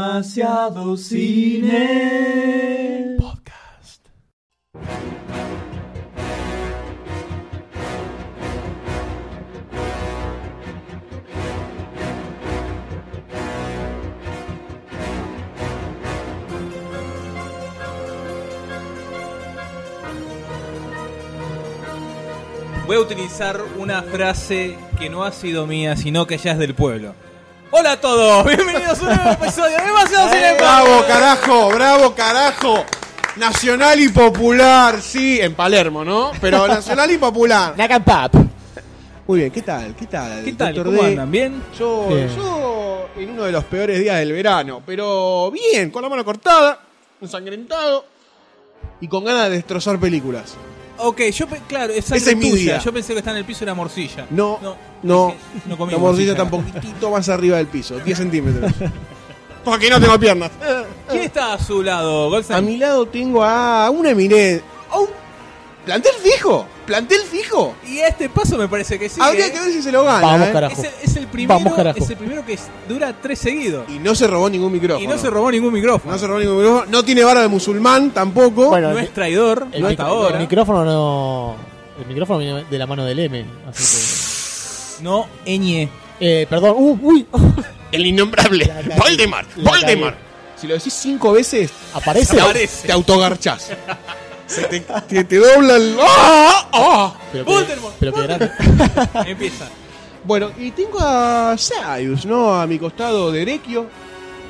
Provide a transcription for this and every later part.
Demasiado cine. Podcast. Voy a utilizar una frase que no ha sido mía, sino que ya es del pueblo. Hola a todos, bienvenidos a un nuevo episodio de Demasiado Cine Eh, Bravo, carajo, bravo, carajo. Nacional y popular, sí, en Palermo, ¿no? Pero nacional y popular. Nagan Pap. Muy bien, ¿qué tal? ¿Qué tal? ¿Qué tal? Doctor ¿Cómo D? andan? ¿Bien? Yo, Bien. yo en uno de los peores días del verano, pero bien, con la mano cortada, ensangrentado y con ganas de destrozar películas. Ok, yo, pe- claro, esa Ese es mi tuya. día. Yo pensé que está en el piso y era morcilla. No, no, es que no comí la morcilla. morcilla está un poquitito más arriba del piso, 10 centímetros. Porque no tengo piernas. ¿Quién está a su lado, A Goldstein? mi lado tengo a una eminencia. A un plantel fijo. Plantel fijo. Y a este paso me parece que sí. Habría ¿eh? que ver si se lo gana. Vamos, ¿eh? carajo. es el, es el primero, Vamos, carajo. es el primero que es- dura tres seguidos. Y no se robó ningún micrófono. Y no se robó ningún micrófono. No se robó ningún micrófono. No tiene vara de musulmán tampoco. Bueno, No el, es traidor, el no mic- hasta ahora. el micrófono no. El micrófono viene de la mano del M. Así No, ñe. que. Eh, perdón. Uh, uy. el innombrable. La cagué. Voldemort, La Voldemort. Si lo decís cinco veces, Aparece. Aparece. te autogarchás. Se te, te- te dobla el. ¡Ah! ¡Ah! Pero Voldemort, pero que Voldemort. grande. Empieza. Bueno, y tengo a Sayus, ¿no? A mi costado derecho.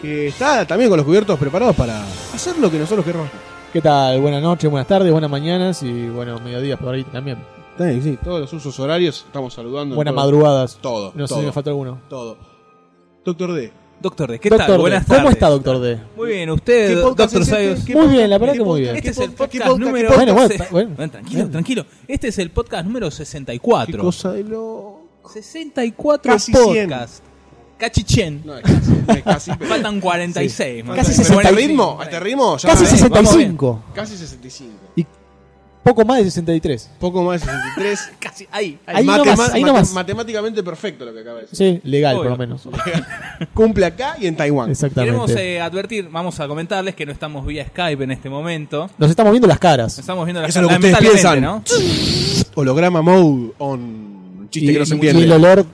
Que está también con los cubiertos preparados para hacer lo que nosotros queramos. ¿Qué tal? Buenas noches, buenas tardes, buenas mañanas y bueno, mediodías por ahí también. Sí, sí, todos los usos horarios estamos saludando. en Buenas todo- madrugadas. Todo, No sé todo. si me falta alguno. Todo. Doctor D. Doctor D, ¿qué Doctor tal? D, Buenas tardes. ¿Cómo está, doctor D? Muy bien, usted, Doctor Sayos. ¿Qué Muy bien, la verdad que muy bien. Este es el Eh, ¿Qué podcast podcast? número. ¿Qué Bueno, bueno, se- bueno. tranquilo, Bueno. tranquilo. Este es el podcast número ¿Qué 64. cosa de lo... 64 Casi podcasts. Cachichen. No, es casi, no es casi. pero- Faltan 46. más Casi o menos. Pero a este 45, ritmo, a por ahí. este ritmo, ya me- Casi bien, sesenta- vamos bien. 65. casi 65. Poco más de 63. Poco más de 63. Casi, ahí. ahí. Ahí Matema- nomás, ahí mate- nomás. Matemáticamente perfecto lo que acaba de decir. Sí, legal por Obvio. lo menos. Cumple acá y en Taiwán. Queremos Exactamente. eh, advertir, vamos a comentarles que no estamos vía Skype en este momento. Nos estamos viendo las caras. Estamos viendo la Eso es lo que ustedes lamentablemente, piensan. ¿no? Holograma mode on. Chiste Y, que no se y el entiende. olor.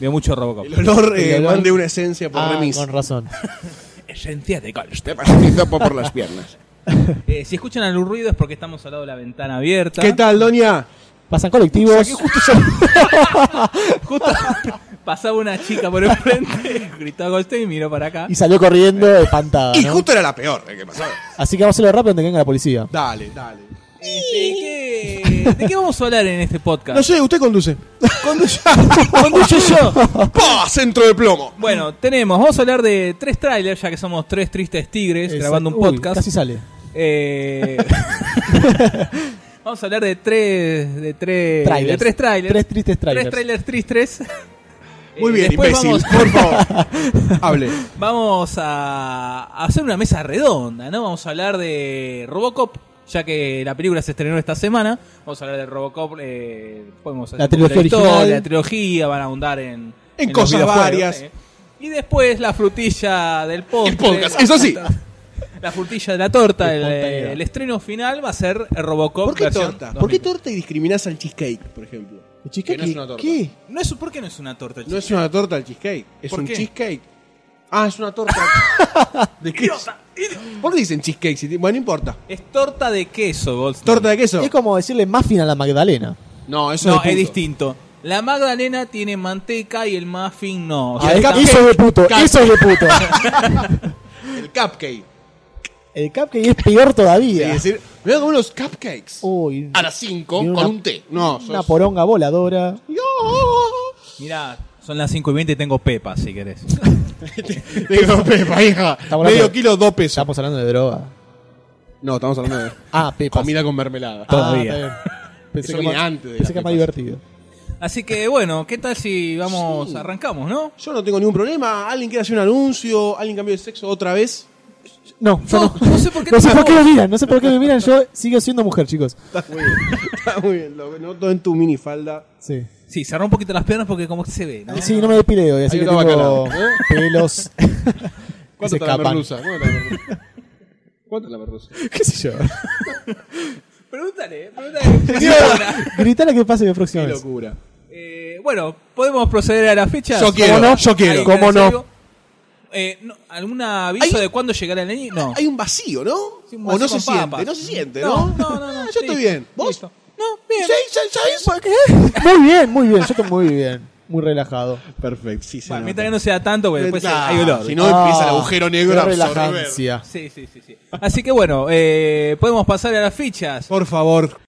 Veo mucho Robocop. El olor, eh, el olor- mande una esencia por Ah, remis. con razón. Esencia de Goldstein. Te pasas el topo por las piernas. Eh, si escuchan algún ruido es porque estamos al lado de la ventana abierta. ¿Qué tal, doña? Pasan colectivos. Justo pasaba una chica por enfrente, gritó Goldstein y miró para acá. Y salió corriendo espantada. Y ¿no? justo era la peor. eh, que pasó. Así que vamos a hacerlo rápido antes que venga la policía. Dale, dale. Este, ¿qué- ¿De qué vamos a hablar en este podcast? No sé, usted conduce. Conduce. Conduyo yo. ¡Pah! Centro de plomo. Bueno, tenemos, vamos a hablar de tres trailers, ya que somos tres tristes tigres Este, Exacto. grabando un Uy, podcast. casi sale. Eh, vamos a hablar de tres, de tres, Trailers. de tres trailers. Tres tristes trailers. Tres trailers tristes. Muy Eh, bien, después imbécil. Por Vamos, favor. Hable. Vamos a a hacer una mesa redonda, ¿no? Vamos a hablar de Robocop, ya que la película se estrenó esta semana. Vamos a hablar de Robocop, eh, podemos hacer La un poco de trilogía historia, original. la trilogía, van a ahondar en, En los cosas videojuegos, varias. eh. Y después la frutilla del postre. El podcast. Eso sí. La frutilla de la torta, el, eh, Espontaneidad. el estreno final va a ser Robocop. ¿Por qué versión torta? ¿Por qué 2000. torta y discriminás al cheesecake, por ejemplo? El cheesecake, Que no es una torta. ¿Qué? No es, ¿Por qué no es una torta? No chico? es una torta el cheesecake. Es ¿Por un qué? cheesecake. Ah, es una torta. ¿De qué? ¿Por qué dicen cheesecake? si ti- Bueno, no importa. Es torta de queso, Goldstein. ¿Torta de queso? Es como decirle muffin a la Magdalena. No, eso No, de es punto. distinto. La magdalena tiene manteca y el muffin no. O Ah, sea, el está- eso es de puto, Cupcake. eso es de puto. El cupcake. El cupcake es peor Es todavía. decir, me voy a comer unos cupcakes. Uy, A las 5 Y con una- un té. No, una Ah, sos... poronga voladora. No. Mirá, son las 5 y 20 y tengo pepa, si querés. Digo, Pepa, hija. Estamos Medio hablando- kilo, dos pesos. Estamos hablando de droga. No, estamos hablando de Ah, pepas. comida con mermelada. Ah, todavía. está bien. Pensé Eso que viene más- antes de pensé las que más pepas. divertido. Así que bueno, ¿qué tal si vamos, Sí. arrancamos, no? Yo no tengo ningún problema. Alguien quiere hacer un anuncio. Alguien cambió de sexo otra vez. No, yo No, no. no sé por qué no sé te por qué llamó. me miran, no sé por qué me miran. Yo sigo siendo mujer, chicos. Está muy bien. Está muy bien. Lo que noto en tu minifalda. Sí. Sí, cerrá un Ah. poquito las piernas porque como que se ve, ¿no? Sí, no me depilé hoy, así Hay que una tengo bacala, ¿eh? pelos. ¿Cuánto se está la escapan. merluza? ¿Cuánto está la merluza? ¿Cuánto está la merluza? ¿Qué sé yo? Pregúntale, pregúntale. Gritar a que pase de próxima Qué vez. locura. Eh, bueno, podemos proceder a la fecha. Yo quiero, no? yo quiero. ¿Cómo no? Eh, no, ¿Algún aviso Hay- de cuándo llegará el año? No. Hay un vacío, ¿no? Sí, un o no vacío se con siente, papas. no se siente, No, ¿no? no, no. no, Ah, sí. yo estoy bien. ¿Vos? Listo. No, bien. Sí, sí, sí, sí. Muy bien, muy bien. Yo estoy muy bien. Muy relajado. Perfecto, sí, se Bueno, nota. mientras que no sea tanto, porque después Claro, hay olor. Ah, Si no empieza el agujero negro a Ah, qué absorber. relajancia. Sí, sí, sí, sí. Así que bueno, eh, podemos pasar a las fichas. Por favor.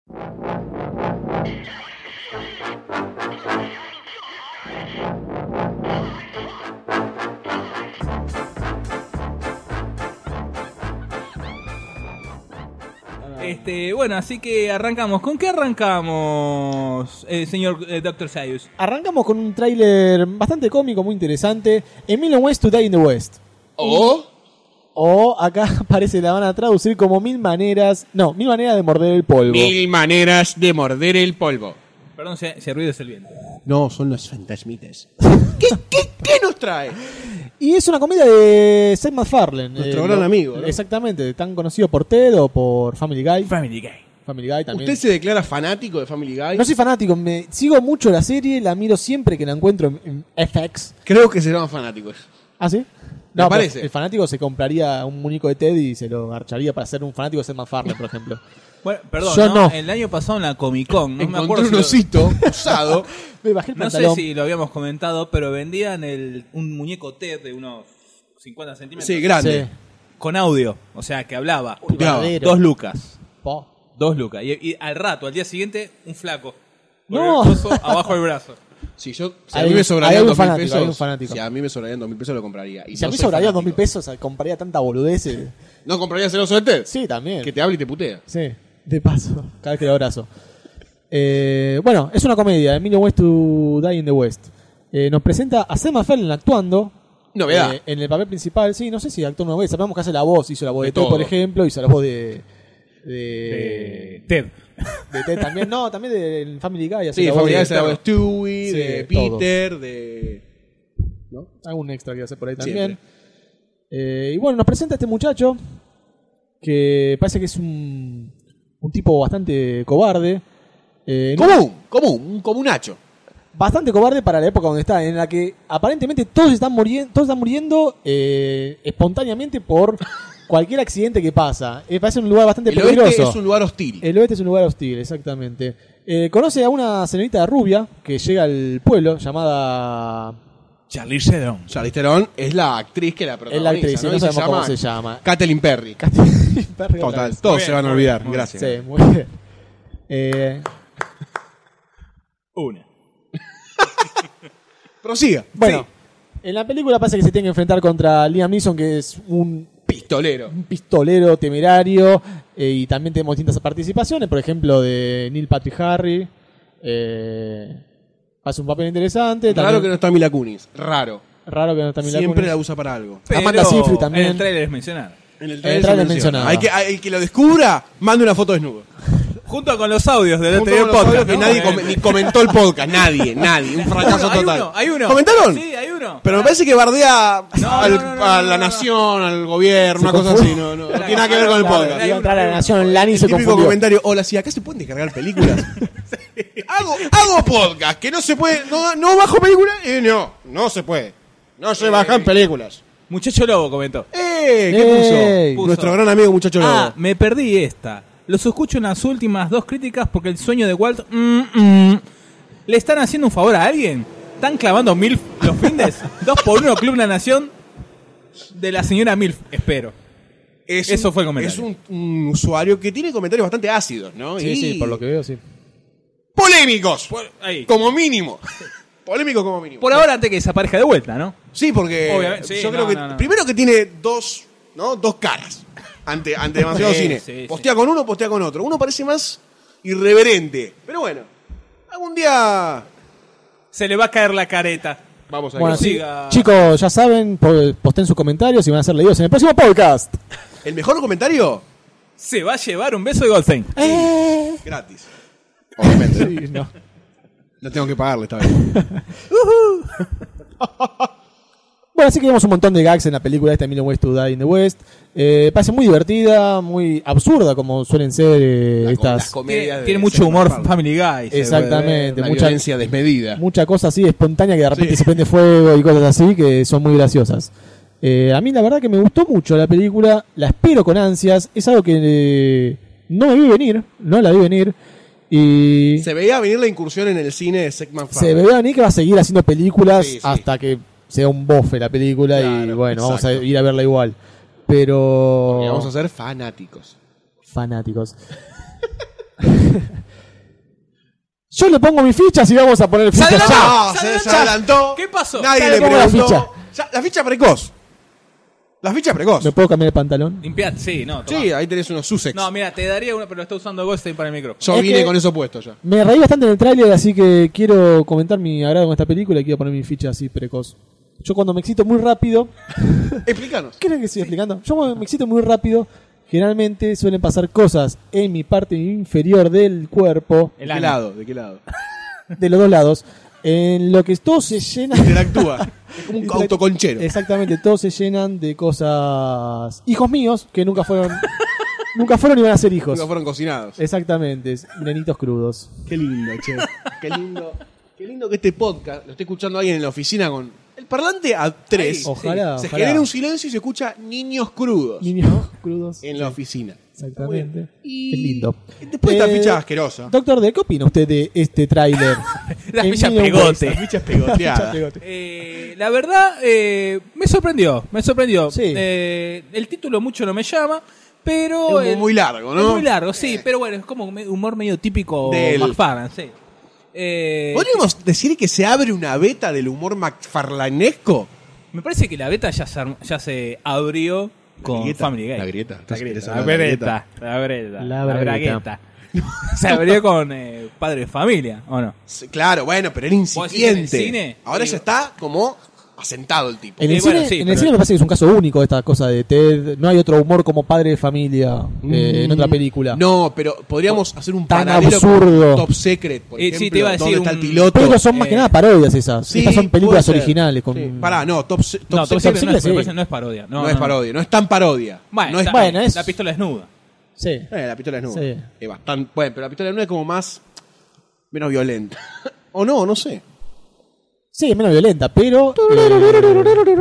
Este, bueno, así que arrancamos. ¿Con qué arrancamos, eh, señor eh, Dr. Sayus? Arrancamos con un tráiler bastante cómico, muy interesante. Emilio West Today in the West. O O acá parece la van a traducir como mil maneras. No, mil maneras de morder el polvo. mil maneras de morder el polvo. Perdón si, si el ruido es el viento. No, son los fantasmitas. ¿Qué, qué, qué nos trae? Y es una comedia de Seth MacFarlane. eh, Nuestro gran amigo, ¿no? Exactamente, tan conocido por Ted o por Family Guy. Family Guy. Family Guy también. ¿Usted se declara fanático de Family Guy? No soy fanático, me sigo mucho la serie, la miro siempre que la encuentro en, en FX. Creo que serán fanáticos. ¿Ah, sí? Me No, pero parece. El fanático se compraría un muñeco de Ted y se lo garcharía para ser un fanático de Seth MacFarlane, por ejemplo. Bueno, perdón, Yo ¿no? no. el año pasado en la Comic Con, no me Encontré acuerdo si un lo- osito usado. Me bajé el No sé pantalón. si lo habíamos comentado, pero vendían el, un muñeco T de unos 50 centímetros Sí, grande. con audio, o sea, que hablaba. Uy, Puteado. verdadero. Dos lucas. Po. Dos lucas. Y, y al rato, al día siguiente, un flaco. Con No. el coso abajo del brazo. Si, yo, si a Hay mí un- me hay sobrarían un dos mil fanático, hay un pesos, fanático. si a mí me sobrarían dos mil pesos lo compraría. Y Si a no mí soy sobraría dos mil fanático. pesos, compraría tanta boludez. eh. ¿No comprarías el oso de Ted? Sí, también. Que te habla y te putea. Sí, de paso, cada vez que lo abrazo. Eh, bueno, es una comedia, Emilio West to Die in the West. Eh, nos presenta a Seth MacFarlane actuando. Novedad. eh, en el papel principal, sí, no sé si actuó una vez, sabemos que hace la voz, hizo la voz De de, Ted, todo. por ejemplo, hizo la voz de... De, Eh, Ted. de Ted también, no, también del Family Guy. hace Sí, la voz Family de- Guy se la de Stewie, Sí, de de todo. Peter, de... ¿No? Algún extra que hace por ahí Siempre. también. Eh, y bueno, nos presenta este muchacho que parece que es un, un tipo bastante cobarde. Eh, en un- Común, común, un comunacho. bastante cobarde para la época donde está, en la que aparentemente todos están muriendo, todos están muriendo eh, espontáneamente por cualquier accidente que pasa. Eh, parece un lugar bastante El peligroso. Eh. oeste es un lugar hostil. El oeste es un lugar hostil, exactamente. Eh, conoce a una señorita rubia que llega al pueblo llamada Charlie Shedon. Charlize Theron es la actriz que la protagoniza. Es la actriz, ¿no? no Y sabemos cómo se llama. Kathleen Perry. Catherine Perry otra Total, vez. todos Muy se bien, van a muy olvidar. bien, muy Gracias. Sí, muy bien. Eh, Una. Prosiga. bueno, en la película parece que se tiene que enfrentar contra Liam Neeson, que es un Sí. Pistolero. un pistolero temerario eh, y también tenemos distintas participaciones, por ejemplo, de Neil Patrick Harry. eh, hace un papel interesante. Raro también- que no está Mila Kunis. Raro. raro que no está Mila Siempre Kunis. la usa para algo. Pero Amanda Seyfried también. En el trailer es mencionada. En el trailer se menciona. mencionaba. Hay que, hay- el que lo descubra, manda una foto desnudo. Junto con los audios del Junto anterior con los podcast. audios que ¿no? nadie Porque- come- ni comentó el podcast. Nadie, nadie. Un fracaso Bueno, hay total. uno, hay uno. ¿Comentaron? Sí, hay uno. Pero me parece que bardea No, al- no, no, no, a no, la no. nación, al gobierno, Se una cosa confunde. así. No, no, no tiene nada que ver con el Claro, podcast. iba a entrar a la Nación Lani y El se típico confundió. comentario, hola, sí, acá se pueden descargar películas. hago, hago podcast, que no se puede, no, no bajo películas, y no, no se puede. No se bajan películas. Muchacho Lobo comentó. ¡Eh! ¿Qué Ey. puso? Puso. Nuestro gran amigo muchacho Ah, lobo. me perdí esta. Los escucho en las últimas dos críticas porque el sueño de Walt. mm, mm. ¿Le están haciendo un favor a alguien? ¿Están clavando MILF los findes? Dos por uno, Club La Nación. De la señora MILF, espero. Es eso un- fue el comentario. Es un, un usuario que tiene comentarios bastante ácidos, ¿no? Sí, Y- sí, por lo que veo, sí. Polémicos, ahí. como mínimo. Polémicos como mínimo. Por ahora, antes que desaparezca de vuelta, ¿no? Sí, porque Obviamente, sí, yo no, creo que no, no. primero que tiene dos, ¿no? Dos caras ante, ante demasiado Sí, cine. sí, postea con uno, postea con otro. Uno parece más irreverente, pero bueno, algún día Se le va a caer la careta. vamos a Bueno, ver. sí. sí, siga. chicos, ya saben, po- posten sus comentarios y van a ser leídos en el próximo podcast. El mejor comentario Se va a llevar un beso de Goldstein. Eh. gratis. Obviamente. Sí, no. No tengo que pagarle esta vez. Bueno, así que vemos un montón de gags en la película esta Emilio West to Die in the West. Eh, parece muy divertida, muy absurda, como suelen ser eh, La co- las estas. comedias Tiene, de tiene mucho humor Seth MacFarlane. Family Guy. se Exactamente, Una mucha- violencia desmedida. Mucha cosa así espontánea que de repente Sí. se prende fuego y cosas así que son muy graciosas. Eh, a mí la verdad que me gustó mucho la película, la espero con ansias, es algo que eh, no me vi venir, no la vi venir y Se veía venir la incursión en el cine de Segman se ve a mí que va a seguir haciendo películas Sí, sí. hasta que sea un bofe la película y Claro, bueno, vamos a exacto. ir a verla igual. Pero Vamos a ser fanáticos. fanáticos. Yo le pongo mis fichas y vamos a poner fichas ¡Sale la ya. mano! No, se, Sale se la- adelantó. ¿Qué pasó? Nadie Sale le como la preguntó. ficha. Ya, la ficha precoz. La ficha precoz. ¿Me puedo cambiar el pantalón? Limpiad, sí, no. tomá. Sí, ahí tenés unos Sussex. No, mira, te daría una, pero está usando Goldstein para el micrófono. Yo Es vine que- con eso puesto ya. Me reí bastante en el tráiler, así que quiero comentar mi agrado con esta película y quiero poner mi ficha así precoz. Yo cuando me excito muy rápido, Explícanos. ¿quieren que siga explicando? Yo cuando me excito muy rápido, generalmente suelen pasar cosas en mi parte inferior del cuerpo, ¿De El qué ano. lado? ¿De qué lado? de los dos lados, en lo que todo se llena... Interactúa. Es como un autoconchero. Exactamente, todos se llenan de cosas... Hijos míos que nunca fueron... nunca fueron y van a ser hijos. Nunca fueron cocinados. Exactamente, nenitos crudos. Qué lindo, che. Qué lindo. Qué lindo que este podcast lo esté escuchando alguien en la oficina con el parlante a tres. Ay, ojalá, Se ojalá. genera un silencio y se escucha niños crudos Niños crudos. en la oficina. Exactamente. Y- Es lindo. Después de esta Eh, ficha asquerosa. Doctor D, ¿qué opina usted de este tráiler? La El ficha mío, pegote. Fichas pues, la ficha pegoteadas. pegote. Eh, la verdad, eh, me sorprendió, me sorprendió. Sí. Eh, el título mucho no me llama, pero... Es el- muy largo, ¿no? Eh. Es muy largo, sí, pero bueno, es como un humor medio típico Del- McFarlane, sí. Eh, ¿Podríamos decir que se abre una beta del humor macfarlanesco? me parece que la beta ya se, arm- ya se abrió con grieta, Family Guy. la grieta, La entonces querés grieta. La hablar de la breta. La breta. La La bragueta. bragueta. se abrió con eh, Padre de Familia, ¿o no? Sí, Claro, bueno, pero era ¿Vos decís en el incipiente. cine? Ahora Sí. ya está como asentado el tipo. En el, Eh, bueno, cine, sí, en el pero- cine me parece que es un caso único esta cosa de Ted. No hay otro humor como padre de familia eh, en otra película. Mm. No, pero podríamos hacer un Tan paralelo con absurdo. Top Secret, por Eh, sí, ejemplo, te iba a decir donde está el un- piloto. Pero son más eh, que nada parodias esas. Sí, Estas son películas puede ser. originales. Con... Sí. Pará, no, Top, Se- Top No, Top Secret Secret no, es, sí. me parece que no es parodia. No, no, es no. parodia, no es tan parodia. Bueno, no es está- bueno, es- la pistola desnuda. Sí. Eh, la pistola desnuda. Sí. Es bastante, bueno, pero la pistola desnuda es como más menos violenta. o no, no sé. Sí, es menos violenta, pero. eh,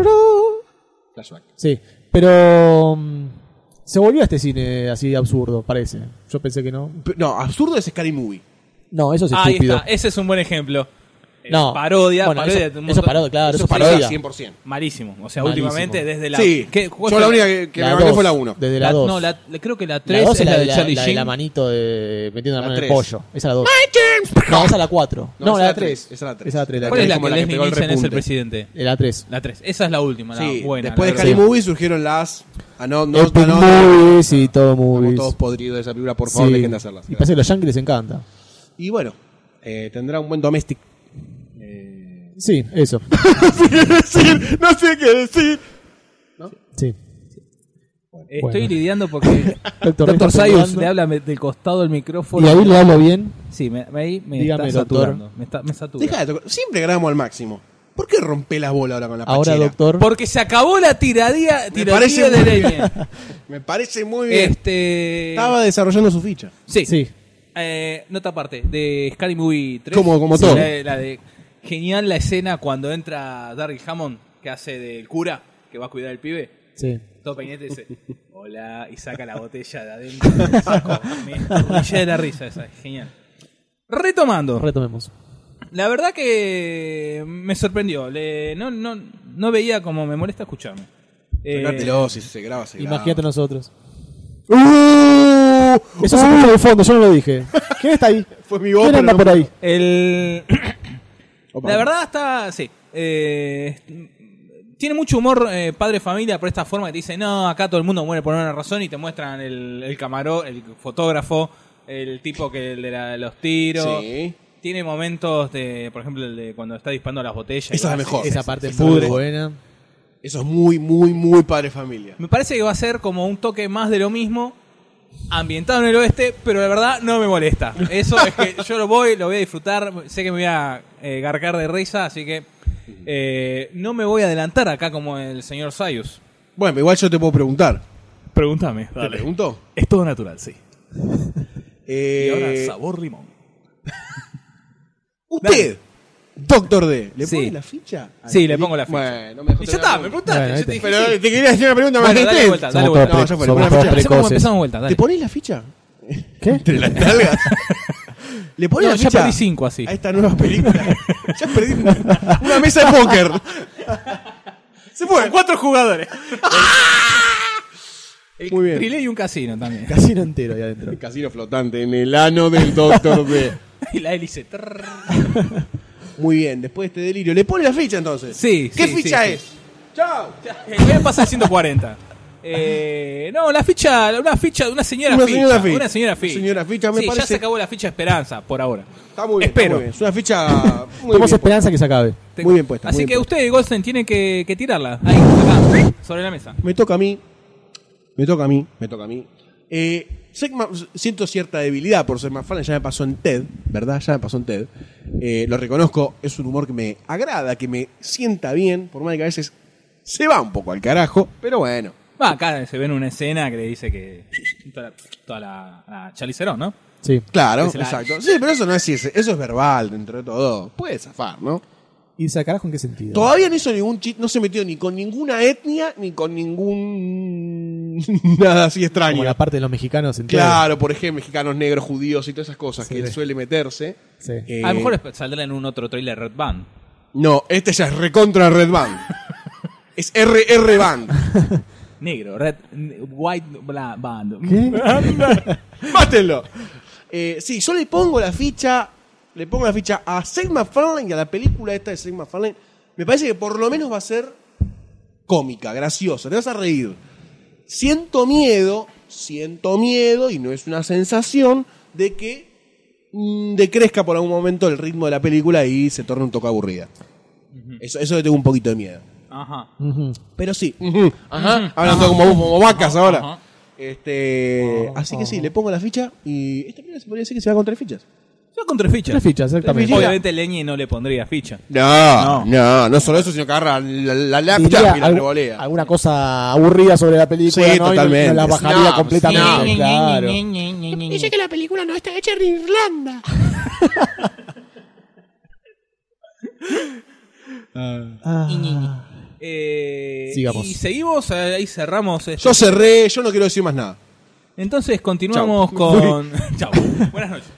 Flashback. Sí, pero. mm, Se volvió a este cine así absurdo, parece. Yo pensé que no. P- No, absurdo es Scary Movie. No, eso es Ahí estúpido. está, ese es un buen ejemplo. Eh, No. Parodia, Bueno, parodia. Eso, un eso es montón- parodia, claro. Eso, Eso es parece parodia. 100%. Malísimo. O sea, Malísimo. últimamente desde la. sí, ¿qué- cuál yo fue la única que, que me La banqué dos, fue la 1. Desde la- la 2. No, la, la- creo que la La 3 2 es la, de la, Charlie la de Sheen. la manito de metiendo La la mano en el tres. pollo. Esa es la 2. No, esa es la 4. No, la 3. Esa es la 3. Esa es la 3. La ¿Cuál es la como que la que Leslie pegó el Nielsen es el repunte. presidente? La 3. La 3. Esa es la última, Sí, la buena. después la de Scary verdad. Movie surgieron las. Ah, no, no, Epic no, no, Movies y todo Estamos movies. todos podridos de esa película, por favor, Sí. dejen de hacerla. Y parece que a los yankees les encanta. Y bueno, eh, tendrá un buen domestic. Sí, eso. no sé qué decir. Sí. Estoy Bueno. lidiando porque Doctor Doctor está Sayus jugando. le habla me- del costado del micrófono. Y ahí le hablo bien. Sí, me, me- ahí me Dígame, está doctor. saturando. Me, está, me satura. Deja de tocar. Siempre grabamos al máximo. ¿Por qué rompe las bolas ahora con la Ahora, pachera? doctor. Porque se acabó la tiradía, parece tiradía de muy bien. leña. Me parece muy bien. este. Estaba desarrollando su ficha. Sí. Sí. Eh, nota aparte, de Scary Movie 3. Como- como Sí, todo. La, de- la de, genial la escena cuando entra Darryl Hammond, que hace del cura, que va a cuidar al pibe. Sí. Todo peinete dice, hola, y saca la botella de adentro. Saco, me arrodillé de la risa esa, es genial. Retomando, Retomemos. la verdad que me sorprendió. le- no, no, no veía como me molesta escucharme. Eh, Sacátelo, si se graba, se graba. Imagínate nosotros. ¡Uh! Eso se escucha de fondo, yo no lo dije. ¿Quién está ahí? Fue mi voz, ¿Quién pero anda no- por ahí? el, Opa. La verdad está, sí. eh, tiene mucho humor eh, padre familia por esta forma que te dice, no, acá todo el mundo muere por una razón y te muestran el, el camarón, el fotógrafo, el tipo que el de la- los tiros. Sí. Tiene momentos de, por ejemplo, el de cuando está disparando a las botellas. Esa es la y- mejor. Esa parte es Esa muy es- buena. Eso es muy, muy, muy padre familia. Me parece que va a ser como un toque más de lo mismo, ambientado en el oeste, pero la verdad no me molesta. Eso es que yo lo voy, lo voy a disfrutar, sé que me voy a eh, garcar de risa, así que Eh, no me voy a adelantar acá como el señor Sayus. Bueno, igual yo te puedo preguntar. Pregúntame, ¿Te pregunto? Es todo natural, sí. Y ahora Eh, sabor limón. usted, Doctor D, ¿le Sí. pone la ficha? a la Sí, le peli- pongo la ficha. Bueno, no me dejó Y ya terminar está, me la pregunta. Bueno, ahí preguntaste. yo te te- dije, Pero te quería hacer una pregunta más Bueno, dale intensa. vuelta, dale Somos vuelta. todos No, ya fue, pre- somos una todos ficha. Empecemos como precoces. empezamos vuelta, dale. ¿Le pones la ficha? ¿Qué? ¿Entre las nalgas? ¿Le pones No, la ya ficha? perdí cinco así. A esta nueva película. ya perdí una, una mesa de póker. Se fue. Cuatro jugadores. Muy bien. Trilé y un casino también. Casino entero ahí adentro. Casino flotante en el ano del Doctor D. Y la hélice. trrr. Muy bien, después de este delirio. ¿Le pone la ficha entonces? Sí, ¿Qué sí, ficha sí, es? ¡Chao! Eh, Voy a pasar 140. Eh, no, la ficha, una ficha de una señora Una ficha. señora ficha. Una señora ficha. Señora ficha, me Sí, ya parece- se acabó la ficha Esperanza por ahora. Está muy bien. está Espero. muy bien. Es una ficha. Muy Tenemos bien. esperanza que se acabe. Muy bien puesta, Así muy bien que puesta. usted, Goldstein, tiene que, que tirarla. Ahí, acá, sobre la mesa. Me toca a mí. Me toca a mí. Me toca a mí. Eh, sé que ma- siento cierta debilidad por ser más fan. Ya me pasó en TED, ¿verdad? Ya me pasó en TED. Eh, lo reconozco. Es un humor que me agrada, que me sienta bien. Por más que a veces se va un poco al carajo. Pero bueno. Va, acá se ve en una escena que le dice que. Toda la. Toda la, la Charlize Theron, ¿no? Sí. Claro, Es el exacto. Sí, pero eso no es ciencia, Eso es verbal, dentro de todo. Puede zafar, ¿no? ¿Y sacarás con qué sentido? Todavía no hizo ningún chiste, no se metió ni con ninguna etnia, ni con ningún... nada así Como extraño. la parte de los mexicanos enteros. Claro, por ejemplo, mexicanos, negros, judíos y todas esas cosas Sí. que él suele meterse. Sí. Eh, A lo mejor es- saldrá en un otro trailer Red Band. No, este ya es recontra Red Band. es RR Band. Negro, Red. White bla, Band. Mátenlo. Eh, sí, yo le pongo la ficha, le pongo la ficha a Sigma MacFarlane y a la película esta de Sigma MacFarlane. Me parece que por lo menos va a ser cómica, graciosa, te vas a reír. Siento miedo, siento miedo, y no es una sensación, de que mm, decrezca por algún momento el ritmo de la película y se torne un toco aburrida. Eso, eso le tengo un poquito de miedo. Ajá. Ujú. Pero sí, ujú, ajá, hablando como, como vacas ahora. ajá. Este, así que sí, le pongo la ficha y esta primera se podría decir que se va con tres fichas. Yo con tres fichas. Tres fichas, exactamente. Tres Obviamente Leñi no le pondría ficha. No, no, no, solo eso, sino que agarra la, la Diría laptop y la algu- revolea. alguna cosa aburrida sobre la película, Sí, ¿no? Y no- totalmente. no la bajaría Snap, completamente, snap. claro. Dice que la película no está hecha en Irlanda. Ah, Eh, Sigamos. Y seguimos, eh, ahí cerramos. esto. Yo cerré, yo no quiero decir más nada. Entonces continuamos Chau. con. Chau. Buenas noches.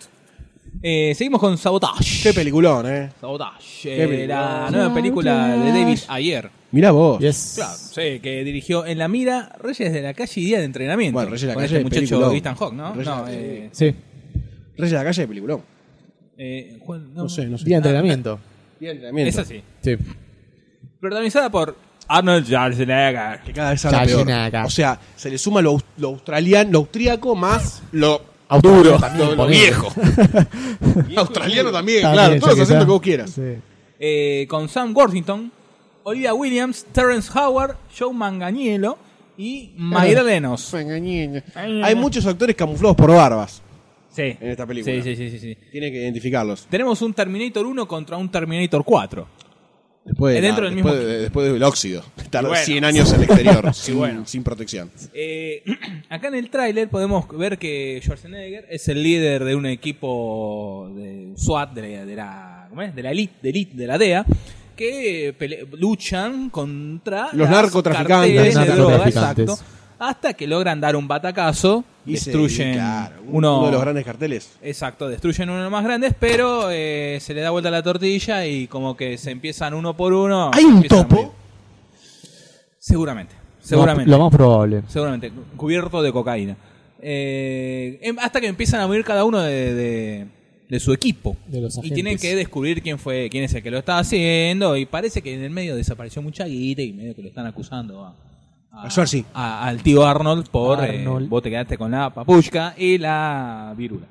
Eh, seguimos con Sabotage. Qué peliculón, eh. Sabotage. Qué eh, película. la nueva película de David ayer. Mirá vos. yes. Claro, sí, que dirigió En la mira Reyes de la Calle y Día de Entrenamiento. Bueno, Reyes de la Con Calle este es muchacho peliculón. Ethan Hawke, ¿no? Reyes de la no, Calle. eh, Sí, Reyes de la calle de peliculón. eh, ¿cuál? No sé, no sé. día de entrenamiento. Bien, también. Es así. Sí. Protagonizada por Arnold Schwarzenegger. Que cada vez habla peor. Cayena. O sea, se le suma lo, aus- lo australiano, lo austríaco más lo, Duro. lo- lo viejo. australiano también, Ah, claro. Todos haciendo lo que vos quieras. eh, con Sam Worthington, Olivia Williams, Terrence Howard, Joe Manganiello y Eh. Mayra Lenos. Hay muchos actores camuflados por barbas. Sí. en esta película. Sí, sí, sí, sí, sí. Tiene que identificarlos. Tenemos un Terminator 1 contra un Terminator 4. Después, de la- Eh, Dentro del después mismo- de- después del óxido. Tardó bueno. 100 años en el exterior, sin, bueno. sin protección. Eh, acá en el tráiler podemos ver que Schwarzenegger es el líder de un equipo de SWAT, de la, de la, ¿cómo es? De la elite, de elite, de la DEA, que pele- luchan contra Los las narcotraficantes. carteles de Los droga, narcotraficantes. exacto, hasta que logran dar un batacazo, Y se- destruyen y claro, un- uno, uno de los grandes carteles. Exacto, destruyen uno de los más grandes, pero eh, se le da vuelta la tortilla y como que se empiezan uno por uno. ¿Hay un empiezan a topo? morir. Seguramente, seguramente. Lo más probable. Seguramente, cubierto de cocaína. Eh, em- hasta que empiezan a morir cada uno de, de- de su equipo. De los y tienen agentes. que descubrir quién fue, quién es el que lo está haciendo. Y parece que en el medio desapareció mucha guita y medio que lo están acusando a, A Schwarzy. a- al tío Arnold por eh, Arnold. vos te quedaste con la papushka y la virula.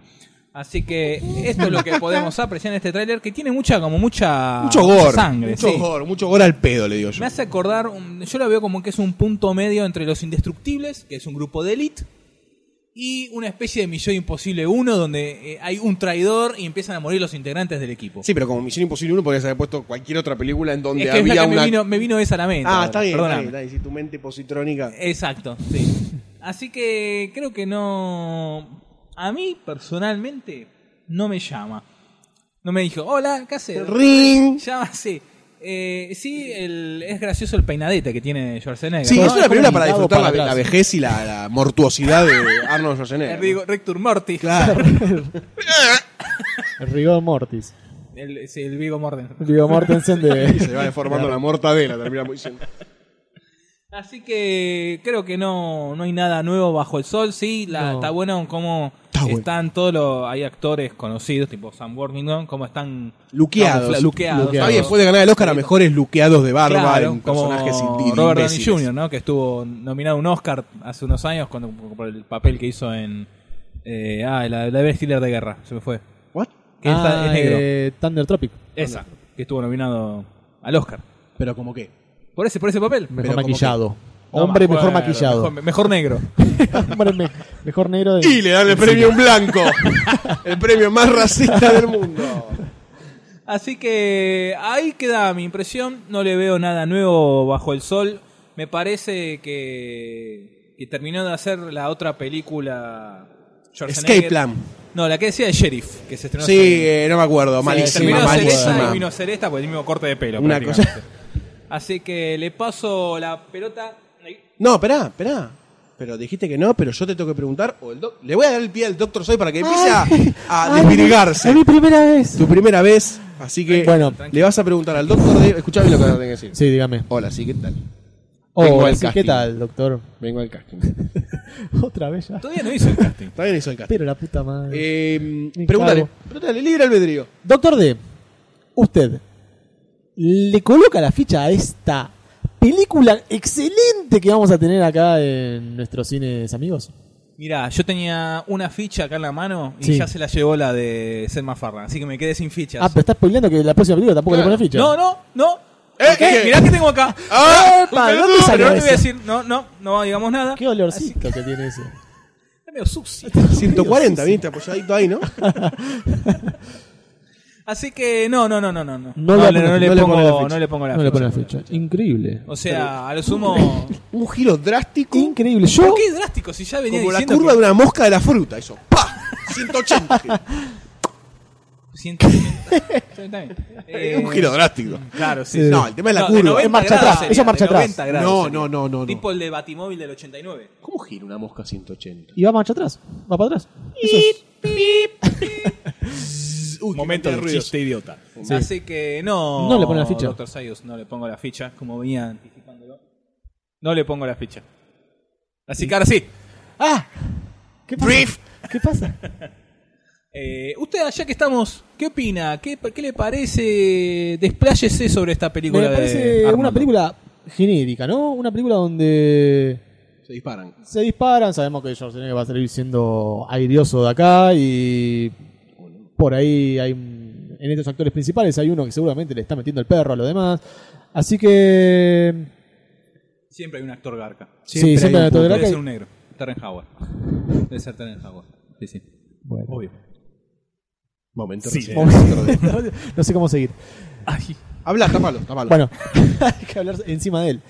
Así que esto es lo que podemos apreciar en este tráiler que tiene mucha, como mucha, Mucho mucha gore. sangre. mucho sí. gore, mucho gore al pedo, le digo yo. Me hace acordar, un- yo la veo como que es un punto medio entre los indestructibles, que es un grupo de élite, y una especie de Misión Imposible 1 donde eh, hay un traidor y empiezan a morir los integrantes del equipo. Sí, pero como Misión Imposible 1 podrías haber puesto cualquier otra película en donde es que, es la había que una. me, vino, me vino esa a la mente. ah, ahora, está bien, está perdóname. bien, está bien. Si tu mente positrónica. Exacto, sí. Así que creo que no. A mí, personalmente, no me llama. No me dijo, hola, ¿qué haces? ¡Ring! Llámase. Eh, sí, el- es gracioso el peinadeta que tiene Schwarzenegger. Sí, ¿no? es una película para Mirado disfrutar la, para la atrás. vejez y la, la mortuosidad de Arnold El Schwarzenegger. Rigo- Rector Morty. Claro. El rigor mortis. El, es el Vigo Morden. El rigor mortensen Se de... va deformando la mortadela, terminamos diciendo. Así que creo que no, no hay nada nuevo bajo el sol. Sí, la, No. está bueno cómo Está bueno. están todos los. Hay actores conocidos, tipo Sam Worthington, cómo están. Luqueados. camufla- Luqueados. Está bien, fue de ganar el Oscar a mejores luqueados de barba Claro, en como personajes indi- Robert Downey imbéciles. Jr., ¿no? Que estuvo nominado a un Oscar hace unos años cuando, por el papel que hizo en. eh, ah, la, la de Stiller de Guerra, se me fue. What? Que está- es negro. Ah, eh, Thunder Tropic. Esa, que estuvo nominado al Oscar. Pero como qué. Por ese, por ese papel. Mejor como maquillado. No Hombre me mejor acuerdo, maquillado. Mejor, mejor negro. Hombre me- mejor negro de... Y le dan el premio a un blanco. el premio más racista del mundo. Así que ahí queda mi impresión. No le veo nada nuevo bajo el sol. Me parece que, que terminó de hacer la otra película. Schwarzenegger. Escape Plan. No, la que decía de Sheriff, que se estrenó. Sí, eh, no me acuerdo. terminó Malísima, de hacer esa y malísima. vino a hacer esta por el mismo corte de pelo. Una prácticamente. cosa- Así que le paso la pelota. Ahí. No, esperá, esperá. Pero dijiste que no, pero yo te tengo que preguntar. O el doc- le voy a dar el pie al doctor Soy para que empiece a, a Ay, desvirgarse. Es mi primera vez. Tu primera vez, así que Bueno. le vas a preguntar al doctor de. Escuchame lo que tengo que decir. Sí, dígame. Hola, sí, ¿qué tal? Vengo Oh, al sí, ¿qué casting. tal, doctor? Vengo al casting. Otra vez ya. Todavía no hizo el casting. Está bien, hizo el casting. Pero la puta madre. Eh, Me pregúntale, cago. pregúntale, libre albedrío. Doctor D, usted le coloca la ficha a esta película excelente que vamos a tener acá en nuestros cines amigos. Mirá, yo tenía una ficha acá en la mano y Sí. ya se la llevó la de Selma Farran. Así que me quedé sin fichas. Ah, pero estás spoileando que la próxima película tampoco Claro. le pone ficha. No, no, no. Eh, ¿Qué? ¿qué? Mirá que tengo acá. ¡Ah! Epa, ¿de dónde Pero salió no te voy a eso? decir, no, no, no digamos nada. Qué olorcito que tiene ese. Está medio sucio. 140, viniste apoyadito ahí, ¿no? Así que no, no, no, no, no. No, No le- no le le pongo, pone la ficha. no le pongo la No le ficha. pone la ficha. Increíble. O sea, a lo sumo. Un giro drástico. Increíble. Yo, ¿Por qué drástico? Si ya venía Como la diciendo. curva que- de una mosca de la fruta, eso. ¡Pah! 180. Ciento- Está bien. Eh, un giro drástico. Claro, sí. Eh, No, el tema es la No, de curva. 90 Es marcha grados atrás, sería, ella marcha de 90 atrás. grados No, sería. no, no, no, no. Tipo el de Batimóvil del 89. ¿Cómo gira una mosca 180? y va marcha atrás. Va para atrás. Eso es. Uy, qué Momento cantidad de de ruidos. chiste idiota. Así que no. No le pone la ficha. Doctor Sayus, no le pongo la ficha, como venía anticipándolo. No le pongo la ficha. Así que ahora sí. ¡Ah! ¿Qué pasa? Brief. ¿Qué pasa? Eh, usted, allá que estamos, ¿qué opina? ¿Qué, qué le parece? Despláyese sobre esta película. Me de parece una Armando. película genérica, ¿no? Una película donde Se disparan. se disparan, sabemos que Schwarzenegger va a salir siendo airioso de acá y por ahí hay un- en estos actores principales hay uno que seguramente le está metiendo el perro a los demás. Así que Siempre hay un actor garca. Siempre Sí, siempre hay un hay un actor punto. garca Debe y- ser un negro. Terren Howard. Debe ser Terren Howard. Sí, sí. bueno, Obvio. Momento de no sé cómo seguir. Ay. Habla, tapalo, tapalo. Bueno, hay que hablar encima de él.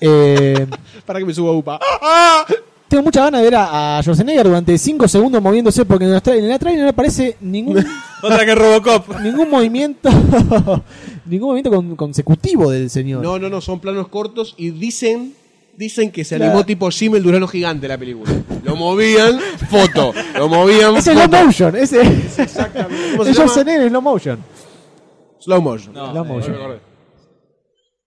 Eh, Para que me suba UPA. Ah, tengo mucha ganas de ver a, a Schwarzenegger durante 5 segundos moviéndose porque en la tra- en la trailer no aparece ningún Otra que Robocop. ningún movimiento ningún movimiento con- consecutivo del señor No, no, no, son planos cortos y dicen dicen que se Claro. animó tipo Jim el Durano gigante la película. Lo movían, foto. Lo movían, ese es foto. slow motion ese Exactamente. ¿Cómo se es llama? Ah, Schwarzenegger en slow motion Slow motion. No, Slow eh, motion. no,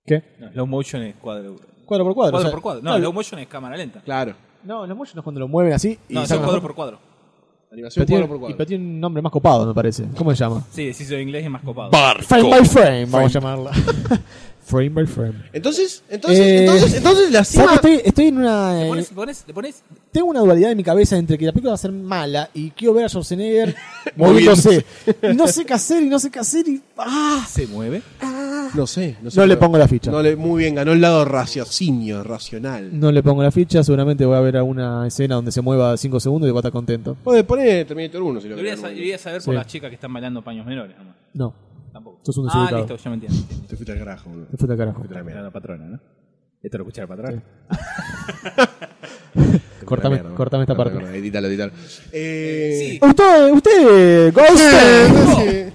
¿qué? slow motion es cuadro. cuadro por cuadro Cuadro o sea, por cuadro. No, claro, slow motion es cámara lenta. Claro. no slow motion es cuando lo mueven así y No, es sacan cuadro la foto. por cuadro. Animación pero tiene, cuadro por y- cuadro. pero tiene un nombre más copado me parece ¿cómo se llama? Sí, decís en inglés es más copado. frame by frame vamos a llamarla Frame by frame. Entonces, entonces, Eh, entonces, entonces la ¿Sabes cima. que estoy, estoy en una. ¿Le eh, pones, le pones, le pones? tengo una dualidad en mi cabeza entre que la película va a ser mala y quiero ver a Schwarzenegger moviéndose. Y no sé qué hacer y no sé qué hacer y. ¡Ah! Se mueve. No sé, no sé. No le pero- pongo la ficha. No le, muy bien, ganó el lado raciocinio, racional. No le pongo la ficha, seguramente voy a ver alguna escena donde se mueva 5 segundos y voy a estar contento. Puede poner Terminator 1 si lo Debería, querés. sa- debería saber por Sí. las chicas que están bailando paños menores. nomás. No, Tampoco. Sos un ah, desubicado. listo, ya me entiendo. Te fuiste al carajo, boludo. te fue al carajo. Era la patrona, ¿no? Esto lo escuché al patrón. Cortame, Mierda, cortame esta corta, parte. corta, Edítalo, edítalo. Eh, Sí. Usted, usted, Goldstein.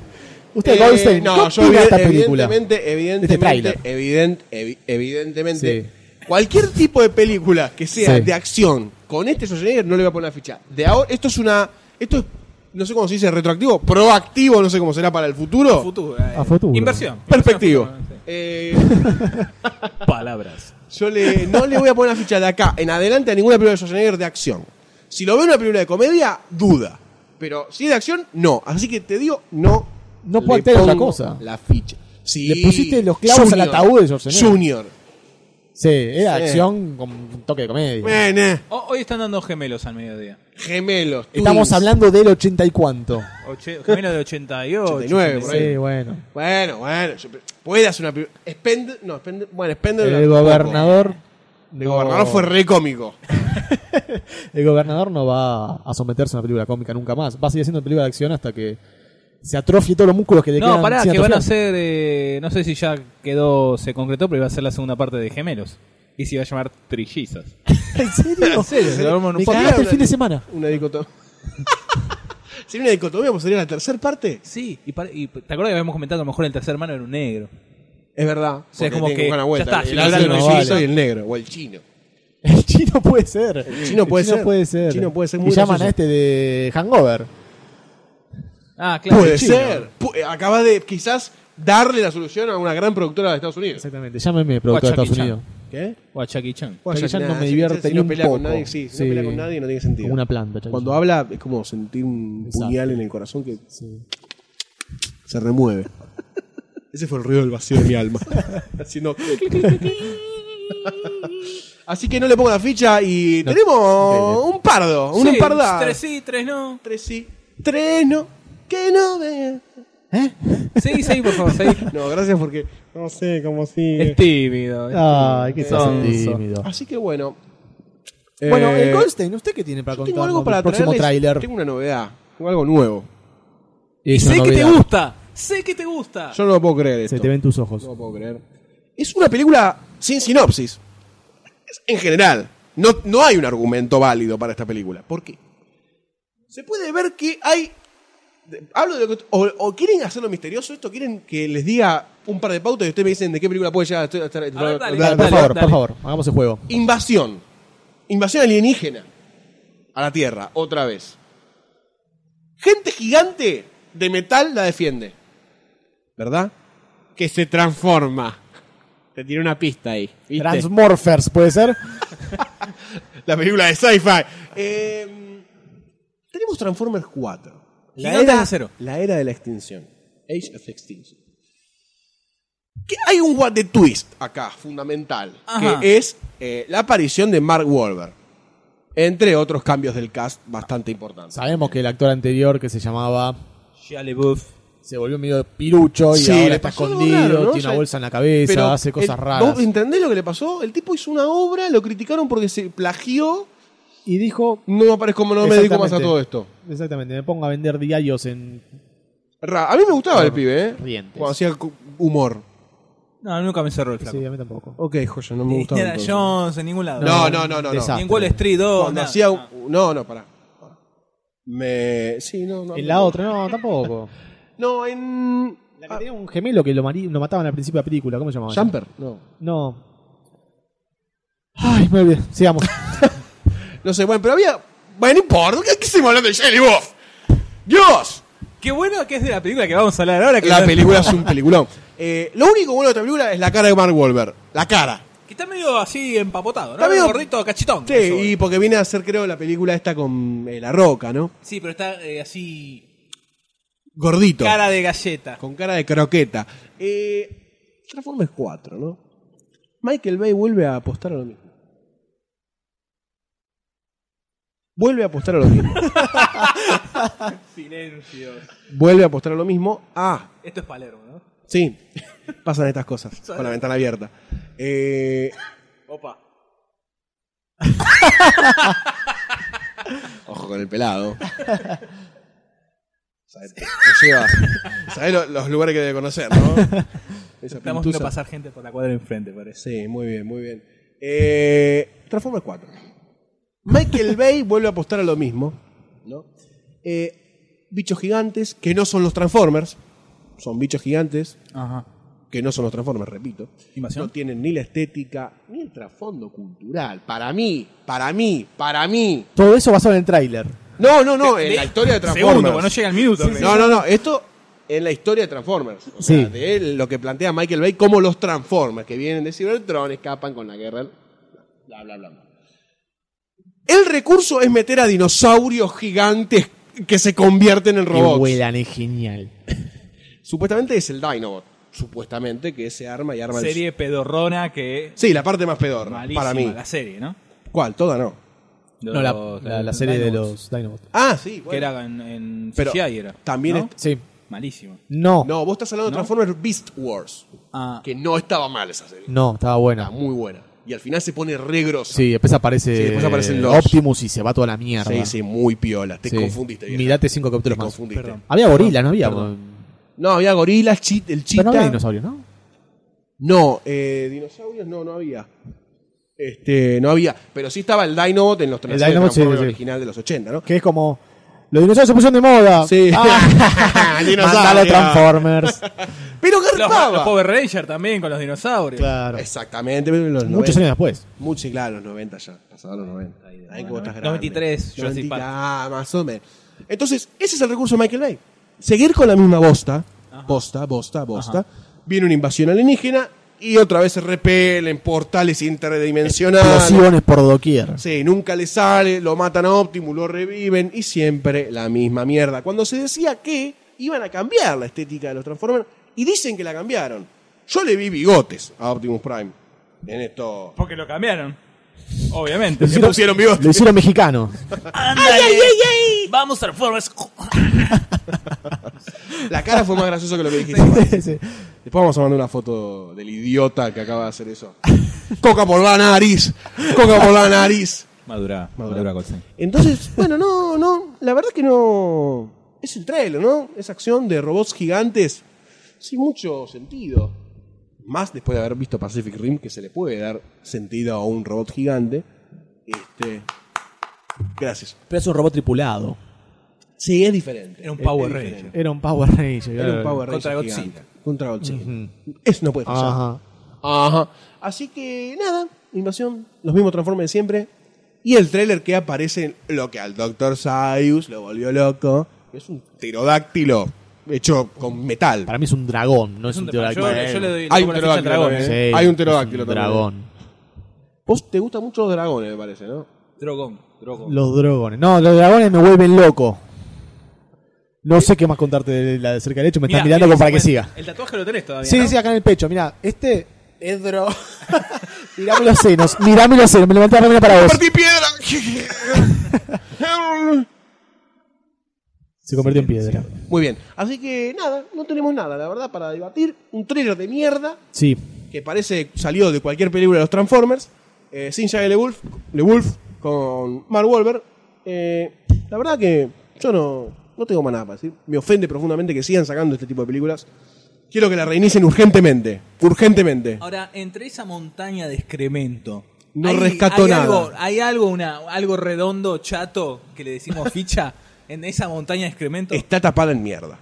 Usted, Eh, Goldstein. No, ¿qué yo opina evide- de esta película? evidentemente, Este evidentemente, tráiler. evident- evi- evidentemente, Sí. cualquier tipo de película que sea Sí. de acción con este Schwarzenegger no le voy a poner la ficha. De ahora, esto es una, esto es, no sé cómo se dice, retroactivo, proactivo, no sé cómo será para el futuro. Futuro. eh. A futuro. Inversión. Perspectivo. Inversión, Eh, sí. Palabras. yo le, no le voy a poner la ficha de acá en adelante a ninguna película de Schwarzenegger de acción. Si lo veo en una película de comedia, duda. Pero si es de acción, no. Así que te digo, no. No puedo le hacer otra pongo cosa. La ficha. Sí, Le pusiste los clavos al ataúd de Schwarzenegger. Junior. Sí, era Sí. acción con un toque de comedia. Mene. Ho- hoy están dando gemelos al mediodía. Gemelos. Estamos twins. hablando del ochenta y cuánto. Oche- gemelos de 88. 89, por ahí. Sí, bueno. Bueno, bueno. yo- puede hacer una película. Spend, no, Spend, bueno, Spender. El tampoco. gobernador. El gobernador fue re cómico. El gobernador no va a someterse a una película cómica nunca más. Va a seguir haciendo película de acción hasta que se atrofie todos los músculos que le quedan. No, pará, sin que van a atrofiar. hacer. eh, no sé si ya quedó, se concretó, pero iba a ser la segunda parte de Gemelos. Y se iba a llamar Trillizas. ¿En serio? ¿En serio? Se lo arman un Me poco. cagaste el Habla- fin de semana. Una dicotomía. ¿Sería una dicotomía? Pues sería la tercera parte. Sí, y, pare- y te acuerdas que habíamos comentado que a lo mejor el tercer hermano era un negro. Es verdad. O sea, es como que ya está, si el lo árabe, hablan, el no suizo vale. y el negro. O el chino. El chino puede ser. El chino puede ser. El chino puede ser muy y llaman gracioso. a este de Hangover. Ah, claro. Puede el chino. ser. Pu- eh, acaba de quizás darle la solución a una gran productora de Estados Unidos. Exactamente. Llámeme, productor de Jackie Estados Chan. Unidos. ¿Qué? Pues O a Jackie Chan. Jackie Chan no nada, me si- divierte si ni no un pelea con poco. nadie, sí, si Sí. no pelea con nadie no tiene sentido. Como una planta. Jackie Cuando Chan. habla es como sentir un Exacto. puñal en el corazón que Sí. se remueve. Ese fue el ruido del vacío de mi alma. Haciendo clic, clic, clic, clic, clic. Así que no le pongo la ficha y tenemos un pardo, un Sí, parda. Tres sí, tres no. tres sí, tres no, que no ve. Sí, sí, por favor, seguí. No, gracias porque no sé cómo Es sigue. tímido. es Ay, qué Sonso. tímido. Así que bueno. Bueno, eh, el Goldstein, ¿usted qué tiene para yo contar? tengo algo para el próximo traerles. tráiler. Tengo una novedad, tengo algo nuevo. Y Es sé una que te novedad. gusta. Sé que te gusta. Yo no lo puedo creer esto. Se te ven tus ojos. No lo puedo creer. Es una película sin sinopsis. Es- En general, no, no hay un argumento válido para esta película. ¿Por qué? Se puede ver que hay. de- Hablo de lo que- o, o quieren hacerlo misterioso esto, quieren que les diga un par de pautas y ustedes me dicen de qué película puede llegar a estar. estar- A ver, dale, Dale, por Dale, favor, dale. por favor, hagamos el juego. Invasión. Invasión alienígena. A la Tierra, otra vez. Gente gigante de metal la defiende. ¿Verdad? Que se transforma. Te tiré una pista ahí. ¿viste? Transmorphers, ¿puede ser? la película de sci-fi. Eh, tenemos Transformers 4. Gigantes de acero. la era de la extinción. Age of Extinction. Que hay un what the twist acá, fundamental, Ajá. que es eh, la aparición de Mark Wahlberg. Entre otros cambios del cast bastante importantes. Sabemos que el actor anterior que se llamaba Shia LaBeouf. se volvió medio pirucho y Sí, ahora le está pasó algo escondido, raro, ¿no? tiene O una sea, bolsa en la cabeza, Pero hace cosas el- raras. ¿Vos entendés lo que le pasó? El tipo hizo una obra, lo criticaron porque se plagió. Y dijo, No aparezco, no me dedico más a Exactamente. todo esto. exactamente, me pongo a vender diarios en... Ra- a mí me gustaba el pibe, ¿eh? Rientes. Cuando hacía cu- humor. No, nunca me cerró el flaco. Sí, a mí tampoco. Ok, joya, no me Ni gustaba. Indiana entonces. Jones, en ningún lado. No, no, no, no. no. Desastre. Ni en Wall Street 2. Cuando nada. hacía un- No, no, pará. Me. Sí, no, no. En la otra, no, tampoco. No, en. La que tenía un gemelo que lo, mari- lo mataban al principio de la película, ¿cómo se llamaba? Jumper. No. No. Ay, me olvidé. Sigamos. No sé, bueno, pero había. Bueno, no importa. ¿Qué hicimos hablando de Jelly Wolf? ¡Dios! Qué bueno que es de la película que vamos a hablar ahora. Que La no- película es un peliculón. Eh, lo único bueno de esta película es la cara de Mark Wahlberg. La cara. Que está medio así empapotado, ¿no? Está medio- gordito cachitón. Sí, Eso. eh. y porque viene a ser, creo, la película esta con eh, La Roca, ¿no? Sí, pero está eh, así. Gordito. Cara de galleta. Con cara de croqueta. Eh, Transformers 4, ¿no? Michael Bay vuelve a apostar a lo mismo. Vuelve a apostar a lo mismo. Silencio. vuelve a apostar a lo mismo. Ah, Esto es Palermo, ¿no? sí. Pasan estas cosas con la ventana abierta. Eh, Opa. Ojo con el pelado. Sabés, te- te lleva- sabés lo- los lugares que debe conocer, ¿no? Esa pintusa. Estamos viendo pasar gente por la cuadra de enfrente, parece. Sí, muy bien, muy bien. Eh, Transformers 4. Michael Bay vuelve a apostar a lo mismo. ¿no? Eh, bichos gigantes que no son los Transformers. Son bichos gigantes Ajá. que no son los Transformers, repito. Invasión. No tienen ni la estética ni el trasfondo cultural. Para mí, para mí, para mí. Todo eso basado en el tráiler. No, no, no, De- en de- la historia de Transformers. Segundo, cuando no llega el minuto. creo. No, no, no. Esto en la historia de Transformers. O Sí. sea, de él, lo que plantea Michael Bay como los Transformers que vienen de Cybertron, escapan con la guerra. Bla, bla, bla. bla. El recurso es meter a dinosaurios gigantes que se convierten en robots. Que vuelan, es genial. Supuestamente es el Dinobot. Supuestamente que se arma y arma el- Serie pedorrona que. Sí, la parte más pedorra. Malísima, para mí. La serie, ¿no? ¿Cuál? Toda no. No, la, Los- la- la los serie de Dinobots, los Dinobots. Ah, sí. Que bueno. era en, en Pero CGI era, también ¿no? Sí. Malísimo. No, no, No, vos estás hablando de ¿No? Transformers Beast Wars. Ah, Que no estaba mal esa serie. estaba buena. Está muy buena. Y al final se pone re grosa. Sí, después aparece Sí, después aparecen los- Optimus y se va toda la mierda. Sí, sí, muy piola. Te Sí. confundiste. vieja. Mirate cinco Te capítulos más. confundiste. Perdón. Había gorila, no había. No, había gorilas, chi- el Pero chita. no había dinosaurios, ¿no? No, eh, dinosaurios no, no había. Este, no había. Pero sí estaba el Dinobot en los El en la serie Dinobot, sí, Transformers sí, sí. original de los 80, ¿no? Que es como. Los dinosaurios se pusieron de moda. Sí. Ah, Dinosaurio. Mandalo Transformers. Pero Los, garpaba. los Power Rangers también con los dinosaurios. claro. Exactamente, pero en los Muchos 90. años después. Muchos, claro, los 90 ya. Pasaban los 90. Ahí, como estás grande. 93, Jurassic 90, Park. Ah, más o menos. Entonces, ese es el recurso de Michael Bay. Seguir con la misma bosta, bosta, bosta, bosta. Viene una invasión alienígena y otra vez se repelen portales interdimensionales. Explosiones por doquier. Sí, nunca le sale, lo matan a Optimus, lo reviven y siempre la misma mierda. Cuando se decía que iban a cambiar la estética de los Transformers y dicen que la cambiaron. Yo le vi bigotes a Optimus Prime en esto. Porque lo cambiaron. Obviamente. Le pusieron bigotes. Lo hicieron mexicano. Vamos Transformers. La cara fue más graciosa que lo que dijiste. Sí. Después vamos a mandar una foto del idiota que acaba de hacer eso. Coca por la nariz. Coca por la nariz. Madura, madura, Colson. Entonces, bueno, no, no. La verdad que no. Es el trailer, ¿no? Esa acción de robots gigantes. Sin mucho sentido. Más después de haber visto Pacific Rim, que se le puede dar sentido a un robot gigante. Este. Gracias. Pero es un robot tripulado. Sí, es diferente. Era un Es- Power es Ranger. diferente. Era un Power Ranger. Era un Power Contra Ranger Godzilla. gigante. Contra Godzilla. Eso no puede fallar. Ajá. Ajá. Así que nada, invasión, los mismos transformes de siempre. Y el tráiler que aparece, lo que al Dr. Sayus lo volvió loco, es un pterodáctilo hecho con metal. Para mí es un dragón, no es, Es un un dragón. pterodáctilo. Yo- yo le Hay doy- le pongo un la ficha al pterodáctilo dragón, también, Sí, ¿eh? es Hay un un pterodáctilo también. dragón. Vos te gustan mucho los dragones, me parece, ¿no? eh. Drogón. Drogón. Los dragones. No, los dragones me vuelven loco. No sé qué más contarte de la de cerca del hecho. Me están Mirá, mirando mirá, como para que se siga. puede- El tatuaje lo tenés todavía. Sí, ¿no? sí, acá en el pecho. Mira, este es dragón. mirame los senos. Mirame los senos. Me levanté la remera para vos. ¡Partí piedra! Se convirtió en piedra. Muy bien. Así que nada, no tenemos nada, la verdad, para debatir. Un tráiler de mierda. Sí. que parece salido de cualquier película de los Transformers, eh, sin Shia LeWolf, LeWolf con Mark Wolver. la verdad que yo no, no tengo más nada para decir. Me ofende profundamente que sigan sacando este tipo de películas. Quiero que la reinicien urgentemente, urgentemente. Ahora, entre esa montaña de excremento. No rescató nada. Algo, hay algo, una, algo redondo, chato, que le decimos ficha en esa montaña de excremento. Está tapada en mierda.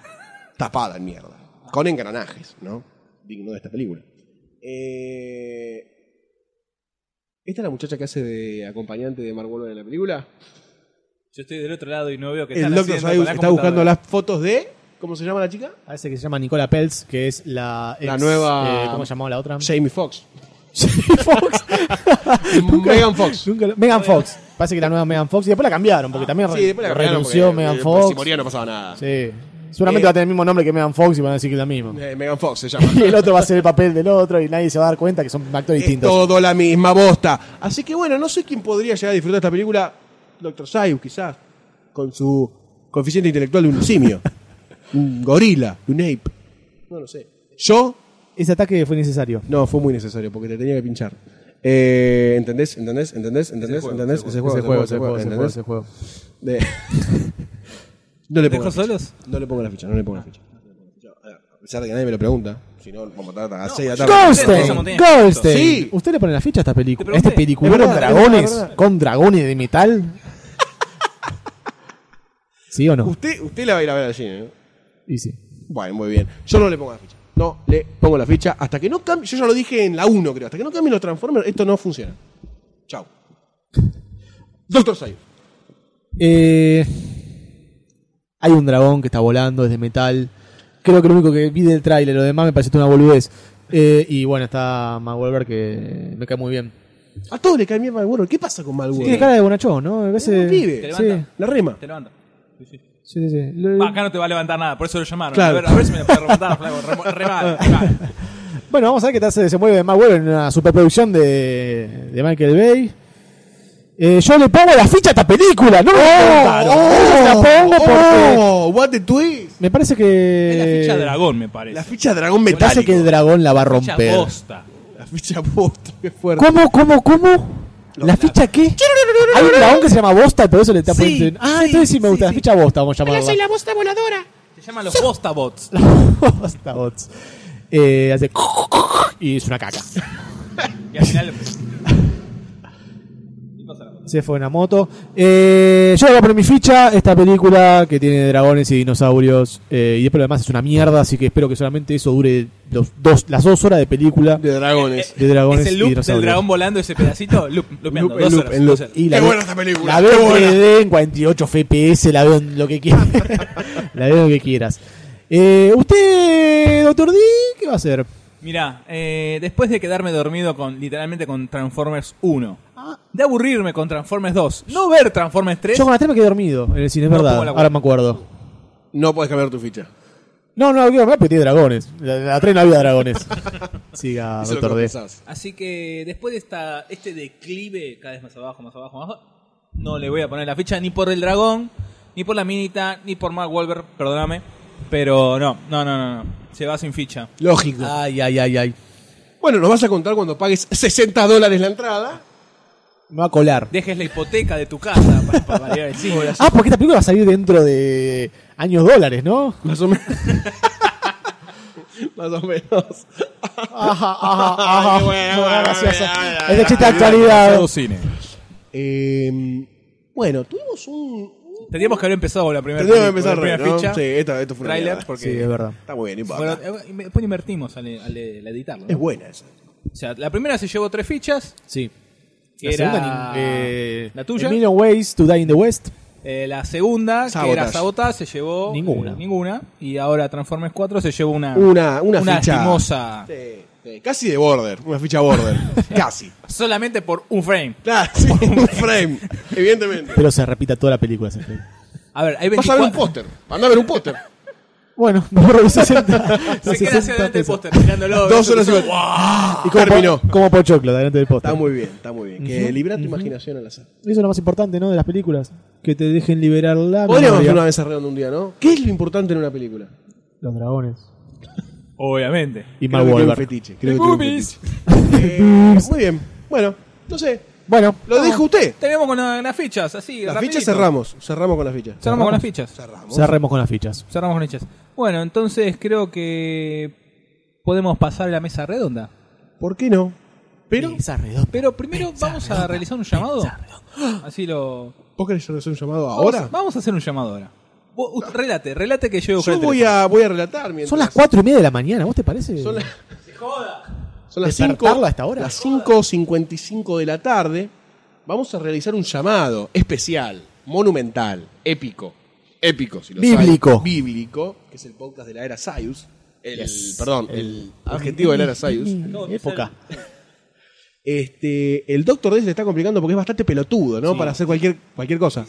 Tapada en mierda. Con engranajes, ¿no? Digno de esta película. Eh, ¿Esta es la muchacha que hace de acompañante de Mark Wolver en la película? Yo estoy del otro lado y no veo que El están Dr. haciendo Sayus con la está buscando computadora. las fotos de. ¿Cómo se llama la chica? Parece que se llama Nicola Peltz, que es la. La nueva- eh, ¿Cómo se llamaba la otra? Jamie Foxx. Fox. Megan Fox. Nunca lo- Megan Fox. Ah. Parece que la nueva Megan Fox. Y después la cambiaron, porque también Sí, después la cambiaron renunció porque, Megan eh, Fox. Si moría no pasaba nada. Sí. Seguramente Eh, va a tener el mismo nombre que Megan Fox y van a decir que es la misma. Eh, Megan Fox se llama. Y el otro va a ser el papel del otro y nadie se va a dar cuenta que son actores es distintos. todo la misma bosta. Así que bueno, no sé quién podría llegar a disfrutar esta película. Doctor Sayus, quizás. Con su coeficiente intelectual de un simio. un gorila, un ape. No lo sé. Yo, Ese ataque fue necesario. no, fue muy necesario porque te tenía que pinchar. Eh, ¿Entendés? ¿Entendés? ¿Entendés? ¿Entendés? ¿Entendés? Ese juego, ese juego, ese juego, ¿entendés? De- No le pongo ¿Dejó la ficha. solos? No le pongo la ficha, no le pongo la ficha. A pesar de que nadie me lo pregunta, si no, vamos a estar a las 6 de la tarde. Esa Goldstein, montaña. Goldstein. Sí. ¿Usted le pone la ficha a esta película? Te ¿Este pregunté. película Es con verdad, dragones? es verdad. ¿Con dragones de metal? ¿Sí o no? Usted, usted la va a ir a ver al cine, ¿no? Y sí. Bueno, muy bien. Yo no le pongo la ficha. No le pongo la ficha hasta que no cambie. Yo ya lo dije en la 1, creo. Hasta que no cambien los Transformers, esto no funciona. Chau. Doctor Sayus. Eh, hay un dragón que está volando, es de metal. Creo que lo único que vi del tráiler, lo demás me pareció una boludez. Eh, y bueno, está Mark Wahlberg que me cae muy bien. A todos le cae mierda al Warhol. ¿Qué pasa con Malware? Tiene cara de bonachón, ¿no? A veces- Es un pibe. Sí, Te La rema. Te levanta. sí, sí, sí. Lo- Va, acá no te va a levantar nada, por eso lo llamaron. Claro. A, ver, a ver si me la puede remontar, flaco. Remo- Re, mal, re mal. Bueno, vamos a ver qué tal se desenvuelve Mark Wahlberg en una superproducción de, de Michael Bay. Eh, yo le pongo la ficha a esta película, no me Oh, preguntaron. Yo Oh, se la pongo porque ¡Oh! ¡What the twist! me parece Es la que ficha dragón, me parece. Eh, La ficha dragón me parece metálico. que el dragón la va a ficha romper. bosta. La ficha posta. Qué fuerte. ¿Cómo, cómo, cómo? ¿La la- ficha qué? Hay un dragón que se llama Bosta y por eso le está Sí, poniendo- Ah, sí, entonces sí me sí, gusta, la sí. ficha Bosta, vamos a Hola, soy llamarla. la bosta voladora. Se llaman los bosta bots. Bosta Bots. Eh, hace y es una caca. Y al final. Y pasa la bosta. Se fue una moto. Eh, yo le voy a poner mi ficha. Esta película que tiene dragones y dinosaurios. eh, y después lo demás es una mierda. Así que espero que solamente eso dure los dos, las dos horas de película. De dragones. De dragones es el y loop del dinosaurios. dragón volando ese pedacito. Loop, loopeando. Loop, dos loop, horas, en dos loop. horas. Y la Qué veo- buena esta película, La veo qué en buena. 3D, en 48 FPS, la veo en lo que quieras. la veo en lo que quieras. Eh, usted, doctor D, ¿qué va a hacer? Mirá, eh, después de quedarme dormido con literalmente con Transformers 1, Ah. de aburrirme con Transformers 2, no ver Transformers 3, Yo con la 3 me quedé dormido en el cine, es No, verdad. pongo la Ahora me acuerdo. No podés cambiar tu ficha. No, no, la quiero comprar porque tiene dragones. La, la 3 no había dragones. Siga, Eso es lo doctor que D. pensás. Así que después de esta, este declive cada vez más abajo, más abajo, más abajo, no le voy a poner la ficha ni por el dragón, ni por la minita, ni por Mark Wahlberg, perdóname. Pero no, no, no, no, no. Se va sin ficha. Lógico. Ay, ay, ay, ay. Bueno, nos vas a contar cuando pagues 60 dólares la entrada. Me va a colar. Dejes la hipoteca de tu casa para, para ir al cine. Ah, porque esta película va a salir dentro de años dólares, ¿no? Más o menos. Más o menos. Ajá, ajá, ajá. Ay, bueno, Muy bueno, graciosa. bueno, bueno, Es de chiste de actualidad. Todo cine. Eh, bueno, tuvimos un. Tendríamos que haber empezado con la primera, Tendríamos que película, empezar la re, primera ¿no? ficha. Sí, esta- esto fue una Trailer, mierda. porque Sí, es verdad. Está muy bien, no importa. fueron- eh, después invertimos al, al- al- al editarlo. ¿no? Es buena esa. O sea, la primera se llevó tres fichas. Sí. que era la tuya. A Million Ways to Die in the West. Eh, la segunda, Sabotage. que era Sabotage, se llevó Ninguna. eh, ninguna. Y ahora Transformers 4 se llevó una, Una- una ficha. lastimosa- Sí, sí, Este, Casi de border. Una ficha border. Casi. Solamente por un frame. Claro, sí, un frame. Evidentemente. Pero se repita toda la película. ese film. A ver, hay Vas a ver un 24. póster. Anda a ver un póster. Bueno, me borro los 60. se queda hacia adelante el póster, mirándolo. Dos horas y Wow. Y como, Terminó. po- como pochoclo, delante del póster. Está muy bien, está muy bien. Que libera tu imaginación al azar. Eso es lo más importante, ¿no? De las películas. Que te dejen liberar la Podríamos hacer memoria. una mesa redonda un día, ¿no? ¿Qué es lo importante en una película? Los dragones. Obviamente. Y Creo Mark que tiene un Wahlberg. fetiche. Creo que tiene un Boobies. fetiche. Eh, muy bien. Bueno, no sé. Bueno, Lo dijo usted. Tenemos con la- las fichas, así. Las rapidito. fichas cerramos. Cerramos con las fichas. Cerramos con las fichas. Cerramos. cerremos con las fichas. Cerramos con hechas. Bueno, entonces creo que podemos pasar a la mesa redonda. ¿Por qué no? Pero. Pero primero vamos a realizar un llamado. Así lo. ¿Vos querés hacer un llamado ahora? Ah. Vamos, vamos a hacer un llamado ahora. Vos, u- relate, relate que yo voy a buscar Yo el voy teléfono. a, voy a relatar mientras. Son las 4 y media de la mañana, ¿vos te parece? Son, la- son las ¿Despertarlo 5. a esta hora? Las 5.55 de la tarde. Vamos a realizar un llamado especial, monumental, épico. Épico, si lo saben. Bíblico. Bíblico, que es el podcast de la era Sayus. El, Perdón, el, adjetivo de la era Sayus. Época. Este, el Doctor D se le está complicando porque es bastante pelotudo, ¿no? Para hacer cualquier, cualquier cosa.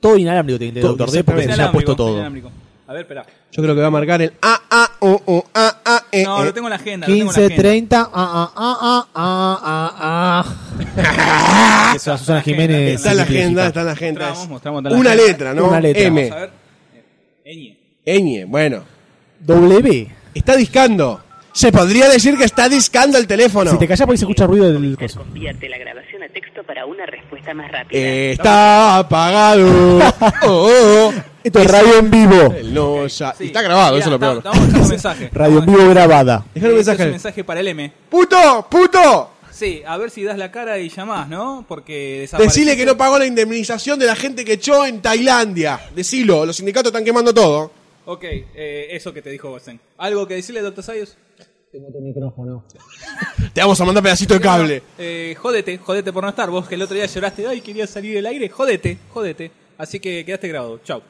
Todo inalámbrico tiene Todo, Doctor D porque se exactamente. le ha puesto Inalámbrico, todo. inalámbrico. A ver, espera. Yo creo que va a marcar el A, A, O, O, A, A, E. No, E. lo tengo en la agenda. lo tengo en la 15, agenda. 30, ah, ah, ah, ah, ah, ah, ah. Eso, a Susana Jiménez. Está en la simplifica. agenda, está en la agenda. Mostramos, Es mostramos, está en la Una agenda. letra, ¿no? Una letra. M. Vamos a ver. Ñ. Ñ, bueno. W. Está discando. Se podría decir que está discando el teléfono. Si te callas porque se escucha ruido del coso. Convierte la grabación a texto para una respuesta más rápida. Eh, Está apagado. Oh, oh, Esto es radio en vivo. oh. No, ya. Sí. Está grabado, Mirá, eso es lo está- peor. Estamos dejando un mensaje. Radio en Vamos a- vivo grabada. Dejar un Este es un mensaje. mensaje para el M. ¡Puto! ¡Puto! Sí, a ver si das la cara y llamás, ¿no? Porque desapareciste. Decile que no pagó la indemnización de la gente que echó en Tailandia. Decilo, los sindicatos están quemando todo. Ok, eh, eso que te dijo Gosen. ¿Algo que decirle, Dr. Sayus? Te vamos a mandar pedacito de cable. Eh, jódete, jódete por no estar. Vos que el otro día lloraste, ay, quería salir del aire. Jódete, jódete. Así que quedaste grabado. Chau.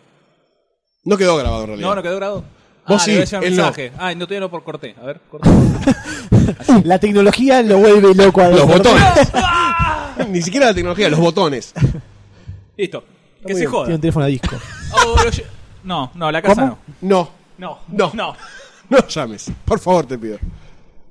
No quedó grabado en realidad. No, no quedó grabado. Vos ah, sí, le voy a llevar él mensaje. Ah, no todavía no por corté. A ver, corté. La tecnología lo vuelve loco a Los botones. Ah. Ni siquiera la tecnología, los botones. Listo. Que se joda. Tiene un teléfono a disco. Oh, lo lle- No, no, la casa ¿Cómo? No, no. No, No. no. no llames. Por favor, te pido.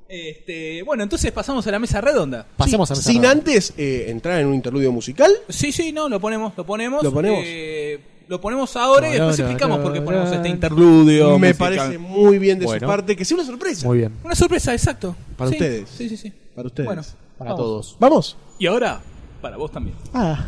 Este, bueno, entonces pasamos a la mesa redonda. Pasemos a mesa Sin rara. antes eh, entrar en un interludio musical. Sí, sí, no, lo ponemos, lo ponemos. ¿Lo ponemos? Eh, lo ponemos ahora y No, después no, no, explicamos no, por qué no. ponemos este interludio. Me musical. parece muy bien de Bueno. su parte que sea una sorpresa. Muy bien. Una sorpresa, exacto. Para Sí, ustedes. Sí, sí, sí. Para ustedes. Bueno, Para vamos. todos. Vamos. Y ahora, para vos también. Ah.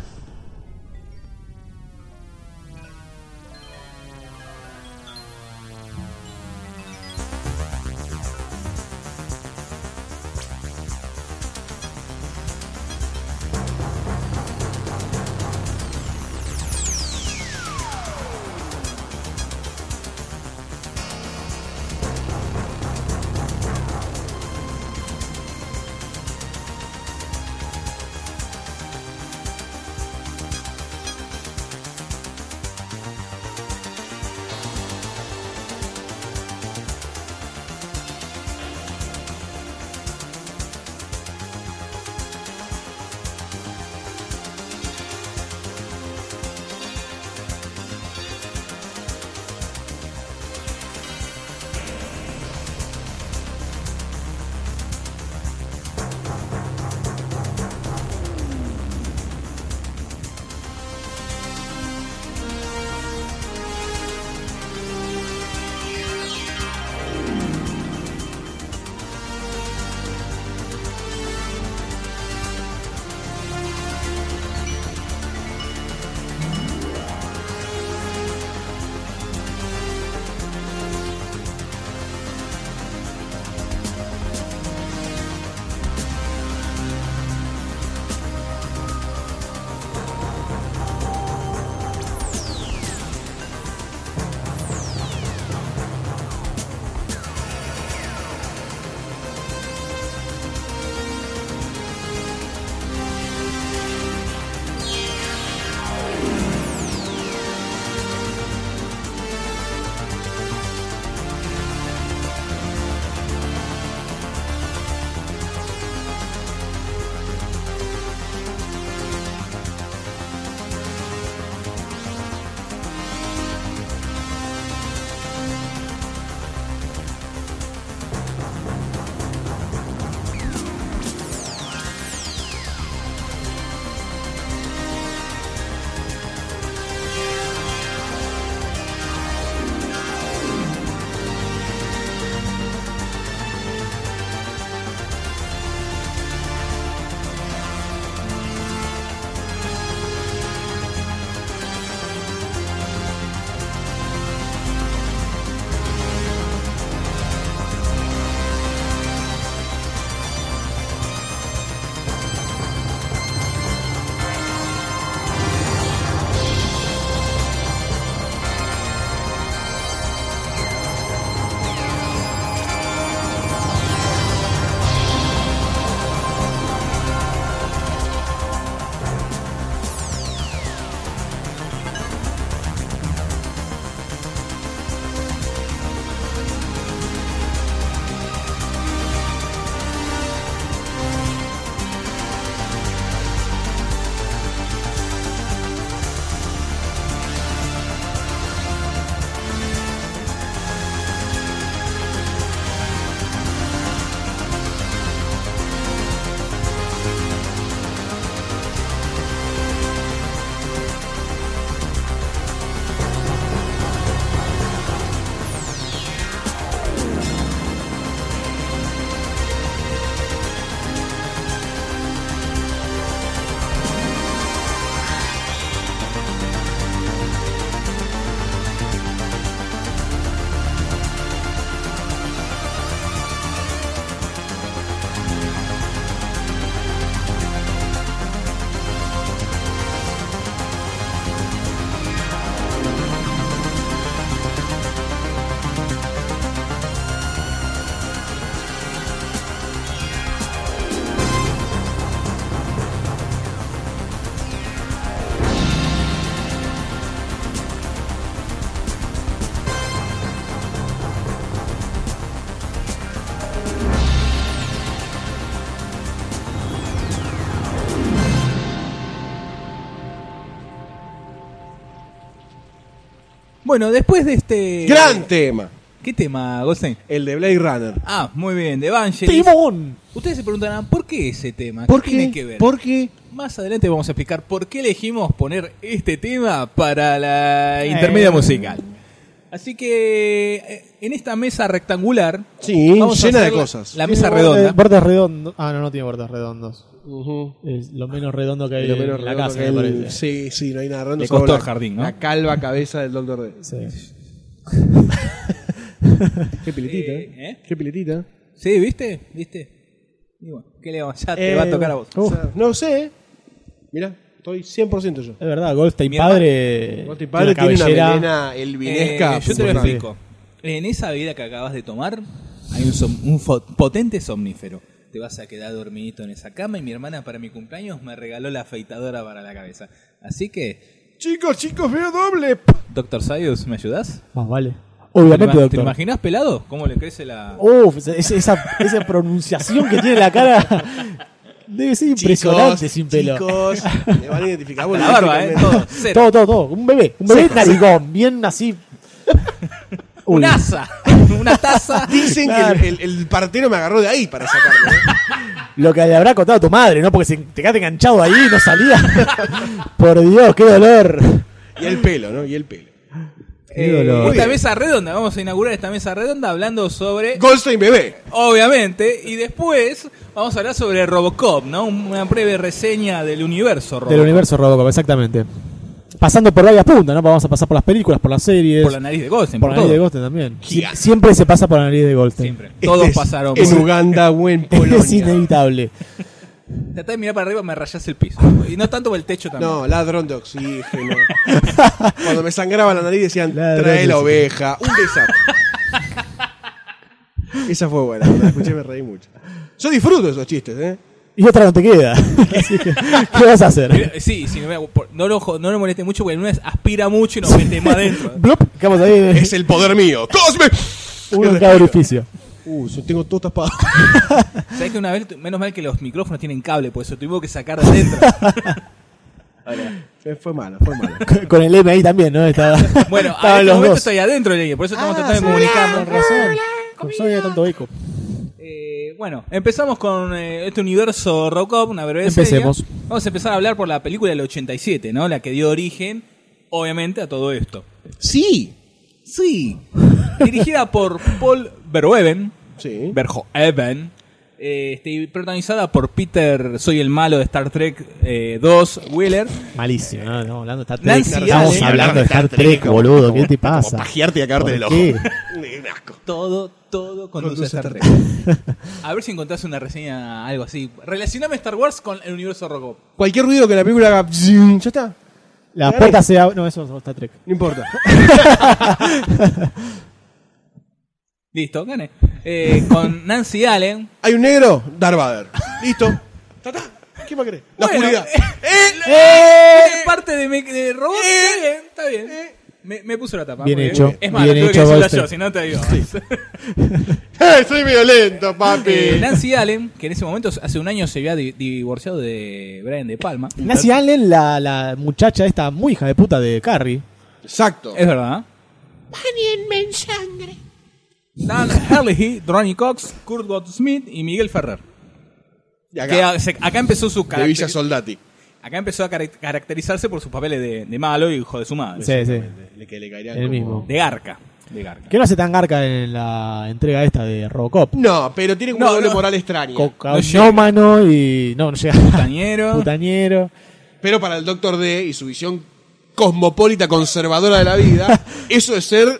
Bueno, después de este. Eh, Gran tema. ¿Qué tema, Goldstein? El de Blade Runner. Ah, muy bien, de Evangelis. ¡Timón! Ustedes se preguntarán, ¿por qué ese tema? ¿Por ¿Qué qué? tiene que ver? ¿Por qué? Más adelante vamos a explicar por qué elegimos poner este tema para Eh. la intermedia musical. Así que eh, en esta mesa rectangular, Sí, vamos a Mm, llena de hacer la- cosas. La mesa Tiene redonda. bordes- Bordes redondos. Ah, no, no tiene bordes redondos. Ujú. Es lo menos redondo que hay Lo menos en la redondo casa, que me el- parece. Sí, sí, no hay nada redondo. Le salvo costó la- el jardín, ¿no? La calva cabeza del Doctor D. Sí. Qué piletita, Eh, ¿eh? ¿eh? Qué piletita. Sí, ¿viste? ¿Viste? Y bueno, ¿qué le vamos? Ya Eh, te va a tocar a vos. Eh, O sea, no sé. Mira, estoy 100% yo. Es verdad, Goldstein Mi hermano- padre. Vos, tu padre tiene una melena elvinesca. Eh, yo te importante. lo explico. En esa vida que acabas de tomar, hay un, som- un fo- potente somnífero. Te vas a quedar dormidito en esa cama y mi hermana para mi cumpleaños me regaló la afeitadora para la cabeza. Así que, Chicos, chicos, veo doble. Doctor Sayus, ¿me ayudás? Más vale. ¿Te lo Obviamente, ima- ¿Te lo doctor. imaginás pelado? ¿Cómo le crece la...? Uf, esa, esa- esa pronunciación que tiene la cara debe ser impresionante sin pelo. Chicos, me van a identificar. Bueno, La barba, ¿eh? Todo, cero. Todo, todo, todo. Un bebé. Un bebé narigón, bien así. Uy. Un asa, una taza. Dicen Claro. que el, el- el partero me agarró de ahí para sacarlo. ¿eh? Lo que le habrá contado tu madre, ¿no? Porque se, te quedaste enganchado ahí y no salía. Por Dios, qué dolor. Y el pelo, ¿no? Y el pelo. Qué Eh, dolor. esta bien. mesa redonda, vamos a inaugurar esta mesa redonda hablando sobre... Goldstein bebé. Obviamente, y después vamos a hablar sobre Robocop, ¿no? Una breve reseña del universo Robocop. Del universo Robocop, exactamente. Pasando por varias puntas, ¿no? Vamos a pasar por las películas, por las series. Por la nariz de Goldstein, por por, la nariz todo. de Goldstein también. Sie- Gigante. siempre se pasa por la nariz de Goldstein. Siempre. Todos Este es pasaron En por... Uganda o en Es Polonia. inevitable. Tratá de mirar para arriba, me rayás el piso. Y no tanto por el techo también. No, ladrón de oxígeno. Cuando me sangraba la nariz decían, Ladrón trae de la oxígeno". oveja. Un desastre. Esa fue buena. Cuando la escuché me reí mucho. Yo disfruto esos chistes, ¿eh? Y otra no te queda. Así que, ¿Qué vas a hacer? Mira, Sí, sí, no, me- por- no lo, jo- no lo moleste mucho porque en una vez aspira mucho y nos mete más adentro. Blop, quedamos ahí. Es el poder mío. ¡Cosme! Uno en cada orificio. Uh, yo tengo todo tapado. ¿Sabes que una vez, tu- menos mal que los micrófonos tienen cable, por eso tuvimos que sacar de adentro? Eh, Fue malo, fue malo. Con- Con el M ahí también, ¿no? Estaba, Bueno, a estaban este los momento dos. estoy adentro, Leñe, por eso Ah, estamos tratando de Con comunicarnos. razón. Con razón había tanto eco. Eh, bueno, empezamos con eh, este universo Robocop, una breve serie. Empecemos. Vamos a empezar a hablar por la película del 87, ¿no? La que dio origen, obviamente, a todo esto. Sí. Sí. Dirigida por Paul Verhoeven. Sí. Verhoeven. eh, este, y protagonizada por Peter, soy el malo de Star Trek eh, 2, Wheeler. Malísimo, no, no, hablando de Star Trek. Nancy Estamos Allen. hablando de Star Trek, boludo. ¿Qué te pasa? pajearte y acabarte ¿Por qué? Un asco. Todo, todo conduce a Conduce a Star Trek. A ver si encontrás una reseña, algo así. Relacioname Star Wars con el universo Robocop. Cualquier ruido que la película haga. bzzzum, Ya está. La puerta se abre. No, eso es Star Trek. No importa. Listo, gané. Eh, con Nancy Allen. Hay un negro, Darth Vader. Listo. Ya está. ¿Qué más querés? La Bueno, oscuridad. Eh, Es parte de, mi, de robot. está Eh, bien, está bien. me, me puso la tapa. Bien muy hecho, Es más, bien tuve que hecho, decirla Buster. yo, si no te digo. ¡Eh, soy violento, papi! Eh, Nancy Allen, que en ese momento, hace un año se había di- divorciado de Brian De Palma. Nancy Allen, la, la muchacha esta muy hija de puta de Carrie. Exacto. Es verdad. Bañenme en sangre. Dan Herlihy, Ronnie Cox, Kurt Goldsmith y Miguel Ferrer. De Que acá. a- se- acá empezó su De Villa caracter- Soldati. Acá empezó a carac- caracterizarse por sus papeles de, de malo y hijo de su madre. Sí, sí. Le- Que le caerían El como- mismo. De garca. De garca. Que no hace tan garca en la entrega esta de Robocop. No, pero tiene como No, una doble no. moral extraña. Cocainómano y. No, no llega. Putañero. Putañero. Pero para el Doctor D y su visión cosmopolita conservadora de la vida, eso es ser el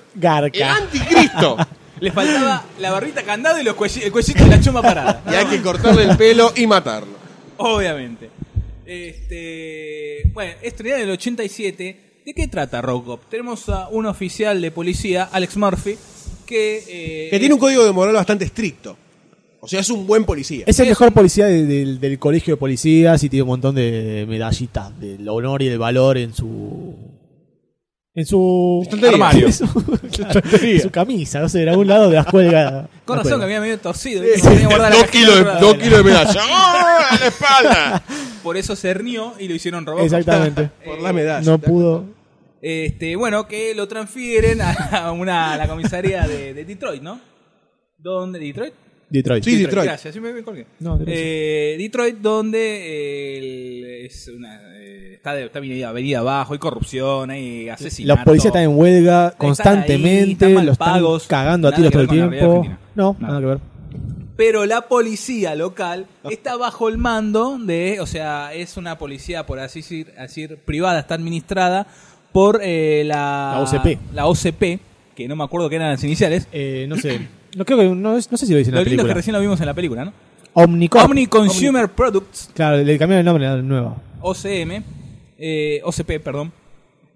Garca. anticristo. Le faltaba la barrita candado y los cuelli- el cuellito de la chuma parada. Y hay que cortarle el pelo y matarlo. Obviamente. Este, bueno, estrenada en el 87. ¿De qué trata Robocop? Tenemos a un oficial de policía, Alex Murphy, que... eh, Que tiene un código de moral bastante estricto. O sea, es un buen policía. Es el mejor policía de- del, del colegio de policías y tiene un montón de medallitas del honor y del valor en su. En su. Estantería. Armario. En su, claro, en su camisa, no sé, en algún lado de la escuela. Con razón que la escuela. había medio torcido. ¿viste? Tenía guardada la Dos cajita kilos de, guardada. dos kilos de medalla. ¡Ah! ¡En la espalda! Por eso se hernió y lo hicieron Robocop. Exactamente. Por la medalla. No pudo. Este, bueno, que lo transfieren a una a la comisaría de, de Detroit, ¿no? ¿Dónde? ¿Detroit? Detroit. Sí, Detroit. Gracias, sí me, me colgué. No, Detroit. Eh, Detroit, donde eh, el- es una, eh, está, de- está bien avenida abajo, hay corrupción, hay asesinatos. Los policías están en huelga ahí, constantemente, están mal los están pagos, cagando a nada tiros que todo ver con el la tiempo. realidad argentina. No, No. nada que ver. Pero la policía local está bajo el mando de, o sea, es una policía, por así decir, así decir, privada, está administrada por eh, la, La OCP. la OCP, que no me acuerdo qué eran las iniciales. Eh, no sé. No, creo que, no, no sé si lo dicen en Lo lindo la es que película. recién lo vimos en la película, ¿no? Omnicorp. Omni Consumer Products, Claro, le cambiaron el nombre al nuevo. OCM, eh, OCP, perdón.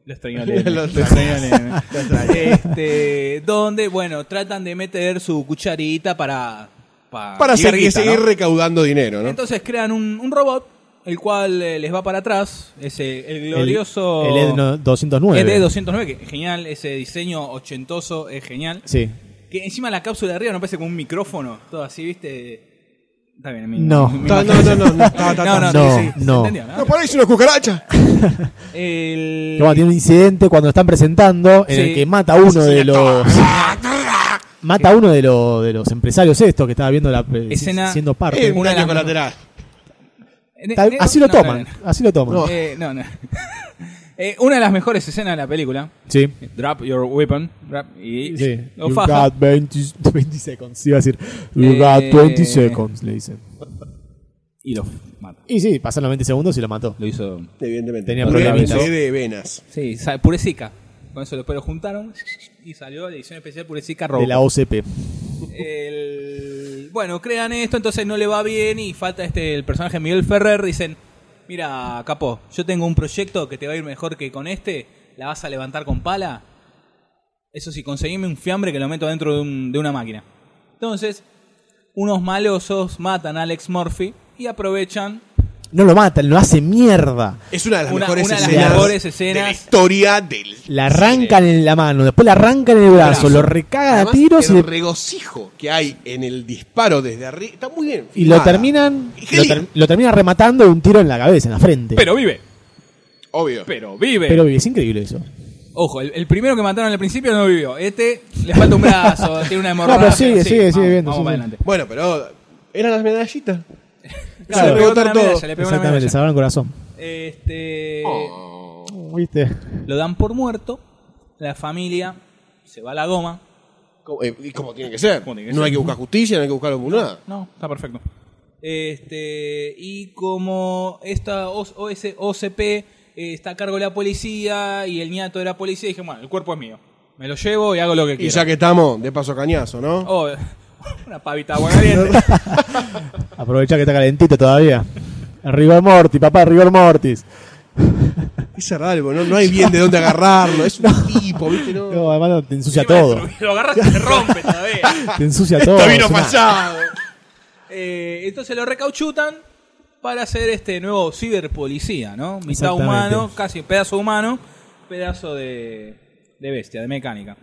Lo extraño a leer. Lo Lo extraño a leer. Este, donde, bueno, tratan de meter su cucharita para... Para seguir, guita, ¿no? seguir recaudando dinero, ¿no? Entonces crean un, un robot, el cual eh, les va para atrás. Ese, el El- glorioso. El, E ED no- 209. ED-209, que es genial, ese diseño ochentoso es genial. Sí. Que encima la cápsula de arriba no parece como un micrófono, todo así, ¿viste? Está bien, mi- No. mi- mi- Ta- no, no, no, no, ta- ta- No, ta- no, no, sí, sí, se no. entendió, ¿no? No, parece una cucaracha. El- Que, bueno, tiene un incidente cuando están presentando en Sí. el que mata a uno de Asesina los. mata a uno de, los de los empresarios estos que estaba viendo la eh, Escena- siendo parte. Eh, una un de año las- colateral. Ne- Está- ne- así lo no, no, toman, no, no. así lo toman. No. Eh, no, no. Eh, una de las mejores escenas de la película. Sí. Drop your weapon. drop y Sí. lo You faja. got 20, 20 seconds, iba a decir. You got Eh. 20 seconds, le dicen. y lo mata. Y sí, pasaron los 20 segundos y lo mató. Lo hizo Evidentemente. Tenía Porque problemas. se ve de venas. Sí, sa- Purecica. Con eso después lo juntaron y salió la edición especial Purecica Robo. De la OCP. El- Bueno, crean esto, entonces no le va bien y falta este el personaje Miguel Ferrer. Dicen, mira, capo, yo tengo un proyecto que te va a ir mejor que con este. ¿La vas a levantar con pala? Eso sí, conseguime un fiambre que lo meto dentro de, un- de una máquina. Entonces, unos malosos matan a Alex Murphy y aprovechan No lo matan, lo hace mierda. Es una de las Una- mejores una de las escenas. mejores De la escenas. historia del. Le arrancan en la mano, después le arrancan en el brazo, Brazo. lo recagan a Además, tiros y, el le- regocijo que hay en el disparo desde arriba. Está muy bien. y lo filmada. terminan Qué lo, lindo. ter- lo terminan rematando de un tiro en la cabeza, en la frente. Pero eh, vive, Obvio. pero vive. Pero es increíble eso. Ojo, el, el primero que mataron al principio no vivió. Este le falta un brazo, tiene una hemorragia. No, pero sigue, sigue, sigue vamos, viendo, Vamos sí, para sí. adelante. Bueno, pero. Eran las medallitas. Claro, Se le pegó rebotar una todo. medalla, le pegó una Exactamente, le medalla. salvaron el corazón. Este, ¿Viste? Lo dan por muerto. La familia se va a la goma. Como, eh, y como tiene que ser. Como tiene que no ser. hay que buscar justicia, no hay que buscar nada. No, está perfecto. Este, y como esta OS OCP eh, está a cargo de la policía y el niato de la policía, dije, bueno, el cuerpo es mío. Me lo llevo y hago lo que Y quiera. ya que estamos, de paso cañazo, ¿no? Oh, una pavita aguardiente. Aprovechá que está calentito todavía. Rigor Mortis, papá, Rigor Mortis. Es raro, no, no hay bien de dónde agarrarlo. Es un tipo, ¿viste? No. No, además no, te ensucia Encima todo. Lo agarras y te rompe todavía. Te ensucia Esto todo. vino es una- fallado. Eh, entonces lo recauchutan para hacer este nuevo ciberpolicía, ¿no? Mitad Exactamente. humano, casi pedazo humano, pedazo de, de bestia, de mecánica.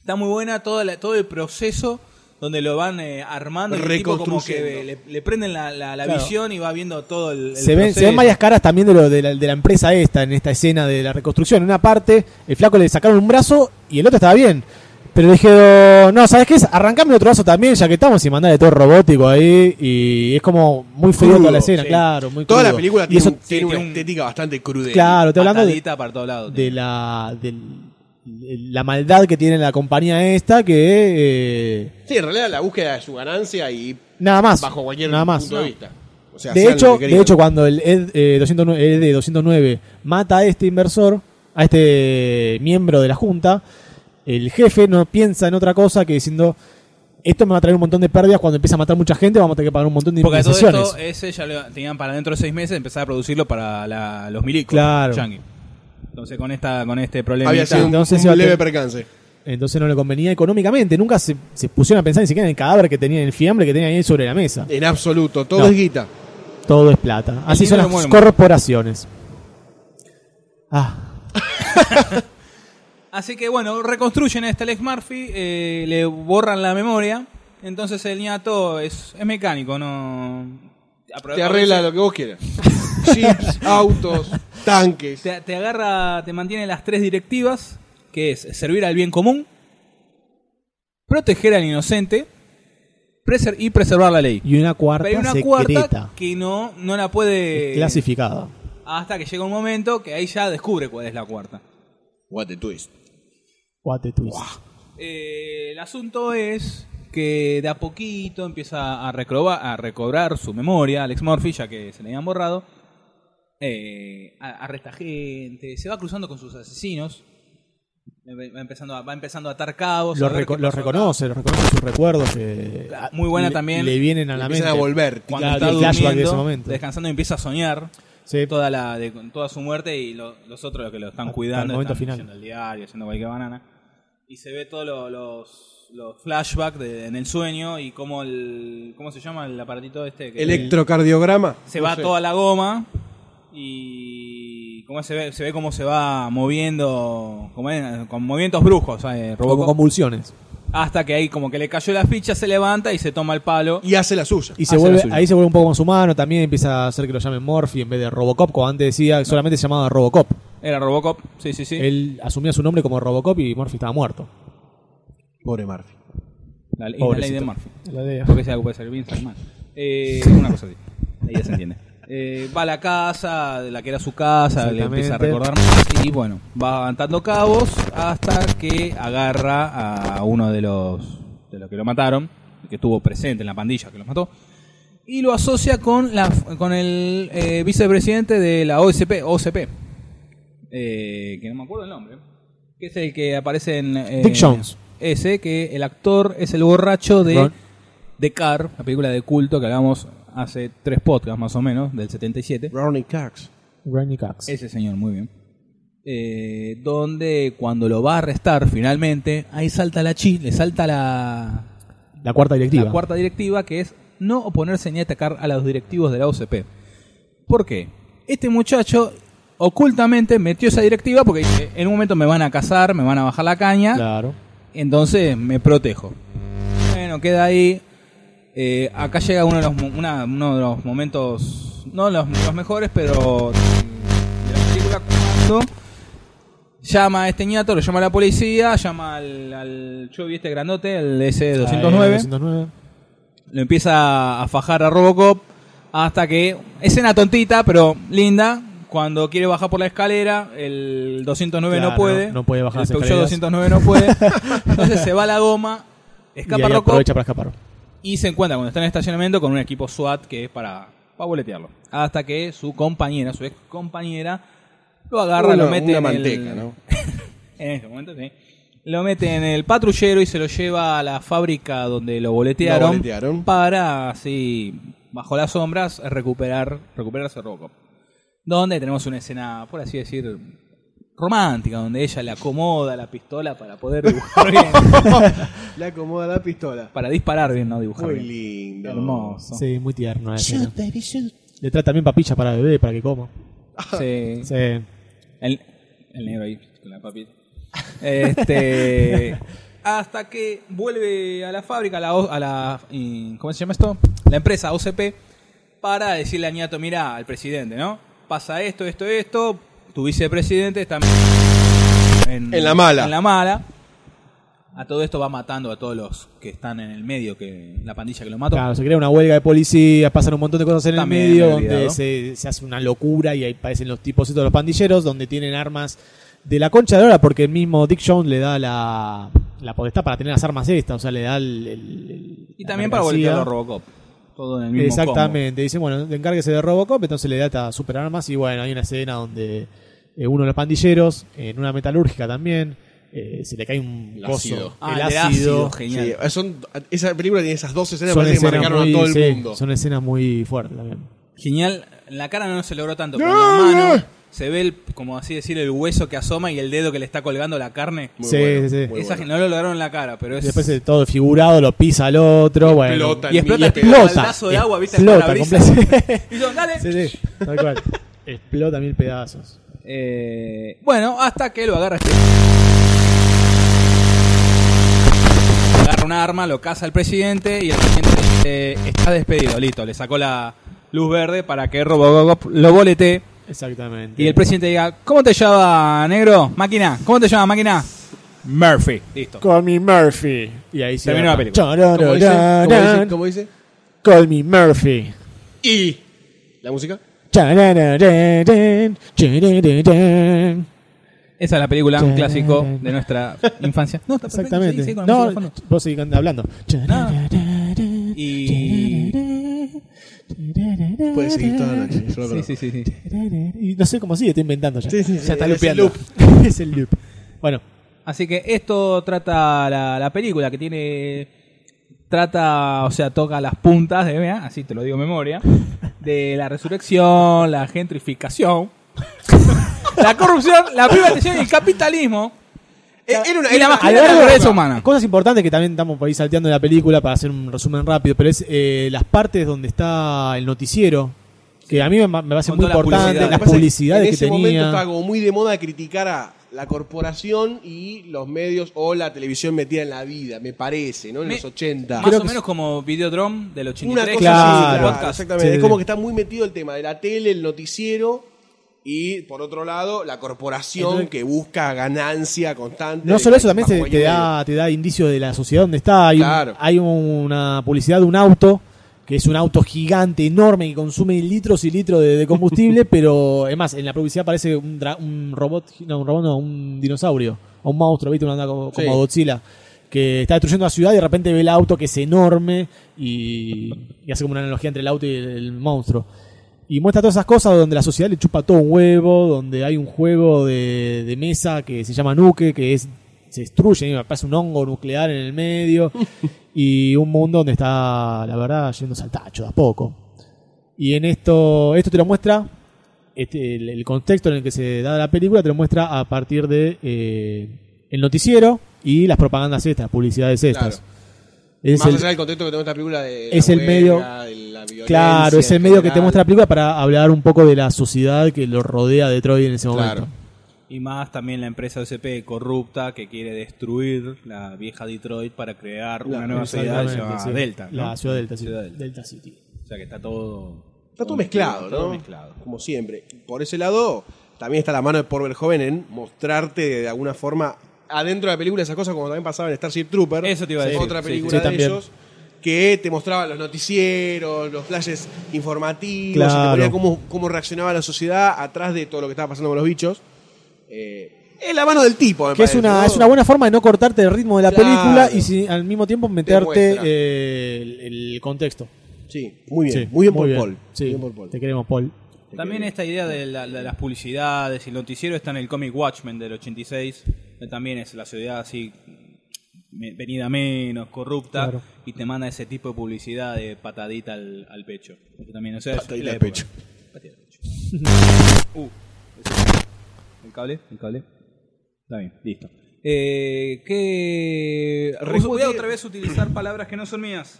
Está muy buena toda la- todo el proceso donde lo van eh, armando y el tipo como que Reconstruyendo. le, le prenden la, la- la Claro. visión y va viendo todo el, el se ven, se proceso. ven varias caras también de, lo, de, la, de la empresa esta, en esta escena de la reconstrucción. En una parte, el flaco le sacaron un brazo y el otro estaba bien. Pero le dijeron, no, ¿sabes qué? es? Arrancame el otro brazo también, ya que estamos, y mandale todo robótico ahí. Y es como muy frío Crudo, toda la escena, sí. claro, muy Toda la crudo. película Y tiene, eso- un- tiene sí, una tiene un- estética bastante crudel. Claro, te hablando de, Patadita para todos lados. de la, del- la maldad que tiene la compañía esta, que... eh, Sí, en realidad la búsqueda de su ganancia y nada más. bajo cualquier nada más. punto de vista. O sea, de sean hecho, lo que de quieran. hecho, cuando el ED, eh, 209, ED 209 mata a este inversor, a este miembro de la Junta, el jefe no piensa en otra cosa que diciendo, esto me va a traer un montón de pérdidas, cuando empieza a matar mucha gente vamos a tener que pagar un montón de Porque a todo indemnizaciones. esto, eh, ese ya lo tenían para dentro de seis meses empezar a producirlo para la- los milicos. Claro. yanqui. Entonces con esta con este problema Había sido un, Entonces un iba a leve tener- percance. Entonces no le convenía económicamente, nunca se, se pusieron a pensar ni siquiera en el cadáver que tenía, en el fiambre que tenía ahí sobre la mesa. En absoluto, todo No. es guita. Todo es plata. Así son dinero las muere. corporaciones. Ah, Así que bueno, reconstruyen a este Alex Murphy, eh, le borran la memoria, entonces el ñato es, es mecánico, no... Te arregla lo que vos quieras. Chips, autos. tanques. Te, te agarra, te mantiene las tres directivas, que es servir al bien común, proteger al inocente preser- y preservar la ley. Y una cuarta Pero hay una secreta. cuarta que no, no la puede... clasificada. Hasta que llega un momento que ahí ya descubre cuál es la cuarta. What the twist. What a twist. Eh, el asunto es que de a poquito empieza a, recroba- a recobrar su memoria, Alex Murphy, ya que se le habían borrado. Eh, a- arresta gente, se va cruzando con sus asesinos. eh, Va empezando a, va empezando a atar cabos. Los, a ver reco- qué los pasó acá. reconoce, los reconoce sus recuerdos. que Claro, Ah, muy buena le- también. Le vienen a la mente. Empiezan a volver. Cuando Claro, está el flashback de ese durmiendo, momento. descansando, empieza a soñar Sí. toda, la, de, con toda su muerte y lo- los otros que lo están Hasta el cuidando, momento están final. haciendo el diario, haciendo cualquier banana. Y se ve todos lo- los, los flashbacks de- en el sueño y cómo el. ¿Cómo se llama el aparatito este? Que Electrocardiograma. se No va sé. toda la goma y. ¿Cómo se ve? Se ve cómo se va moviendo. Como en- con movimientos brujos, ¿sabes? Como Robocop. convulsiones. Hasta que ahí como que le cayó la ficha, se levanta y se toma el palo. Y hace la suya. Y se Hace la vuelve, suya. ahí se vuelve un poco más humano. También empieza a hacer que lo llamen Morphy en vez de Robocop. Como antes decía, solamente se llamaba Robocop. Era Robocop, sí, sí, sí. Él asumía su nombre como Robocop y Morphy estaba muerto. Pobre Murphy. La, y la ley Pobrecito. de Murphy. Porque sea algo puede ser bien Salman. Eh, una cosa así. Ahí ya se entiende. Eh, va a la casa, de la que era su casa, le empieza a Exactamente. recordar más. Y bueno, va levantando cabos hasta que agarra a uno de los, de los que lo mataron, que estuvo presente en la pandilla que los mató. Y lo asocia con, la, con el eh, vicepresidente de la OSP, OCP, eh, que no me acuerdo el nombre, que es el que aparece en... eh, Dick Jones. Ese, que el actor es el borracho de... Ron. The Car, la película de culto que hablamos hace tres podcasts más o menos, del 77. Ronnie Cox. Granny Cox. Ese señor, muy bien. Eh, donde cuando lo va a arrestar finalmente, ahí salta la chi, le salta la, La cuarta directiva. la cuarta directiva, que es no oponerse ni atacar a los directivos de la OCP. ¿Por qué? Este muchacho ocultamente metió esa directiva porque dice, en un momento me van a cazar, me van a bajar la caña, Claro. entonces me protejo. Bueno, queda ahí. Eh, acá llega uno de los, mo- una- uno de los momentos, no los, los mejores, pero de la película cuando llama a este ñato, lo llama a la policía, llama al, al Chubby este grandote, el Ah, eh, S-209, 209. lo empieza a fajar a Robocop hasta que, escena tontita, pero linda, cuando quiere bajar por la escalera, el 209 Claro, no puede. no- no puede bajar El las Peugeot escaleras. 209 no puede. Entonces se va la goma, y escapa ahí Robocop aprovecha para escapar. y se encuentra cuando está en el estacionamiento con un equipo SWAT que es para, para boletearlo. Hasta que su compañera, su ex compañera, lo agarra, Una- lo mete una en manteca, el, ¿no? en este momento, sí. Lo mete en el patrullero y se lo lleva a la fábrica donde lo boletearon, Lo boletearon. para así, bajo las sombras, recuperar, recuperarse Robocop. Donde tenemos una escena, por así decir, romántica, donde ella le acomoda la pistola para poder dibujar bien, Le acomoda la pistola. para disparar bien, no dibujar Muy bien. lindo. Hermoso. Sí, muy tierno. la escena. Shoot, baby, shoot. Le trae también papillas para bebé, para que coma. Sí. Sí. El, el negro ahí, con la papita. Este. hasta que vuelve a la fábrica, a la, O- a la. y- ¿Cómo se llama esto? La empresa OCP, para decirle a Ñato: Mirá, al presidente, ¿no? Pasa esto, esto, esto. Tu vicepresidente está. En la mala. En la mala. A todo esto va matando a todos los que están en el medio, que la pandilla que lo mató. Claro, se crea una huelga de policía, pasan un montón de cosas en También el medio, me he donde olvidado. se, se hace una locura y ahí aparecen los tipos estos, los pandilleros, donde tienen armas de la concha de hora, porque el mismo Dick Jones le da la, la potestad para tener las armas estas, o sea, le da el... el- el- Y la también para volver mercancía. a Robocop. Todo en el mismo combo. Exactamente, dice, bueno, encárguese de Robocop, entonces le da estas super armas y bueno, hay una escena donde eh, uno de los pandilleros, en una metalúrgica también, eh, se le cae un El coso, ácido. Ah, el de ácido, ácido, Sí, genial. son- esa película tiene esas dos escenas parece que marcaron muy, a todo el sí, mundo. son escenas muy fuertes también. Genial, la cara no se logró tanto, pero en la mano se ve, el, como así decir, el hueso que asoma y el dedo que le está colgando la carne. Muy Sí, bueno, sí, sí. muy Esa bueno. no lo lograron en la cara, pero es... Después de todo figurado, lo pisa al otro, bueno. Explota. y explota, Y tipo explota. un baldazo de agua, ¿viste? Explota, El parabrisas. completa- Y yo, dale. Sí, sí, tal cual. Explota mil pedazos. Eh, bueno, hasta que lo agarra este. Agarra un arma, lo caza el presidente y el presidente eh, dice, está despedido, listo. Le sacó la luz verde para que Robocop lo bolete Exactamente. Y el presidente diga, ¿cómo te llama, negro? Máquina. ¿Cómo te llama, máquina? Murphy. Listo. Call me Murphy. Y ahí se Terminó va. la película. Chorororán. Como dice, como dice, como dice. Call me Murphy. Y la música. Chararararán, charararán. Esa es la película, un Chan. clásico de nuestra infancia. No, está perfecto, Exactamente. sí, sí, con la música de no, fondo. vos seguís cantando- hablando. Chararararán, Y- chararararán, Puede seguir toda la noche. yo lo Eh, perdono. Sí, sí, sí, sí. Y no sé cómo sigue, estoy inventando ya. Sí, sí, sí, ya está es el lupeando. es el loop. Bueno, Así que esto trata la, la película que tiene. Trata, o sea, toca las puntas de, mira, así te lo digo en memoria, de la resurrección, la gentrificación, la corrupción, la privatización y el capitalismo. Eh, Era una, Y la era una- magia. era una- la naturaleza humana. Cosas importantes que también estamos por ahí salteando de la película para hacer un resumen rápido, pero es eh, las partes donde está el noticiero, que a mí me, me parece Con muy toda la importante, publicidad. Lo las pasa es que publicidades en que ese momento tenía. estaba como muy de moda criticar a la corporación y los medios o la televisión metida en la vida, me parece, ¿no? En Me- los 80. Más o menos como Videodrome del Una 83. cosa claro, así, claro, podcast. exactamente. Sí, es sí. como que está muy metido el tema de la tele, el noticiero y, por otro lado, la corporación Entonces- que busca ganancia constante. No de solo eso, cualquier- también se- bajo te, cualquier da, te da indicio de la sociedad donde está. Hay, un- Claro. hay una publicidad de un auto, que es un auto gigante, enorme, que consume litros y litros de, de combustible, pero es más, en la publicidad parece un, dra- un robot, no, un robot no, un dinosaurio, o un monstruo, ¿viste? Una onda como, como Sí. Godzilla, que está destruyendo la ciudad y de repente ve el auto que es enorme y, y hace como una analogía entre el auto y el- el monstruo. Y muestra todas esas cosas donde la sociedad le chupa todo un huevo, donde hay un juego de, de mesa que se llama Nuke, que es se destruye, y me parece un hongo nuclear en el medio, y un mundo donde está, la verdad, yéndose al tacho de a poco. Y en esto, esto te lo muestra, este, el, el contexto en el que se da la película te lo muestra a partir de eh, el noticiero y las propagandas estas, las publicidades estas. Claro. Es Más el- allá del contexto que tenemos esta película de es la el medio- guerra, de la violencia Claro, es el en medio que te general. muestra la película para hablar un poco de la sociedad que lo rodea a Detroit en ese momento. Claro. Y más también la empresa OCP corrupta que quiere destruir la vieja Detroit para crear una Claro, nueva ciudad que se llama Exactamente, sí. Delta. ¿no? La ciudad Delta, sí. Ciudad Delta. Delta City. O sea que está todo. Está todo mezclado, ¿no? todo mezclado. Como siempre. Por ese lado, también está la mano de Paul Joven en mostrarte de alguna forma adentro de la película esas cosas como también pasaba en Starship Trooper. Eso te iba a decir. Otra Sí, película sí, sí, de también. ellos que te mostraba los noticieros, los flashes informativos, y te Claro. ponía cómo, cómo reaccionaba la sociedad atrás de todo lo que estaba pasando con los bichos. Eh, es la mano del tipo, me Que es parece, una, ¿no? es una buena forma de no cortarte el ritmo de la Claro. película y si- al mismo tiempo meterte muestra. eh, el, el contexto. Sí, muy bien. Sí, muy bien por Paul. Sí, Muy bien por Paul. Te queremos, Paul. También esta idea de, la- de las publicidades y el noticiero está en el cómic Watchmen del 86. que También es la ciudad así me- venida menos, corrupta, Claro. y te manda ese tipo de publicidad de patadita al, al pecho. Eso también, o sea, es Patadita la al época. pecho. Patadita al pecho. Uh, el cable, el cable. Está bien, listo. Eh, ¿Qué. Recuerdo- Voy a otra vez utilizar palabras que no son mías.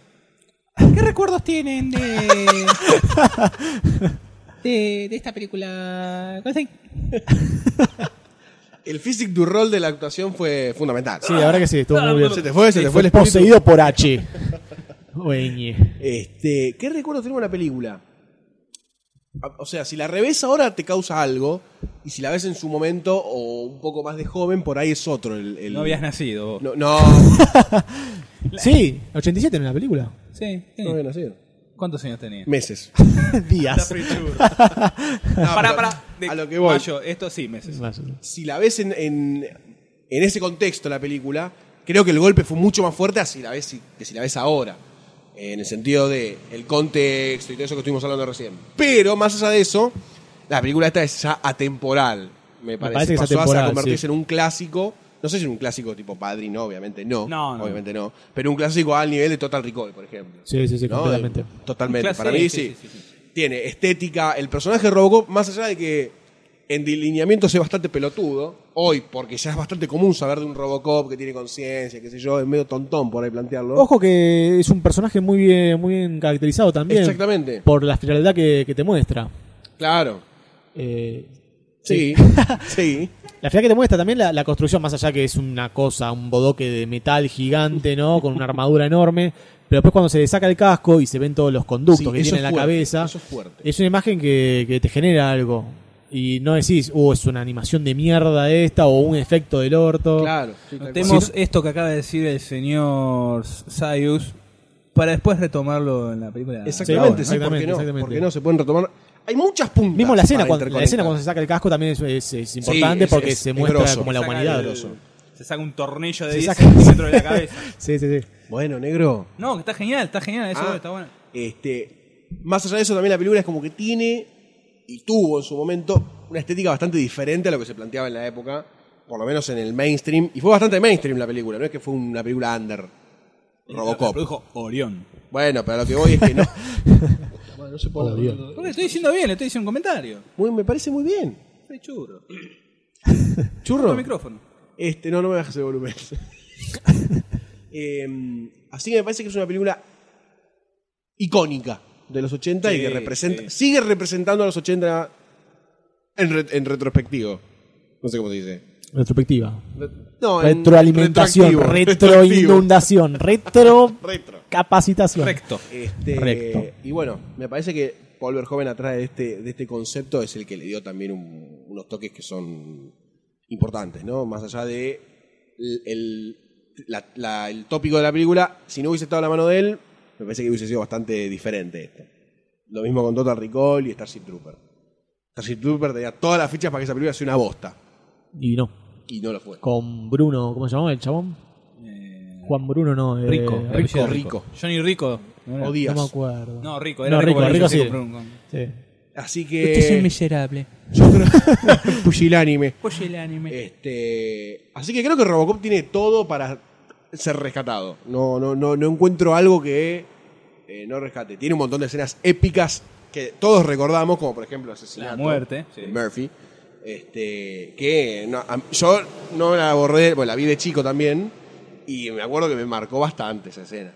¿Qué recuerdos tienen de.? De, de esta película. ¿Cuál es? El physic du rol de la actuación fue fundamental. Sí, la verdad que sí, estuvo muy bien. Se te fue, se te fue el Fue espíritu. poseído por H. O ñ. Este, ¿Qué recuerdo tengo de la película? A- O sea, si la revés ahora te causa algo, y si la ves en su momento o un poco más de joven, por ahí es otro. El, el- No habías nacido. vos. No, no, Sí, 87 en la película. Sí, sí. no había nacido. ¿Cuántos años tenía? Meses. Días. No, Pará, pero pará. De A lo que voy. Mayo, esto sí, meses. Si la ves en, en, en ese contexto la película, creo que el golpe fue mucho más fuerte a si la ves, que si la ves ahora. En el sentido de el contexto y todo eso que estuvimos hablando recién. Pero más allá de eso, la película esta es ya atemporal. Me parece, parece que es Pasó a atemporal, convertirse sí. en un clásico. No sé si en un clásico tipo padrino, obviamente no. No, no. Obviamente no. Pero un clásico al nivel de Total Recall, por ejemplo. Sí, sí, sí, ¿No? completamente. Totalmente. Clase, Para mí sí, sí. sí, sí, Tiene estética. El personaje de Robocop, más allá de que en delineamiento sea bastante pelotudo, hoy, porque ya es bastante común saber de un Robocop que tiene conciencia, qué sé yo, es medio tontón por ahí plantearlo. Ojo que es un personaje muy bien, muy bien caracterizado también. Exactamente. Por la frialdad que, que te muestra. Claro. Eh, Sí. sí. La frialdad que te muestra también la, la construcción, más allá que es una cosa, un bodoque de metal gigante, ¿no? Con una armadura enorme. Pero después cuando se le saca el casco y se ven todos los conductos Sí, que eso es tiene en la fuerte, cabeza, Eh, eso es fuerte. una imagen que, que te genera algo. Y no decís, oh, es una animación de mierda esta o un efecto del orto. Claro. sí, tal cual. Notemos esto que acaba de decir el señor Sayus para después retomarlo en la película. Exactamente, Sí, sí, ahora, ¿por qué exactamente, no? exactamente. Porque no se pueden retomar. Hay muchas puntas. Mismo la escena, para cuando, la interconectar. escena cuando se saca el casco también es, es- es importante es- porque es- se es muestra grosso. como la Saca humanidad. el- grosso. Se saca un tornillo de Se 10 saca- centímetros de la cabeza. Sí, sí, sí. Bueno, negro. No, que está genial, está genial, eso Ah, está bueno. Este, más allá de eso, también la película es como que tiene y tuvo en su momento una estética bastante diferente a lo que se planteaba en la época, por lo menos en el mainstream. Y fue bastante mainstream la película, no es que fue una película under. Lo Robocop. produjo Orión. Bueno, pero a lo que voy es que no. Porque le estoy diciendo bien, le estoy diciendo un comentario. Muy- me parece muy bien. Soy churro. Churro. El micrófono. Este, no, no me bajes el volumen. Eh, así que me parece que es una película icónica de los 80 y Sí, que representa, sí. sigue representando a los 80 en, re- en retrospectivo. No sé cómo se dice. Retrospectiva. No, en Retroalimentación, retroactivo, retroinundación, retro retroactivo, retro. capacitación. Recto. Este, Recto. Y bueno, me parece que Paul Verhoeven atrás de este, de este concepto es el que le dio también un- unos toques que son importantes, ¿no? Más allá de el, el- la- la- el tópico de la película, si no hubiese estado la mano de él, me parece que hubiese sido bastante diferente esto. Lo mismo con Total Recall y Starship Trooper. Starship Trooper tenía todas las fichas para que esa película sea una bosta. Y no. Y no lo fue. Con Bruno, ¿cómo se llamaba el chabón? Juan Bruno, no. eh, Rico, Rico, Rico, Rico. Johnny Rico. O No Díaz. me acuerdo. No, Rico, era No, Rico, Rico, porque Rico se sí. compró un con- Sí. Así Usted Eh, es un que. miserable. Yo creo. Pusilánime. Oye el Eh, anime. Este, así que creo que Robocop tiene todo para ser rescatado. No, no, no, no encuentro algo que eh, no rescate. Tiene un montón de escenas épicas que todos recordamos, como por ejemplo el asesinato La muerte, de sí. Murphy. Este, que no- a- yo no la borré, bueno, la vi de chico también. Y me acuerdo que me marcó bastante esa escena.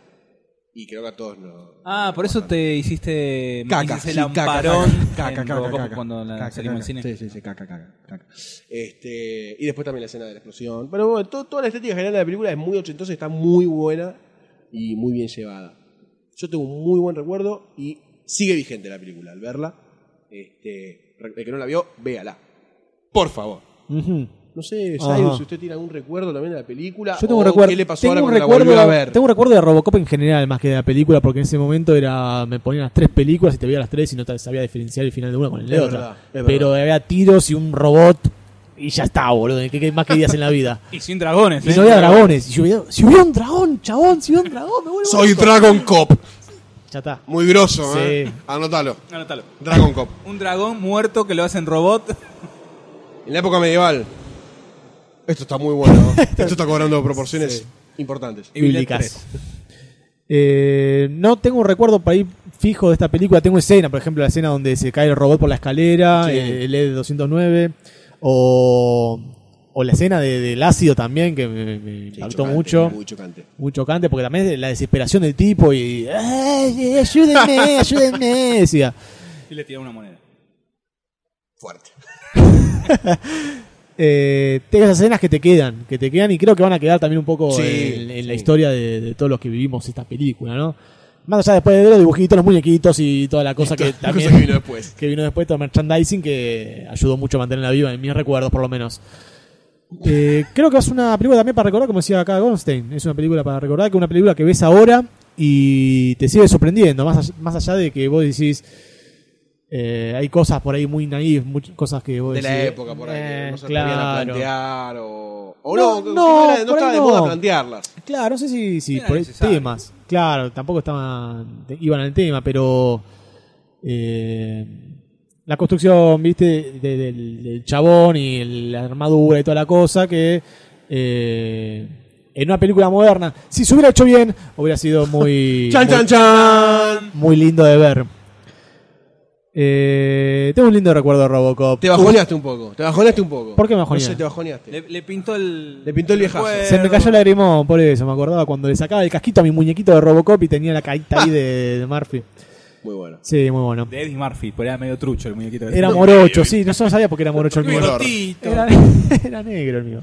Y creo que a todos nos. Ah, por eso te hiciste Caca, hiciste sí, el amparón caca, caca, en caca, Robocop caca, cuando la caca, salimos caca. del cine. Sí, sí, sí, caca, caca, caca. Este, y después también la escena de la explosión. Pero bueno, to- toda la estética general de la película es muy ochentosa, está muy buena y muy bien llevada. Yo tengo un muy buen recuerdo y sigue vigente la película al verla. Este, re- el que no la vio, véala. Por favor. Ujú. No sé, Ajá. Sayus, si usted tiene algún recuerdo también de la película. Yo tengo un o recuerdo. Ah, oh, ¿Qué le pasó tengo ahora un cuando recuerdo, la volvió a ver? Tengo un recuerdo de Robocop en general, más que de la película, porque en ese momento era me ponían las tres películas y te veía las tres y no te sabía diferenciar el final de una con el de Es otra. verdad, es Pero había tiros y un robot y ya está, boludo. ¿Qué, qué más querías en la vida? Y sin dragones, Y ¿eh? no había dragones. Y yo veía, si hubiera un dragón, chabón, si hubiera un dragón, me vuelvo Soy loco". Dragon Cop. Ya está. Muy grosso, Sí. ¿eh? Anótalo. Anotalo. Dragon Cop. Un dragón muerto que lo hacen robot. En la época medieval. Esto está muy bueno. ¿no? Esto está cobrando proporciones importantes. Y Bill bíblicas. Eh, no tengo un recuerdo para ir fijo de esta película. Tengo escena, por ejemplo, la escena donde se cae el robot por la escalera, Sí. eh, el ED-209, o, o la escena de- del ácido también, que me, me Sí, impactó chocante, mucho. Muy chocante. Muy chocante, porque también es la desesperación del tipo y... "Ay, ayúdenme, ayúdenme! Decía. Y le tira una moneda. Fuerte. Eh, tengo esas escenas que te quedan, que te quedan y creo que van a quedar también un poco Sí, en, en la sí. historia de, de todos los que vivimos esta película, ¿no? Más allá después de ver los dibujitos, los muñequitos y toda la cosa que La cosa también... que vino después. que vino después, todo el merchandising que ayudó mucho a mantenerla viva, en mis recuerdos por lo menos. Eh, creo que es una película también para recordar, como decía acá Goldstein, es una película para recordar, que es una película que ves ahora y te sigue sorprendiendo, más allá, más allá de que vos decís, eh, hay cosas por ahí muy naives, muchas cosas que vos De la decís, época, por ahí. eh, que no se atrevían a claro, plantear o. O No, no, que- que no, era- no, por estaba ahí de moda no. plantearlas. Claro, no sé si, si Era por ahí- necesario. temas. Claro, tampoco estaban te- iban al tema, pero eh, la construcción, viste, de- del, del chabón y el- la armadura y toda la cosa que eh, en una película moderna, si se hubiera hecho bien, hubiera sido muy ¡Chan, muy, chan, chan! muy lindo de ver. Eh, tengo un lindo recuerdo de Robocop. Te bajoneaste un poco. Te bajoneaste un poco. ¿Por qué me bajoneé? bajoneaste? No sé, te bajoneaste. Le, le pintó el. Le pintó el viejazo. recuerdo. Se me cayó el lagrimón, por eso me acordaba cuando le sacaba el casquito a mi muñequito de Robocop y tenía la caída ahí de, de Murphy. Muy bueno. Sí, muy bueno. De Eddie Murphy, porque era medio trucho el muñequito. Era morocho, sí, no yo no sabía porque era morocho el mío. Bigotito. Era, era negro el mío.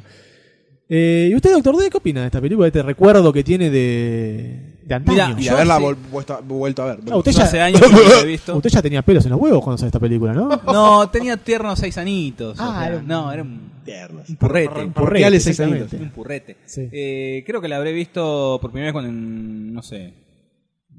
Eh, ¿Y usted, doctor D, qué opina de esta película, de este recuerdo que tiene de, de antaño? Y Yo haberla sí. vol- vuelta- vuelto a ver. No, usted Yo ya- hace años que no lo he visto. Usted ya tenía pelos en los huevos cuando salió esta película, ¿no? No, tenía tiernos seis anitos. o Ah, sea, era un- no, era un, Tiernos. un purrete. Porrete, Reales seis exactamente. Un purrete. Sí. Eh, creo que la habré visto por primera vez con, en, no sé,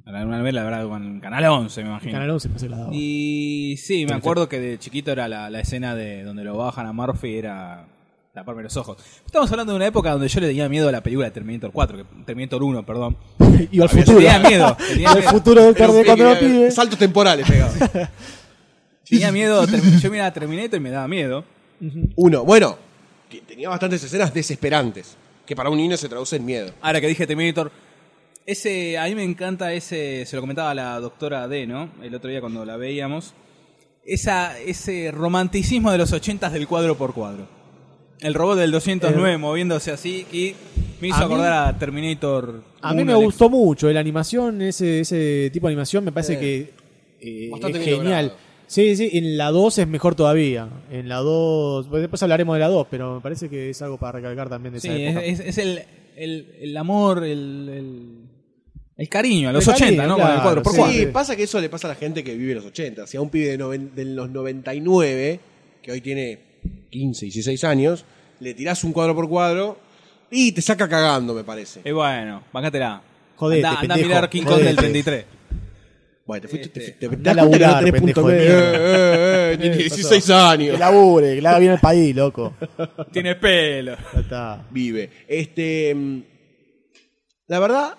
alguna vez la habrá con Canal 11, me imagino. Canal 11 pensé que la daba. Y sí, me acuerdo que de chiquito era la, la escena de donde lo bajan a Murphy era taparme los ojos. Estamos hablando de una época donde yo le tenía miedo a la película de Terminator 4, que, Terminator 1, perdón. Iba al Había- futuro. tenía miedo, tenía Al miedo. futuro del Pero tarde sí, cuando que- lo pide. Saltos temporales, pegado. Tenía miedo, Termin- yo miraba Terminator y me daba miedo. Uno, bueno, que tenía bastantes escenas desesperantes, que para un niño se traduce en miedo. Ahora que dije Terminator, ese, a mí me encanta ese, se lo comentaba la doctora D, ¿no? El otro día cuando la veíamos, esa, ese romanticismo de los ochentas del cuadro por cuadro. El robot del 209 moviéndose así y me hizo Eh, a mí- acordar a Terminator. A mí 1, me el ex- gustó mucho eh, la animación, ese, ese tipo de animación me parece que eh, Bastante es bien genial. logrado. Sí, sí, en la 2 es mejor todavía. En la 2, pues después hablaremos de la 2, pero me parece que es algo para recalcar también de Sí, esa época. es, es- es el, el, el amor, el, el, el cariño, a los El 80, cariño, ¿no? Con el claro, cuadro por sí. cuadro. Sí, pasa que eso le pasa a la gente que vive los 80. Si a un pibe de, noven- de los 99, que hoy tiene 15, 16 años, le tirás un cuadro por cuadro y te saca cagando, me parece. Y bueno, bancátela. Jodete, Anda, anda a pendejo, mirar King Kong del jodete. 33. Bueno, te fuiste. te- Este, te- te anda a das cuenta que laburar, era 3.9. pendejo de Eh, eh, eh, tiene Eh, pasó. 16 años. Que labure, que la haga bien el país, loco. Tiene pelo. Ya está. vive. Este, mm, la verdad,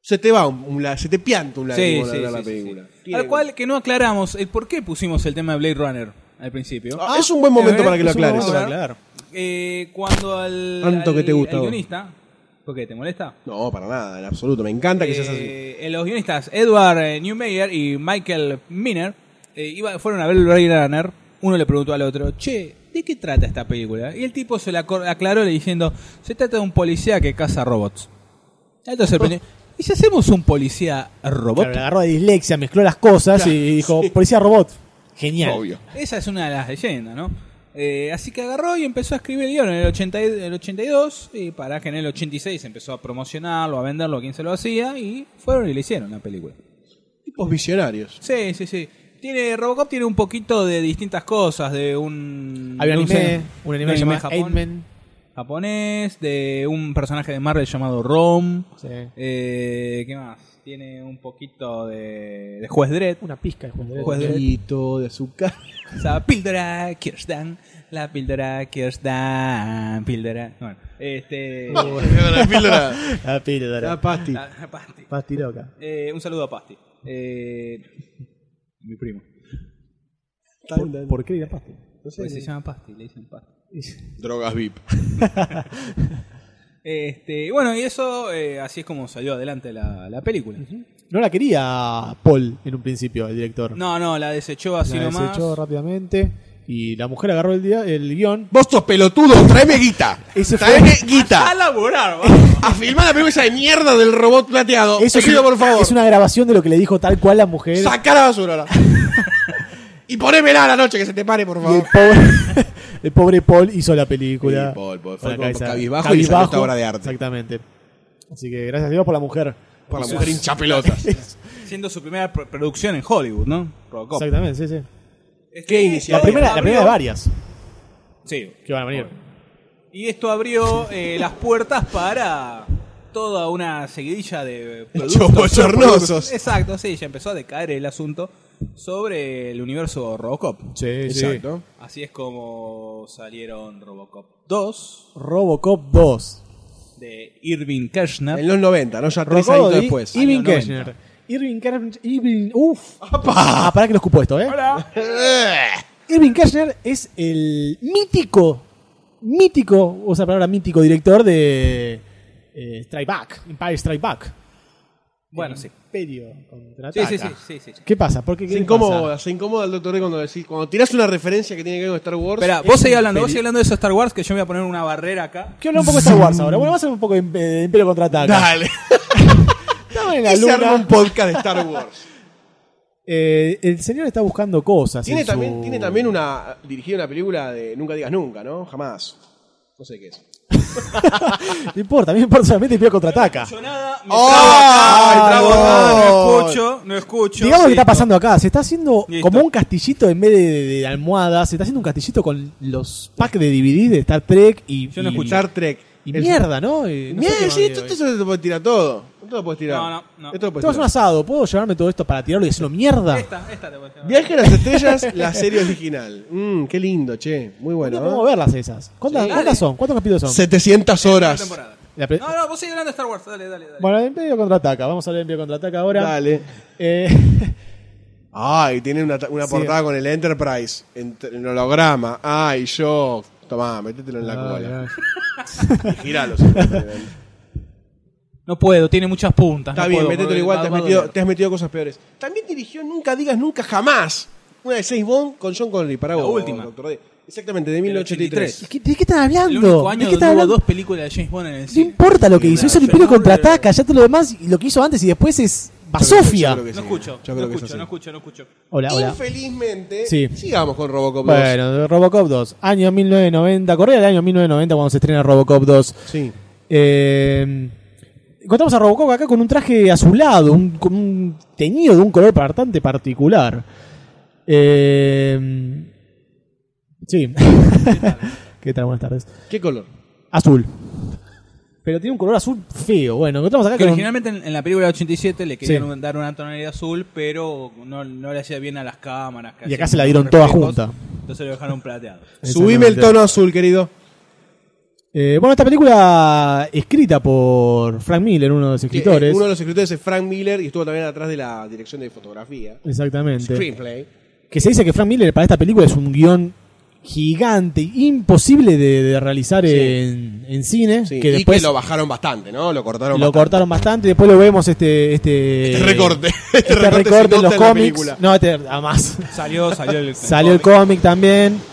se te va, un- un la- se te pianta un lágrima al ver la sí, sí, película. sí. Tiene- Al cual que no aclaramos el por qué pusimos el tema de Blade Runner al principio. Ah, es un buen momento Eh, para que lo es un buen aclares. momento para aclarar. Eh, cuando al, Tanto al- que te gusta, al vos. guionista, ¿por qué te molesta? No, para nada, en absoluto. Me encanta que seas así. Eh, eh, los guionistas Edward eh, Newmeyer y Michael Miner eh, iba- fueron a ver Blade Runner. Uno le preguntó al otro, che, ¿de qué trata esta película? Y el tipo se la acor- aclaró le diciendo, se trata de un policía que caza robots. Entonces el primer- ¿y si hacemos un policía robot? Claro, la agarró de dislexia, mezcló las cosas y dijo, policía robot. Genial. Obvio. Esa es una de las leyendas, ¿no? Eh, así que agarró y empezó a escribir el guión en el, 80 y- el 82 y para que en el 86 empezó a promocionarlo, a venderlo a quien se lo hacía y fueron y le hicieron la película. Tipos visionarios. Sí, sí, sí. Tiene, Robocop tiene un poquito de distintas cosas, de un... Había de un un anime, sen- un de anime llamado Japón- Aidman. japonés, de un personaje de Marvel llamado Rom. Sí. Eh, ¿Qué más? Tiene un poquito de, de Juez Dredd. Una pizca de juego. Juez Dredd. Poquito de azúcar. La píldora Kirsten, la píldora Kirsten, píldora. Bueno, este. La píldora. La píldora. La pasti. la- la Pasti. Ah, Pasti loca. Eh, un saludo a Pasti. Eh, mi primo. ¿Por, por qué la pasti? Pues se llama Pasti, le dicen Pasti. Drogas VIP. Este, y bueno, y eso, eh, así es como salió adelante la, la película. No la quería Paul en un principio, el director. No, no, la desechó así la nomás. desechó rápidamente y la mujer agarró el, dia- el guión. Vos sos pelotudo, tráeme guita. Ese fue- Tráeme A guita. laburar, vamos. A filmar la película esa de mierda del robot plateado. Eso es, pido, por favor. es una grabación de lo que le dijo tal cual la mujer. Sacá la basura ahora. y ponémela a la noche que se te pare, por Y el favor. pobre, el pobre Paul hizo la película. Sí, Paul, Paul, Con fue la con cabeza- cabizbajo y sacó cabizbajo, esta obra de arte. Exactamente. Así que gracias a Dios por la mujer. Por la mujer hincha pelotas. Siendo su primera pro- producción en Hollywood, ¿no? Robocop. Exactamente, sí, sí. Este, ¿Qué esto inició? La primera, la abrió- primera de varias Sí, que van a venir. Y esto abrió eh, las puertas para toda una seguidilla de Hechos bochornosos. Exacto, sí, ya empezó a decaer el asunto sobre el universo Robocop. Sí, sí. Exacto. Así es como salieron Robocop 2 Robocop 2. de Irving Kershner. En los 90, ¿no? Ya tres Robocop años de después. Irving Año Kershner. Irving Kershner. Irving. Uf. Ah, pará que lo escupo esto, ¿eh? Irving Kershner es el mítico, mítico, usa la palabra mítico, director de eh, Strike Back, Empire Strike Back. Bueno, sí. Imperio contra Sí, sí, sí, sí, sí. ¿Qué pasa? ¿Por qué? ¿Qué Se le incomoda, se incomoda el doctor D cuando decís, cuando tirás una referencia que tiene que ver con Star Wars. Espera, vos seguís hablando, vos seguís hablando de eso Star Wars que yo me voy a poner una barrera acá. pasa? Quiero hablar un poco de Star Wars ahora. Bueno, vamos a hablar un poco de Imp- de Imperio contraataca. Dale. Estaba en la Y se arma un luna. podcast de Star Wars. Eh, el señor está buscando cosas. tiene, en su- también, tiene también una. dirigida una película de Nunca Digas Nunca, ¿no? Jamás. No sé qué es. No importa, a mí me importa solamente y pido contraataca. Yo nada, me ¡Oh! trabo acá, me trabo acá, ¡Oh! no escucho, no escucho. Digamos que listo. está pasando acá. Se está haciendo Listo. como un castillito en vez de, de- de almohada. Se está haciendo un castillito con los packs de DVD de Star Trek y, Yo no y- escuché. Star Trek. y El- mierda, ¿no? Eh, no sé Mierda, qué más sí, hay esto, hoy. esto se te puede tirar todo. Esto lo puedes tirar. No, no, no. Esto lo Te puedes vas a un tirar. asado. ¿Puedo llevarme todo esto para tirarlo y hacerlo mierda? Esta, esta te voy a tirar. Viaje a las estrellas, la serie original. Mmm, qué lindo, che. Muy No bueno. podemos ¿eh? verlas esas. ¿Cuántas, Sí. cuántas Dale. son? ¿Cuántos capítulos son? 700 Una horas. temporada. La pre- No, no, vos sigue hablando de Star Wars, dale, dale, dale. Bueno, el Imperio contraataca. Vamos a hablar de Imperio contraataca ahora. Dale. Eh, Ay, tiene una, ta- una Sí. portada con el Enterprise en, t- en holograma. Ay, yo. Tomá, métetelo en la Ah, cola. ya. Y Giralo. No puedo, tiene muchas puntas. Está no bien, puedo, métetelo porque igual, va- te has, va a metido, doler. te has metido cosas peores. También dirigió Nunca Digas Nunca Jamás. Una de seis Bond con John Connery. Para La vos, última. Doctor D. Exactamente, de 1983. ¿De qué- ¿De qué están hablando? El único año ¿De qué donde están hubo hablando? dos películas de James Bond en el No cine. importa lo que hizo, Claro, hizo el yo Imperio no- contraataca, ya todo lo demás, y lo que hizo antes y después es Yo basofia. creo que sí. No escucho, Yo creo no que es escucho, así. no escucho, no escucho. Hola, hola. Infelizmente, Sí. sigamos con Robocop 2. Bueno, Robocop 2, año 1990, corría el año 1990 cuando se estrena Robocop 2. Sí. Eh, encontramos a Robocop acá con un traje azulado, un, con un teñido de un color bastante particular. Eh, sí. ¿Qué tal? Buenas tardes. ¿Qué color? Azul. Pero tiene un color azul feo. Bueno, encontramos acá Que con un- originalmente en, en la película del 87 le querían Sí. dar una tonalidad azul, pero no, no le hacía bien a las cámaras. que Y acá hacían se la dieron unos toda reflejos, junta. Entonces lo dejaron plateado. Subime el Exactamente. tono azul, querido. Eh, bueno, esta película escrita por Frank Miller, uno de los Que, eh, escritores. Uno de los escritores es Frank Miller y estuvo también atrás de la dirección de fotografía. Exactamente. Screenplay. Que se dice que Frank Miller para esta película es un guión gigante, imposible de, de realizar Sí. en, en cine. Sí, Que y después que lo bajaron bastante, ¿no? Lo cortaron lo bastante. cortaron bastante. Después lo vemos este. Este, Este recorte. Este Este recorte se recorte, nota en los en la cómics. película. no, este, además. Salió, salió el. Salió el cómic también.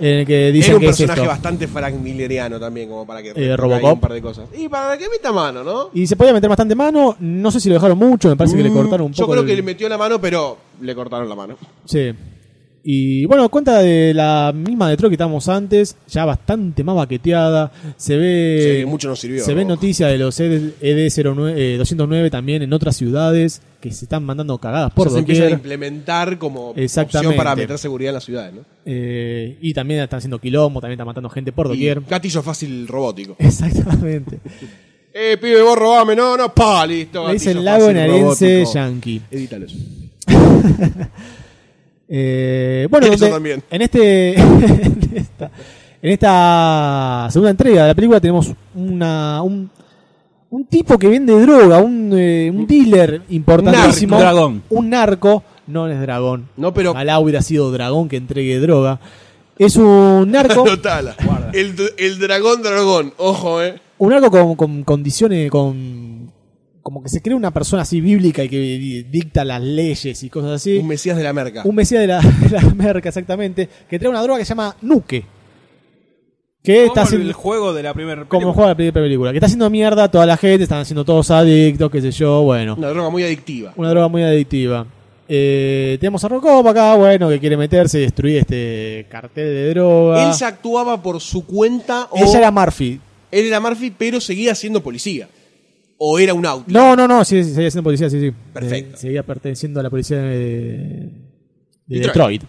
En el que dicen Era un que es personaje esto. bastante Frank Milleriano también, como para que Eh, recaiga Robocop. un par de cosas. Y para que meta mano, ¿no? Mm, Y se podía meter bastante mano. No sé si lo dejaron mucho. Me parece que le cortaron un Yo poco. creo el- que le metió la mano, pero le cortaron la mano. Sí. Y bueno, cuenta de la misma de Troy que estábamos antes, ya bastante más baqueteada. Se ve. Sí, mucho no sirvió, Se ve ¿no? noticia de los E ED-209 eh, también en otras ciudades que se están mandando cagadas por O sea, se empiezan a doquier. implementar como opción Exactamente. para meter seguridad en la ciudad, ¿no? Eh, y también están haciendo quilombo, también están matando gente por Y doquier. gatillo fácil robótico. Exactamente. Eh, pibe, vos robame, no, no, pa, listo. Le dicen gatillo lago fácil narense robótico. yankee. Edítalo eso. Eh, bueno, Eso donde- también. en este en esta, en esta segunda entrega de la película tenemos una un, un tipo que vende droga, un, eh, un dealer importantísimo, Un dragón. un narco, no es dragón. No, pero Ojalá hubiera sido dragón que entregue droga. Es un narco, Anotala. El, d- el dragón dragón, ojo, eh. un narco con, con condiciones con como que se cree una persona así bíblica y que dicta las leyes y cosas así. Un mesías de la merca. Un mesías de la, de la merca, exactamente, que trae una droga que se llama Nuke. Que está Como el, haciendo. el juego de la primera como juega la primera película. Que está haciendo mierda a toda la gente, están haciendo todos adictos, qué sé yo, bueno. Una droga muy adictiva. Una droga muy adictiva. Eh, tenemos a Robocop acá, bueno, que quiere meterse y destruir este cartel de droga. Él se actuaba por su cuenta o Ella era Murphy. él era Murphy, pero seguía siendo policía. O era un auto. No, no, no, sí, sí, seguía siendo policía, sí, sí. Perfecto. Eh, seguía perteneciendo a la policía de, de Detroit. Detroit.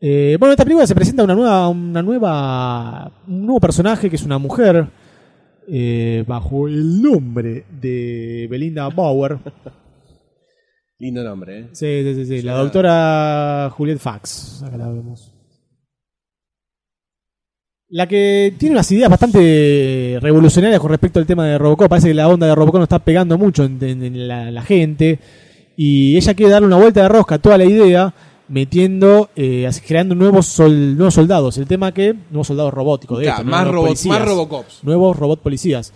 Eh, bueno, en esta película se presenta una nueva, una nueva, un nuevo personaje que es una mujer eh, bajo el nombre de Belinda Bauer. Lindo nombre, eh. Sí, sí, sí, sí, la Suena- doctora Juliet Fax. Acá la vemos. La que tiene unas ideas bastante revolucionarias con respecto al tema de Robocop. Parece que la onda de Robocop no está pegando mucho en, en- en la, la gente. Y ella quiere darle una vuelta de rosca a toda la idea, metiendo, eh, así- creando nuevos, sol- nuevos soldados. El tema que, nuevos soldados robóticos. De Claro, esto, ¿no? más, Nuevos robot- policías más Robocops. nuevos robot policías.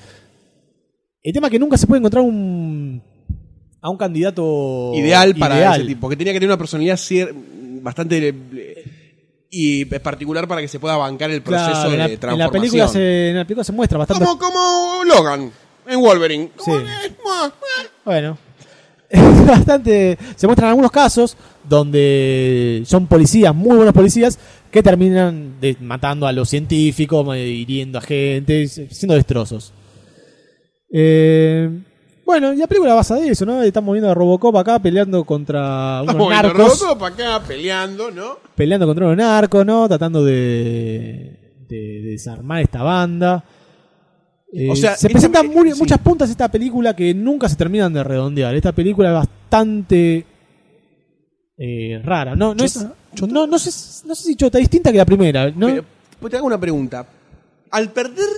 El tema que nunca se puede encontrar un a un candidato Ideal para Oh, ideal. ese tipo. Que tenía que tener una personalidad cier- bastante eh, y particular para que se pueda bancar el proceso Claro, en, la, de en la transformación. película se, en la película se muestra bastante. como, como Logan en Wolverine. Como- Sí. eh, muah, muah. Bueno. bastante. Se muestran algunos casos donde son policías, muy buenos policías, que terminan de- matando a los científicos, ma- hiriendo a gente, siendo destrozos. Eh, bueno, y la película basa de eso, ¿no? Estamos viendo a Robocop acá peleando contra unos Estamos viendo narcos. Robocop acá peleando, ¿no? Peleando contra unos narcos, ¿no? Tratando de, de desarmar esta banda. Eh, O sea, se esta- presentan mu- eh, sí. muchas puntas de esta película que nunca se terminan de redondear. Esta película es bastante eh, rara. No, no, es, no, no, sé, no sé si chota, distinta que la primera. ¿no? Pero pues, te hago una pregunta. Al perder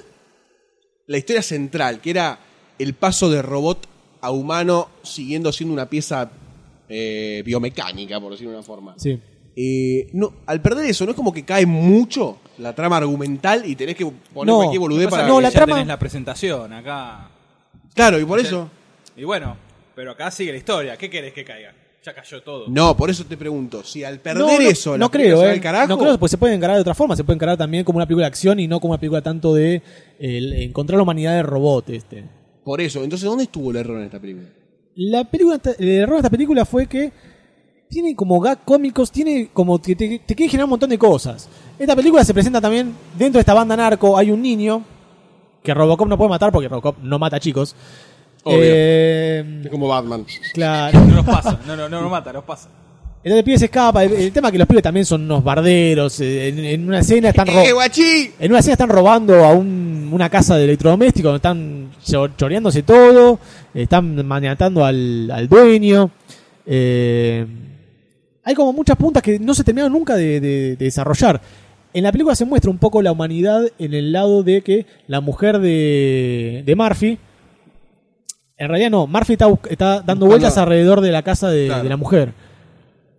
la historia central, que era el paso de robot a humano siguiendo siendo una pieza eh, biomecánica, por decirlo de una forma. sí. Eh, no, al perder eso, ¿no es como que cae mucho la trama argumental y tenés que poner No, cualquier Lo que boludez pasa para... es que No, la ya trama- tenés la presentación acá. Claro, y por eso... Y bueno, pero acá sigue la historia. ¿Qué querés que caiga? Ya cayó todo. No, por eso te pregunto, si al perder no, no, eso... la no película creo, se va eh. al carajo, No creo, pues se puede encarar de otra forma. Se puede encarar también como una película de acción y no como una película tanto de el- encontrar la humanidad de robot. Este. Por eso, entonces, ¿dónde estuvo el error en esta película? La película, el error de esta película fue que tiene como gag cómicos, tiene como que te, te quiere generar un montón de cosas. Esta película se presenta también dentro de esta banda narco, hay un niño que Robocop no puede matar porque Robocop no mata chicos. Obvio. Eh, Es como Batman. claro. No nos pasa, no, no, no nos mata, nos pasa. Entonces el pibe se escapa. El, el tema es que los pibes también son unos barderos. eh, En, en una escena están ¡Eh, robando. guachí! En una escena están robando a un- una casa de electrodomésticos, donde están cho- choreándose todo, están maniatando al, al dueño. Eh, hay como muchas puntas que no se terminaron nunca de, de- de desarrollar. En la película se muestra un poco la humanidad en el lado de que la mujer de, de Murphy. En realidad no, Murphy está, bus- está Buscando- dando vueltas alrededor de la casa de, Claro. de la mujer.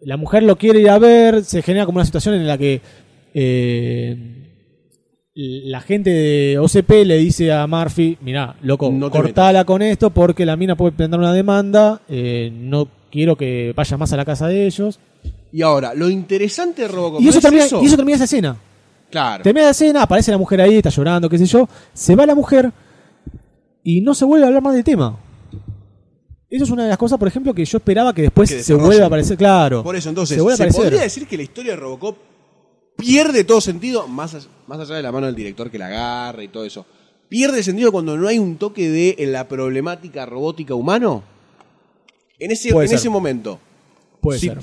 La mujer lo quiere ir a ver, se genera como una situación en la que eh, la gente de OCP le dice a Murphy, mirá, loco, No te cortala con esto porque la mina puede plantar una demanda, eh, no quiero que vayas más a la casa de ellos. Y ahora, lo interesante de Robocop Y eso, ¿no es termina, eso? y eso termina esa escena. Claro. Termina la escena, aparece la mujer ahí, está llorando, qué sé yo, se va la mujer y no se vuelve a hablar más del tema. Eso es una de las cosas, por ejemplo, que yo esperaba que después Que se desarrollen. vuelva a aparecer, claro. Por eso, entonces, se se, vuelve a aparecer. podría decir que la historia de Robocop pierde todo sentido, más allá, más allá de la mano del director que la agarra y todo eso. ¿Pierde sentido cuando no hay un toque de en la problemática robótica humano? En ese, Puede en ser. ese momento. Puede Sí. ser.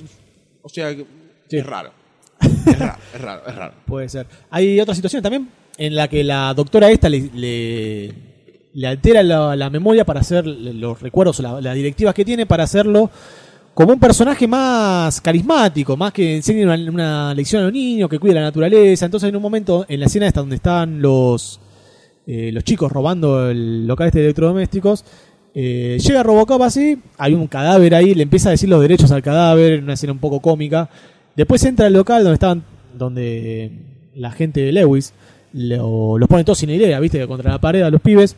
O sea, que- Sí. es raro. Es raro, es raro, es raro. Puede ser. Hay otra situación también en la que la doctora esta le, le, le altera la, la memoria para hacer los recuerdos, o la- las directivas que tiene para hacerlo como un personaje más carismático, más que enseñe una, una lección a los niños, que cuide la naturaleza. Entonces en un momento, en la escena esta donde están los, eh, los chicos robando el local este de electrodomésticos. eh, llega Robocop así, hay un cadáver ahí, le empieza a decir los derechos al cadáver, en una escena un poco cómica. Después entra al local donde estaban, donde eh, la gente de Lewis lo- los pone todos sin hilera, viste, contra la pared a los pibes.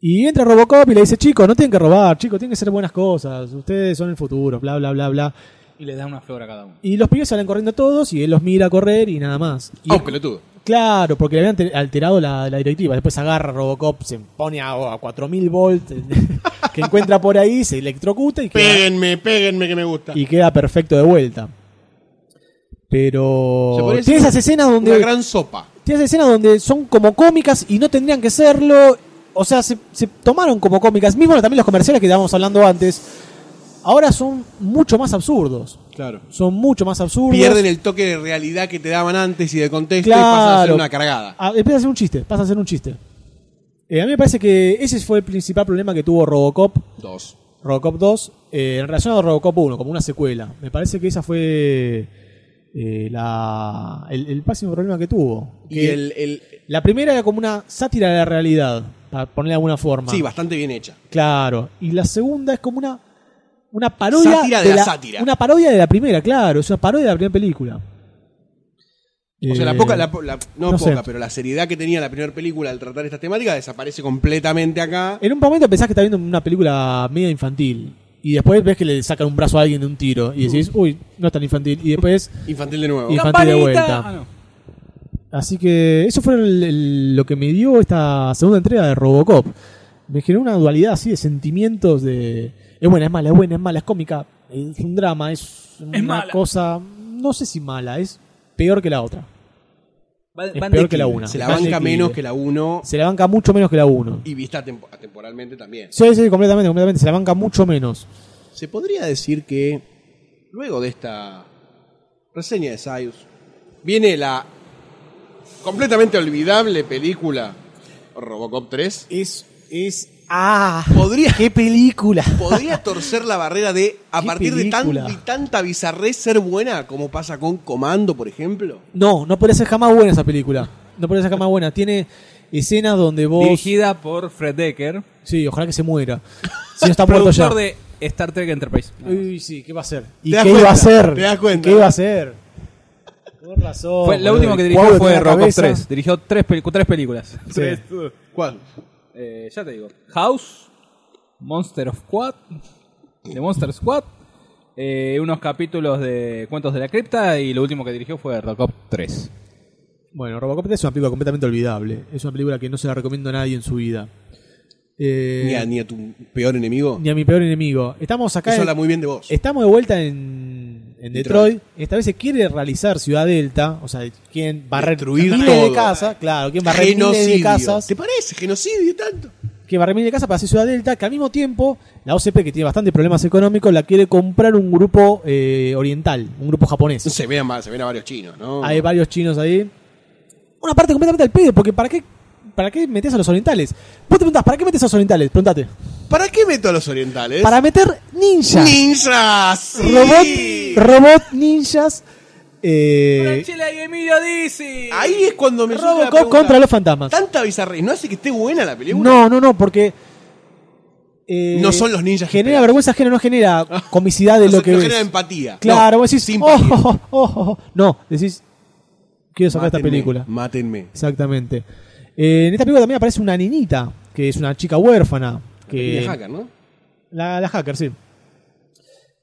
Y entra Robocop y le dice, chicos, no tienen que robar, chicos, tienen que ser buenas cosas, ustedes son el futuro, bla, bla, bla, bla. Y le da una flor a cada uno. Y los pibes salen corriendo todos y él los mira correr y nada más. Y Ah, es- un pelotudo. Claro, porque le habían alter- alterado la, la directiva. Después agarra Robocop, se pone a, a 4000 volts que encuentra por ahí, se electrocuta y queda, Péguenme, péguenme que me gusta. y queda perfecto de vuelta. Se Pero podría decir tiene esas escenas Una donde gran sopa. tiene esas escenas donde son como cómicas y no tendrían que serlo. O sea, se, se tomaron como cómicas. Mismo también los comerciales que estábamos hablando antes. Ahora son mucho más absurdos. Claro. Son mucho más absurdos. Pierden el toque de realidad que te daban antes y de contexto y pasan Este a ser Claro. una cargada. Ah, empieza a ser un chiste, pasa a ser un chiste. Eh, a mí me parece que ese fue el principal problema que tuvo Robocop, Dos. Robocop 2, eh, en relación a Robocop 1, como una secuela. Me parece que esa fue eh, la, el, el máximo problema que tuvo. Y Que el- el... La primera era como una sátira de la realidad, para ponerle de alguna forma. Sí, bastante bien hecha. Claro. Y la segunda es como una, una parodia. Sátira de la sátira. Una parodia de la primera, claro. Es una parodia de la primera película. O sea, la Eh, poca, la po- la- no, no poca, sé. pero la seriedad que tenía la primera película al tratar esta temática desaparece completamente acá. En un momento pensás que estás viendo una película media infantil. Y después ves que le sacan un brazo a alguien de un tiro. Y decís, uy, no es tan infantil. Y después. Infantil de nuevo. Y- Infantil de ¡Campanita! vuelta. Ah, no. Así que eso fue el- el- lo que me dio esta segunda entrega de Robocop. Me generó una dualidad así de sentimientos de. Es buena, es mala, es buena, es mala, es cómica. Es un drama, es una mala. cosa. No sé si mala, es peor que la otra. Va- Es van peor de que la quilmes. una. Se la Van de banca quilmes. menos que la 1 Se la banca mucho menos que la 1. y vista tempo- temporalmente también. Sí, sí, completamente, completamente. Se la banca mucho menos. Se podría decir que luego de esta reseña de Sayus viene la completamente olvidable película Robocop 3. Es. es. ¡Ah! Podría, ¡Qué película! podría torcer la barrera de, a Qué partir de, tan- película. de tanta bizarrez, ser buena, como pasa con Comando, por ejemplo. No, no puede ser jamás buena esa película. No puede ser jamás buena. Tiene escenas donde vos. Dirigida por Fred Decker, Sí, ojalá que se muera. Si no está muerto ya. productor de Star Trek Enterprise. Uy, sí, ¿qué va a hacer? ¿Y Te qué das iba a cuenta, hacer? te das cuenta. ¿Qué iba a hacer? Por razón. Fue, la boludo. última que El dirigió cuadro fue tenía la Robocop cabeza. 3. Dirigió tres, peli- tres películas. Sí. ¿Cuál? Eh, ya te digo. House, Monster of Squad, The Monster Squad, eh, unos capítulos de Cuentos de la Cripta y lo último que dirigió fue Robocop 3. Bueno, Robocop 3 es una película completamente olvidable. Es una película que no se la recomiendo a nadie en su vida. Eh, Ni a, ni a tu peor enemigo. ni a Este mi peor enemigo. Estamos acá. Eso en- habla muy bien de vos. Estamos de vuelta en, en Detroit. Detroit. Esta vez se quiere realizar Ciudad Delta. O sea, quieren barrer Destruir miles todo. de casas. Claro, quieren barrer miles de casas. ¿Te parece? Genocidio tanto. que barrer miles de casas para hacer Ciudad Delta. Que al mismo tiempo, la OCP, que tiene bastantes problemas económicos, la quiere comprar un grupo eh, oriental, un grupo japonés. Se ven, a, ma- se ven a varios chinos, ¿no? Hay varios chinos ahí. Una parte completamente al pedo, porque ¿para qué, ¿para qué metes a los orientales? Vos te preguntás, ¿para qué metes a los orientales? Preguntate. ¿Para qué meto a los orientales? Para meter ninjas. ninjas. sí. Robot, robot ninjas. Eh, Franchella y Emilio Dizzy. Ahí es cuando me surge la Robocop pregunta, contra los fantasmas. Tanta bizarrez. ¿No hace que esté buena la película? No, no, no, porque. eh, No son los ninjas que Genera esperas. vergüenza ajena, no genera comicidad de No lo se- que no ves. genera empatía. No, Claro, vos decís. simpatía. "Oh, oh, oh, oh, oh". No, decís. Quiero sacar esta Mátenme, película. Mátenme. Exactamente. Eh, en esta película también aparece una niñita, que es una chica huérfana. Que, Pequeña hacker, ¿no? La, la hacker, sí.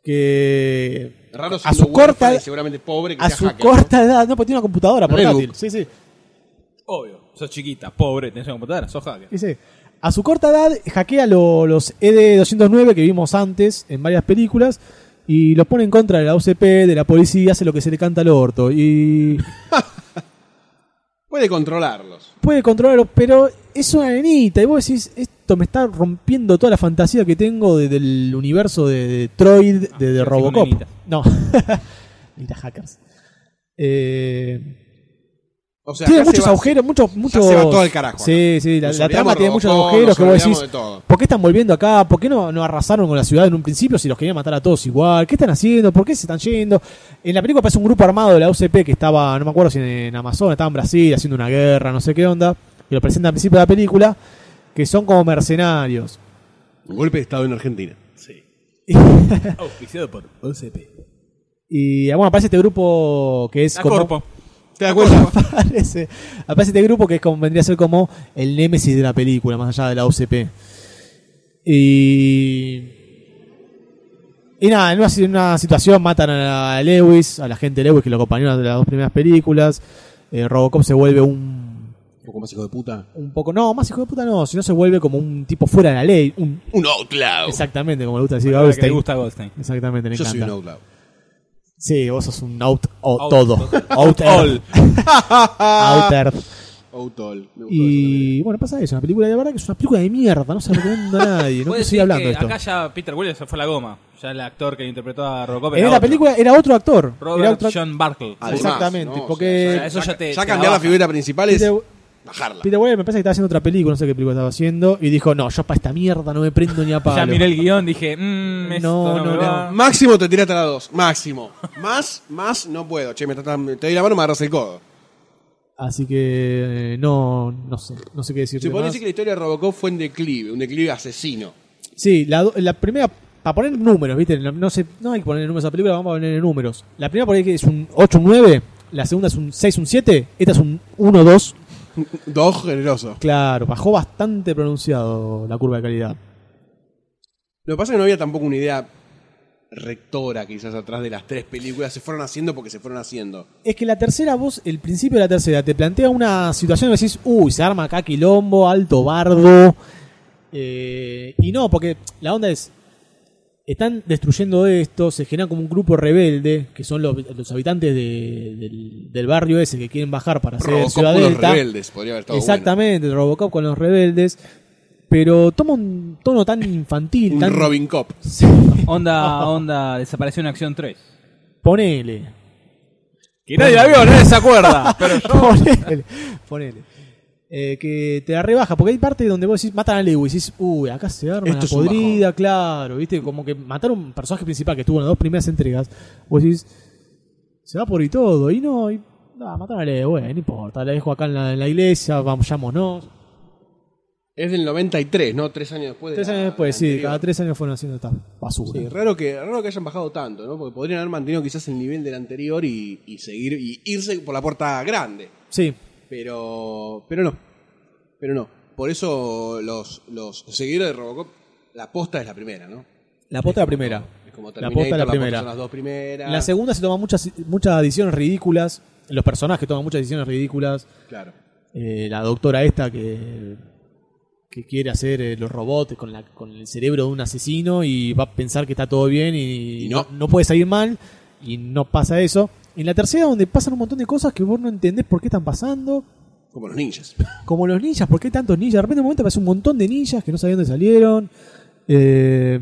Que. Raro a siendo su huérfana corta. y seguramente pobre que A sea su hacker. corta edad. No, porque tiene una computadora Reboot. portátil. Sí, sí. Obvio, sos chiquita, pobre, tenés una computadora, sos hacker. Dice, a su corta edad hackea lo- los E ED-209 que vimos antes en varias películas y los pone en contra de la OCP, de la policía, hace lo que se le canta al orto y Puede controlarlos. puede controlarlos, pero es una nenita y vos decís, esto me está rompiendo toda la fantasía que tengo de- del universo de Detroit, de, de pensé con Robocop. nenita. No, Nenita hackers. Eh, O sea, tiene acá se muchos va- agujeros, muchos, muchos. se va todo al carajo, Sí, sí, la, Nos la olvidamos trama de tiene muchos Robocop, agujeros que nos vos olvidamos decís. de todo. ¿Por qué están volviendo acá? ¿Por qué no, no arrasaron con la ciudad en un principio si los querían matar a todos igual? ¿Qué están haciendo? ¿Por qué se están yendo? En la película aparece un grupo armado de la UCP que estaba, no me acuerdo si en, en Amazonas, estaba en Brasil haciendo una guerra, no sé qué onda. Que lo presentan al principio de la película, que son como mercenarios. Un golpe de estado en Argentina. Auspiciado por OCP. Y bueno, aparece este grupo que es La como. Corpo. ¿Te das cuenta? aparece, aparece este grupo que es como, vendría a ser como el némesis de la película, más allá de la OCP. Y. Y nada, en una, si- en una situación matan a Lewis, a la gente Lewis que lo acompañó en las dos primeras películas. Eh, Robocop se vuelve un. Un poco más hijo de puta. Un poco, no, más hijo de puta no, sino se vuelve como un tipo fuera de la ley. Un, Un outlaw. exactamente, como le gusta decir a Ahora que le Goldstein. gusta Goldstein. Exactamente, le Yo soy un encanta. outlaw. Sí, vos sos un out, o- Out- todo. Out, All. Outer. Outlaw. Me gustó eso Ah. Y bueno, pasa eso, una película de verdad que es una película de mierda, no se la recomiendo a nadie, no Puedo quiero decir seguir hablando que de esto. Acá ya Peter Williams se fue a la goma. Ya el actor que interpretó a Robocop En era la otro. película era otro actor. era Robert otro Ah, eh, actor. John Barkle. también. exactamente, Además, porque- ya- Eso ya te- te la cambiar la baja. figura principal es Peter, bajarla. Peter Weller me parece que estaba haciendo otra película, no sé qué película estaba haciendo, y dijo, no, yo para esta mierda no me prendo ni a palo. Ya miré el guión, dije, mmm, esto No, no, no, me va. Máximo te tiraste a las dos. Máximo. Más, más no puedo. Che, me tratan- te doy la mano, me agarras el codo. Así que eh, no, no sé, no sé qué decir. Se puede decir que la historia de Robocop fue en declive, un declive asesino. Sí, la, do- la primera, para poner números, viste, no, no sé, no hay que poner números a la película, vamos a poner números. La primera por ahí que es un 8, un 9, la segunda es un 6, un 7, esta es un 1, 2, Dos generoso. Claro, bajó bastante pronunciado la curva de calidad. Lo que pasa es que no había tampoco una idea rectora, quizás atrás de las tres películas. Se fueron haciendo porque se fueron haciendo. Es que la tercera voz, el principio de la tercera, te plantea una situación donde decís, uy, se arma acá quilombo, alto bardo. Eh, y no, porque la onda es, Están destruyendo esto, se genera como un grupo rebelde, que son los, los habitantes de- del, del barrio ese que quieren bajar para ser Robocop Ciudad con los Delta. rebeldes, podría haber estado Exactamente, Robocop con los rebeldes. Pero toma un tono tan infantil, Un tan. Robin Cop. Onda, onda, desapareció en Acción 3. Ponele. Que nadie la vio, nadie se acuerda. ponele. Ponele. Eh, que te la rebaja, porque hay partes donde vos decís, matan a Lewis, y decís, uy, acá se arma Esto la es un podrida, claro, viste, como que mataron un personaje principal que estuvo en las dos primeras entregas, vos decís, se va por y todo, y no, y, ah, mataron a Lewis, bueno, no importa, la dejo acá en la, en la iglesia, vamos, vámonos. Es del 93, ¿no? Tres años después. de Tres la- años después, la sí, anterior. cada tres años fueron haciendo esta basura. Sí, raro que, raro que hayan bajado tanto, ¿no? Porque podrían haber mantenido quizás el nivel del anterior y, y seguir y irse por la puerta grande. Sí, Pero. Pero no. Pero no. Por eso los, los seguidores de Robocop, la posta es la primera, ¿no? la posta la primera. Es como La posta es Terminator, la, la posta primera. son las dos primeras. En la segunda se toman muchas, muchas decisiones ridículas, los personajes toman muchas decisiones ridículas. Claro. eh, la doctora esta que, que quiere hacer eh, los robots con, la- con el cerebro de un asesino y va a pensar que está todo bien y, Y no. puede salir mal y no pasa eso. En la tercera donde pasan un montón de cosas que vos no entendés por qué están pasando, Como los ninjas. como los ninjas, por qué hay tantos ninjas. De repente en un momento aparece un montón de ninjas que no sabían dónde salieron. Eh,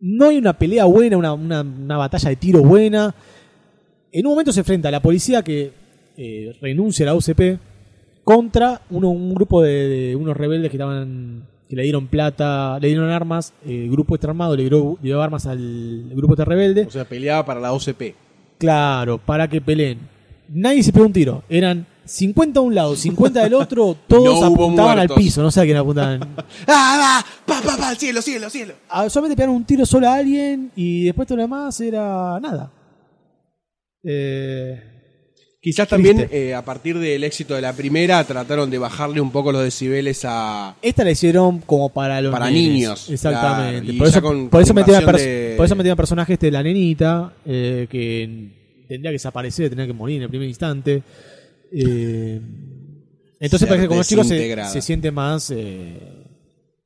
no hay una pelea buena, una, una- una batalla de tiro buena. En un momento se enfrenta a la policía que eh, renuncia a la UCP contra uno- un grupo de, de unos rebeldes que estaban que le dieron plata, le dieron armas, eh, el grupo este armado le dio, le dio armas al grupo este rebelde, O sea, peleaba para la OCP. claro, para que peleen. Nadie se pegó un tiro, eran 50 de un lado, 50 del otro, todos No hubo apuntaban al muertos. piso, no sé a quién apuntaban. ¡Ah, va! ¡Pa, pa, pa! ¡Cielo, cielo, cielo! Ah, solamente pegaron un tiro solo a alguien y después todo lo demás era nada. Eh, Quizás también eh, a partir del éxito de la primera trataron de bajarle un poco los decibeles a. Esta la hicieron como para los Para nenes. niños, Exactamente. claro, y por, ya eso, con- por, eso con metían invasión pers- de- por eso metían personaje este de la nenita, eh, que tendría que desaparecer, tendría que morir en el primer instante. Eh, entonces, Ser parece que como los chicos se, desintegrada. se siente más, eh,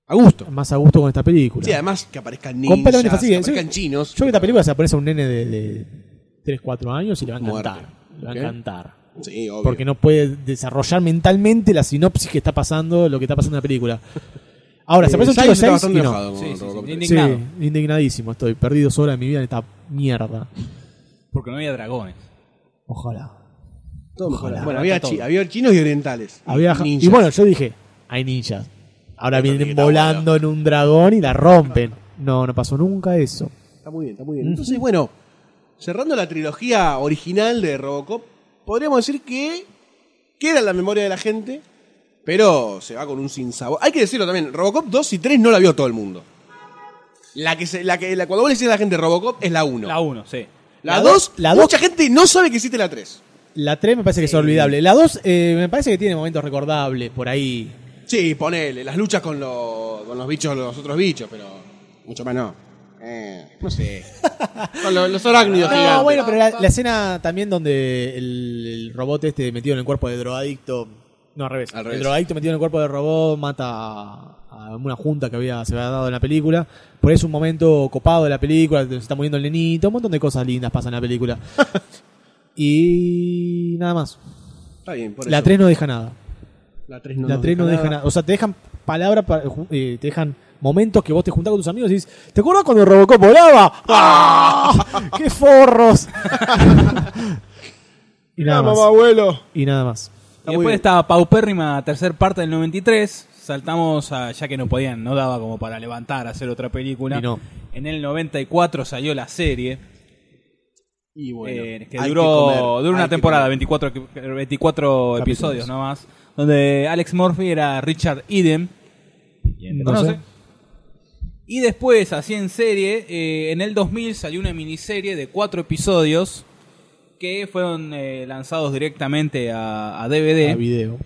A gusto. más a gusto con esta película. Sí, además que aparezcan Con ninjas, pelo ninja, sí, que aparezcan sí. chinos. Yo creo que esta película se la pones a un nene de, de 3, 4 años y le va a encantar. Muerte. Le va a Ok. encantar. Sí, obvio. Porque no puede desarrollar mentalmente la sinopsis que está pasando, lo que está pasando en la película. Ahora, se Eh, parece un Sainz chico de está seis bastante y no. enojado con Sí, sí, sí, Robocop ni- tres. ni- Indignado. Sí, indignadísimo estoy. Perdido dos horas de mi vida en esta mierda. Porque no había dragones. Ojalá. Todo mejor. Ojalá. Bueno, había, chi- había chinos y orientales. Había ja- ninjas. y bueno, yo dije, hay ninjas. Ahora Eso vienen tiene que volando en un dragón y la rompen. No, no pasó nunca eso. Está muy bien, está muy bien. Entonces, bueno, cerrando la trilogía original de Robocop, podríamos decir que queda en la memoria de la gente, pero se va con un sinsabor. Hay que decirlo también, Robocop 2 y 3 no la vio todo el mundo. La que se, la que, la- cuando vos le decís a la gente Robocop es la 1. La La, 1, sí. la 2, dos- la mucha gente no sabe que existe la 3. La 3 me parece que es olvidable. La 2 eh, me parece que tiene momentos recordables por ahí. Sí, ponele, las luchas con, los- con los bichos, los otros bichos, pero mucho más no. Eh, no sé. Con los, los arácnidos No, gigantes. bueno, pero la, la escena también donde el, el robot este metido en el cuerpo de drogadicto. No, al revés. Al revés. El drogadicto metido en el cuerpo del robot mata a a una junta que había, se había dado en la película. Por eso un momento copado de la película, se está muriendo el nenito, un montón de cosas lindas pasan en la película. y nada más. Está bien, por La eso. 3 no deja nada. La 3 no la nos 3 no deja nada. O sea, te dejan palabras, pa- ju- eh, te dejan momentos que vos te juntás con tus amigos y dices, ¿te acuerdas cuando Robocop volaba? ¡Ah! ¡Qué forros! y, nada más, abuelo. y nada más. Y después estaba paupérrima tercer parte del 93. Saltamos a, ya que no podían, no daba como para levantar, hacer otra película. Y no. En el 94 salió la serie, Y bueno, eh, que hay duró, comer, duró hay una que temporada, comer. 24, que- 24 episodios nomás, donde Alex Murphy era Richard Eden. ¿Quién te Entonces- conoce? Y después, así en serie, eh, en el 2000 salió una miniserie de cuatro episodios que fueron eh, lanzados directamente a, a DVD Ah, A video.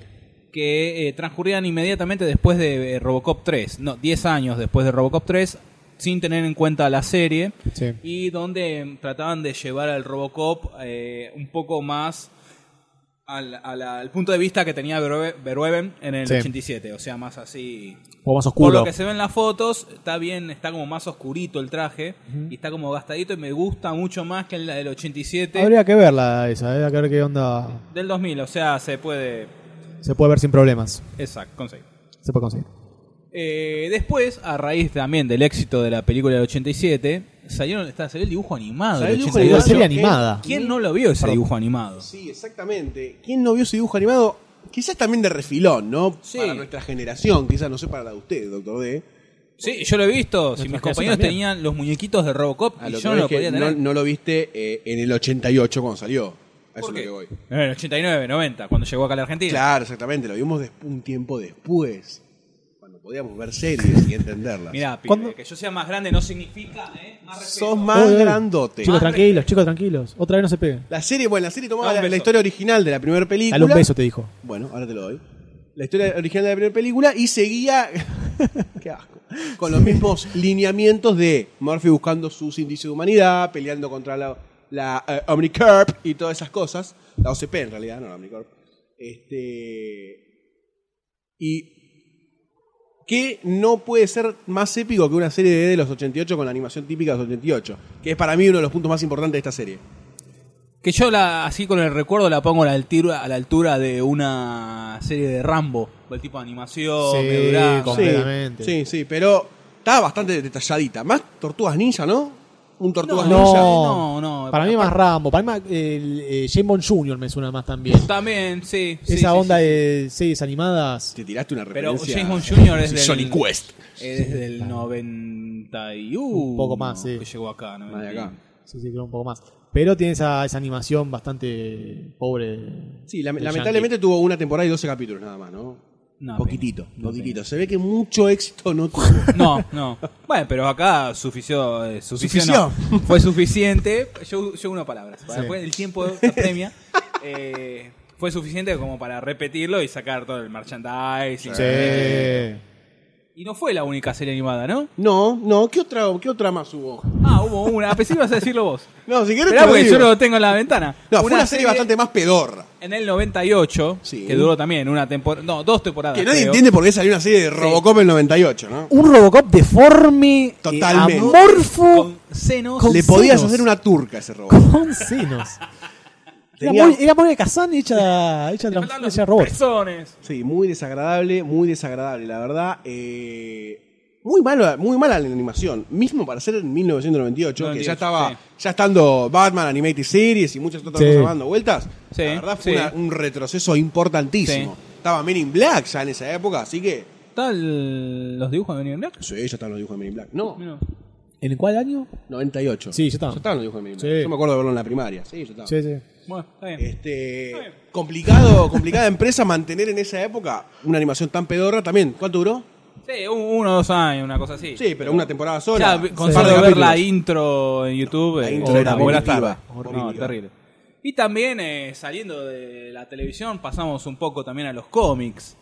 que eh, transcurrían inmediatamente después de eh, Robocop 3, no, 10 años después de Robocop 3, sin tener en cuenta la serie, Sí. y donde mm, trataban de llevar al Robocop eh, un poco más al, al- al punto de vista que tenía Verhoe- Verhoeven en el Sí. 87, o sea, más así... O más Por oscuro. lo que se ve en las fotos, está bien, está como más oscurito el traje y está como gastadito y me gusta mucho más que la del 87 Habría que verla esa, eh, habría que ver qué onda del 2000, o sea, se puede... se puede ver sin problemas. Exacto, conseguir. Se puede conseguir. Eh, después, a raíz también del éxito de la película del 87, salieron, está, salió el dibujo animado. ¿Sabés del el dibujo 82. Salió la animado? serie que- animada. ¿Quién no lo vio ese dibujo animado? Sí, exactamente. ¿Quién no vio ese dibujo animado? Quizás también de refilón, ¿no? Sí. Para nuestra generación, quizás no sé para la de usted, doctor D. Sí, yo lo he visto. Si mis Nuestra generación compañeros también. tenían los muñequitos de Robocop, A y lo yo que no voy lo es que podía no, tener. no lo viste eh, en el 88 cuando salió. A eso es lo que voy. En el 89, 90, cuando llegó acá a la Argentina. Claro, exactamente. Lo vimos des- un tiempo después. Pues, Cuando podíamos ver series y entenderlas. Mirá, pibe, ¿Cuándo? que yo sea más grande no significa, ¿eh? Más respeto. Sos más Uy, uy. grandote. Chicos, Más tranquilos, chicos, tranquilos. Otra vez no se peguen. La serie, bueno, la serie tomaba Dame un la, la beso. historia original de la primera película. Dale un beso, te dijo. Bueno, ahora te lo doy. La historia original de la primera película y seguía. Qué asco. Con los mismos lineamientos de Murphy buscando sus indicios de humanidad, peleando contra la, la eh, Omnicorp y todas esas cosas. La OCP en realidad, no la Omnicorp. Este. Y. Que no puede ser más épico que una serie de, de los 88 con la animación típica de los 88. Que es para mí uno de los puntos más importantes de esta serie. Que yo la, así con el recuerdo la pongo a la altura, a la altura de una serie de Rambo, el tipo de animación, Sí, medio drama. con- Sí, Completamente. Sí, sí, pero estaba bastante detalladita. Más Tortugas Ninja, ¿no? Un Tortugas No, Ninja. no, no. Para mí más Rambo. Para mí más el, eh, James Bond Jr. me suena más también. También, sí. sí, Esa sí, onda sí, sí. de series animadas. Te tiraste una Pero referencia. James Bond Jr. es del. Sonic Quest. Es del 91. Un poco más, sí. Que llegó acá, ¿no? Más de acá. Sí, sí, creo un poco más. Pero tiene esa, esa animación bastante pobre. Sí, la- del lamentablemente tuvo una temporada y 12 capítulos nada más, ¿no? Una poquitito, pena, una poquitito. Se ve que mucho éxito no tuvo. No, no. Bueno, pero acá sufició, eh, sufició, Sufició. no. Fue suficiente. Yo, yo una palabra. Después el tiempo de premia. eh, fue suficiente como para repetirlo y sacar todo el merchandising. Andy. Y no fue la única serie animada, ¿no? No, no, ¿qué otra, qué otra más hubo? Ah, hubo una. A pesar vas a decirlo vos. No, si querés te Esperá, lo porque digo. yo lo tengo en la ventana. No, fue una serie, bastante más pedorra. En el 98, Sí. que duró también una temporada. No, dos temporadas. Que nadie creo. entiende por qué salió una serie de Robocop en el 98, ¿no? Un Robocop deforme, eh, Totalmente. amorfo, Con senos. Con- Le podías senos. hacer una turca a ese Robocop. con senos. Tenía- Era muy, era muy Kazan hecha, hecha, Le faltaban hecha, los robot. pezones. Sí, muy desagradable, muy desagradable, la verdad. eh, muy mala, muy mala la animación. Mismo para ser en 1998, que 98, ya estaba, sí. ya estando Batman Animated Series y muchas otras Sí. cosas dando vueltas. Sí, la verdad fue sí. una- un retroceso importantísimo. Sí. Estaba Men in Black ya en esa época, así que. ¿Tal los dibujos de Benny Black? Sí, ya estaban los dibujos de Men in Black. No, Mira. ¿En cuál año? 98. Sí, ya estaban. Ya estaban los dibujos de Men in Sí. Black. Yo me acuerdo de verlo en la primaria. Sí, ya estaban. Sí, sí. Bueno, está bien. Este, complicado, complicada empresa mantener en esa época una animación tan pedorra también. ¿Cuánto duró? Sí, un- uno o dos años, una cosa así. Sí, pero una temporada sola. Ya, con Un solo par ver de la capítulos. intro en YouTube, La eh, intro o era la buena horrible. tarde. Horrible. No, terrible. Y también eh, saliendo de la televisión, pasamos un poco también a los cómics,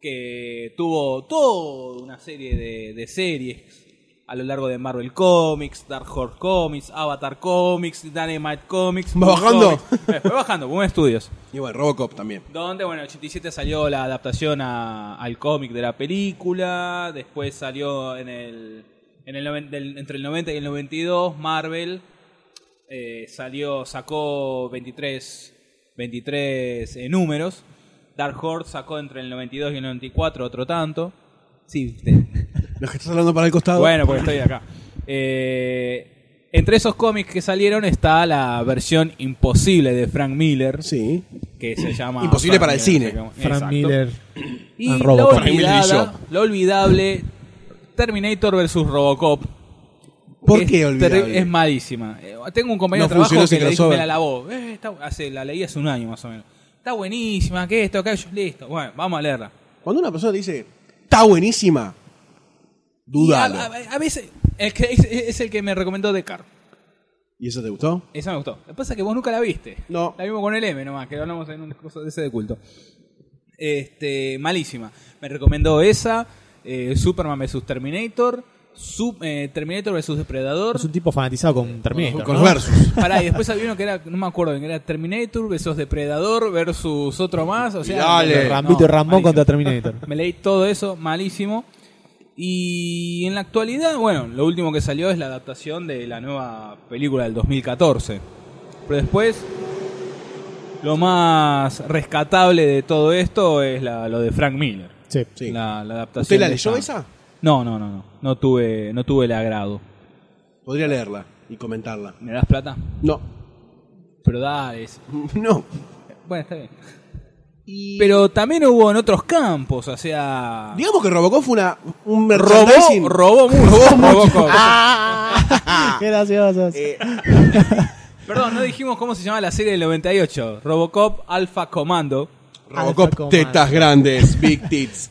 que tuvo toda una serie de, de series a lo largo de Marvel Comics, Dark Horse Comics, Avatar Comics, Dynamite Comics. Va Boom bajando. Comics. Eh, fue bajando, Boom Studios. Y bueno, Robocop también. Donde, bueno, en el 87 salió la adaptación a- al cómic de la película, después salió en el, en el noven- del- entre el 90 y el 92 Marvel, eh, salió, sacó 23, 23 eh, números, Dark Horse sacó entre el 92 y el 94 otro tanto. Sí, te- Los que estás hablando para el costado. bueno, porque estoy acá. Eh, entre esos cómics que salieron está la versión imposible de Frank Miller Sí. que se llama Imposible para el cine. Frank Exacto. Miller. y and la Robocop. Frank Miller y olvidada, yo. la olvidable Terminator versus Robocop ¿Por Es qué olvidable? ter- es malísima Eh, tengo un compañero No de trabajo funcionó ese que le dijo, me crossover. la lavó Eh, está- hace, la leí hace un año más o menos está buenísima que esto que aquello listo bueno vamos a leerla Cuando una persona te dice, está buenísima, Y a, dudalo. a- a veces el que- es, es el que me recomendó Descartes ¿Y eso te gustó? esa me gustó lo que pasa es que vos nunca la viste No. la vimos con el M nomás que lo hablamos en un cosa de ese de culto este, malísima. Me recomendó esa, eh, Superman vs Terminator su, eh, Terminator vs Depredador. Es un tipo fanatizado con Terminator. Con ¿no? versus. Pará, y después había uno que era, no me acuerdo, que era Terminator versus Depredador versus otro más. O sea, Dale. Rambito no, y Rambón malísimo. contra Terminator. Me leí todo eso, malísimo. Y en la actualidad, bueno, lo último que salió es la adaptación de la nueva película del 2014. Pero después, lo más rescatable de todo esto es la- lo de Frank Miller. Sí. Sí. La, la adaptación ¿Usted la de leyó esa? No, no, no, no. No tuve, no tuve el agrado. Podría leerla y comentarla. ¿Me das plata? No. Pero dale. es- No. Bueno, está bien. Pero también hubo en otros campos, o sea... Digamos que Robocop fue una, un merchandising. Robó, robó mucho. Robó cosas. Qué gracioso. Eh, Perdón, no dijimos cómo se llama la serie del 98. Robocop Alpha Commando. Alpha Robocop Command. tetas grandes, big tits.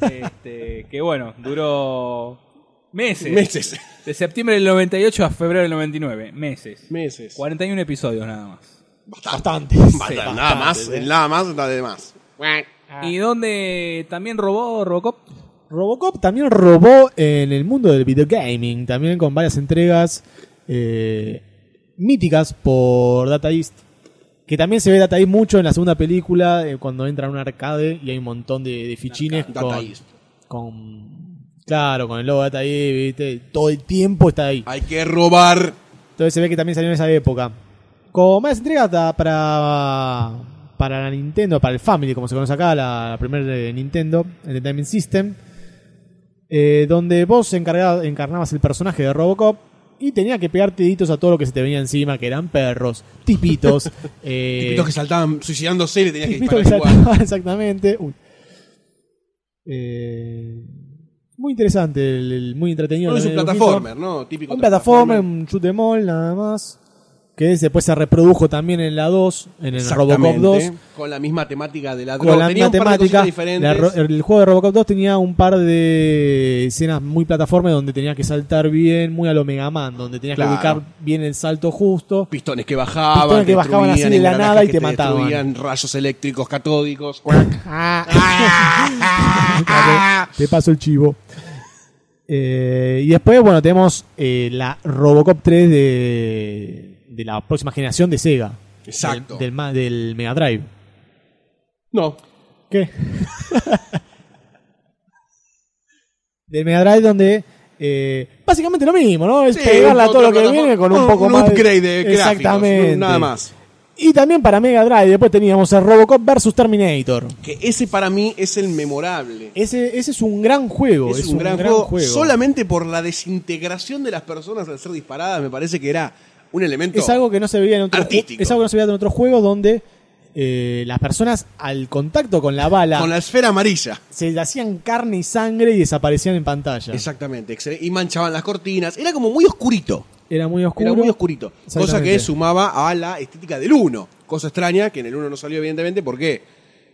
Este, que bueno, duró meses. Meses. De septiembre del 98 a febrero del 99. Meses. Meses. 41 episodios nada más. Bastante. Basta, nada más, eh? nada más, nada de más. ¿Y donde también robó Robocop? Robocop también robó en el mundo del videogaming, también con varias entregas eh, míticas por Data East. Que también se ve Data East mucho en la segunda película, eh, cuando entra a un arcade y hay un montón de, de fichines Data con, East. con- Claro, con el logo de Data East, ¿viste? todo el tiempo está ahí. Hay que robar. Entonces se ve que también salió en esa época. Con más entregas ta- para, para la Nintendo, para el Family, como se conoce acá, la, primera de Nintendo, Entertainment System, eh, donde vos encarga- encarnabas el personaje de Robocop y tenía que pegar deditos a todo lo que se te venía encima, que eran perros, tipitos, eh, Tipitos que saltaban suicidándose y le tenías que tipitos disparar que igual. saltaban, exactamente. Uy. Eh, muy interesante, el- el- muy entretenido. No es un también el dibujito. plataformer, ¿no? Típico. Un plataforma, un shoot 'em all nada más. Que después se reprodujo también en la 2, en el Robocop 2. Exactamente. Con la misma temática de la droga. Con la Tenía misma un par de temática, cositas la ro- diferentes. el juego de Robocop 2 tenía un par de escenas muy plataformas donde tenía que saltar bien, muy a lo Mega Man, donde tenías Claro. que ubicar bien el salto justo. Pistones que bajaban, Pistones que te bajaban así destruían, de la engranajes nada y que te mataban. destruían, rayos eléctricos catódicos. Ah. ¡Ah! Te paso el chivo. Eh, y después, bueno, tenemos eh, la Robocop 3 de, de la próxima generación de Sega. Exacto. Del, del ma- del Mega Drive. No. ¿Qué? Del Mega Drive donde eh, básicamente lo mismo, ¿no? Es Sí, pegarla a otra todo lo que plataforma- viene con un poco un más upgrade de gráficos, Exactamente. nada más. Y también para Mega Drive después teníamos el Robocop versus Terminator. Que ese para mí es el memorable. Ese, ese es un gran juego. es, un, gran, juego, Solamente por la desintegración de las personas al ser disparadas, me parece que era un elemento. Es algo que no se veía en otros Artístico. Es algo que no se veía en otros juegos donde eh, las personas al contacto con la bala Con la esfera amarilla. se le hacían carne y sangre y desaparecían en pantalla. Exactamente. excel- Y manchaban las cortinas. Era como muy oscurito. Era muy oscuro. Era muy oscurito. Cosa Exactamente. que sumaba a la estética del 1. Cosa extraña que en el 1 no salió, evidentemente, porque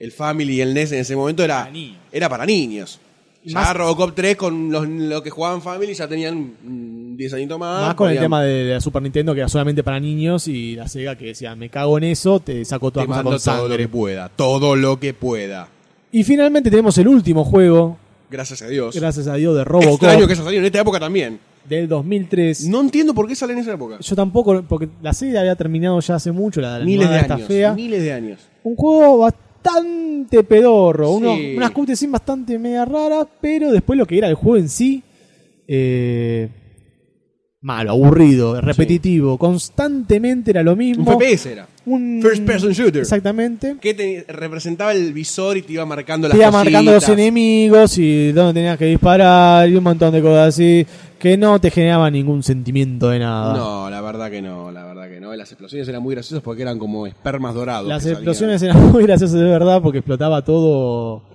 el Family y el NES en ese momento era, Para niños. era para niños. Ya Más- Robocop 3 con los, los que jugaban Family ya tenían mm, 10 añitos más. Más con el podían- tema de la Super Nintendo que era solamente para niños y la Sega que decía, me cago en eso, te saco toda Te cosa mando con todo lo sangre. que pueda. Todo lo que pueda. Y finalmente tenemos el último juego, Gracias a Dios. gracias a Dios, de Robocop Extraño que haya salido en esta época también. del 2003. No entiendo por qué sale en esa época. Yo tampoco, porque la serie había terminado ya hace mucho, la de la Miles de animada está años. fea. Miles de años. Un juego bastante pedorro, Sí. uno- unas cutscenes bastante media raras, pero después lo que era el juego en sí, eh, malo, aburrido, repetitivo, constantemente era lo Un mismo. FPS era. Un- First person shooter. Exactamente. Que te- representaba el visor y te iba marcando las Te iba cositas. marcando los enemigos y dónde tenías que disparar y un montón de cosas así que no te generaba ningún sentimiento de nada. No, la verdad que no, la verdad que no. Las explosiones eran muy graciosas porque eran como espermas dorados. Las que explosiones salían. eran muy graciosas de verdad porque explotaba todo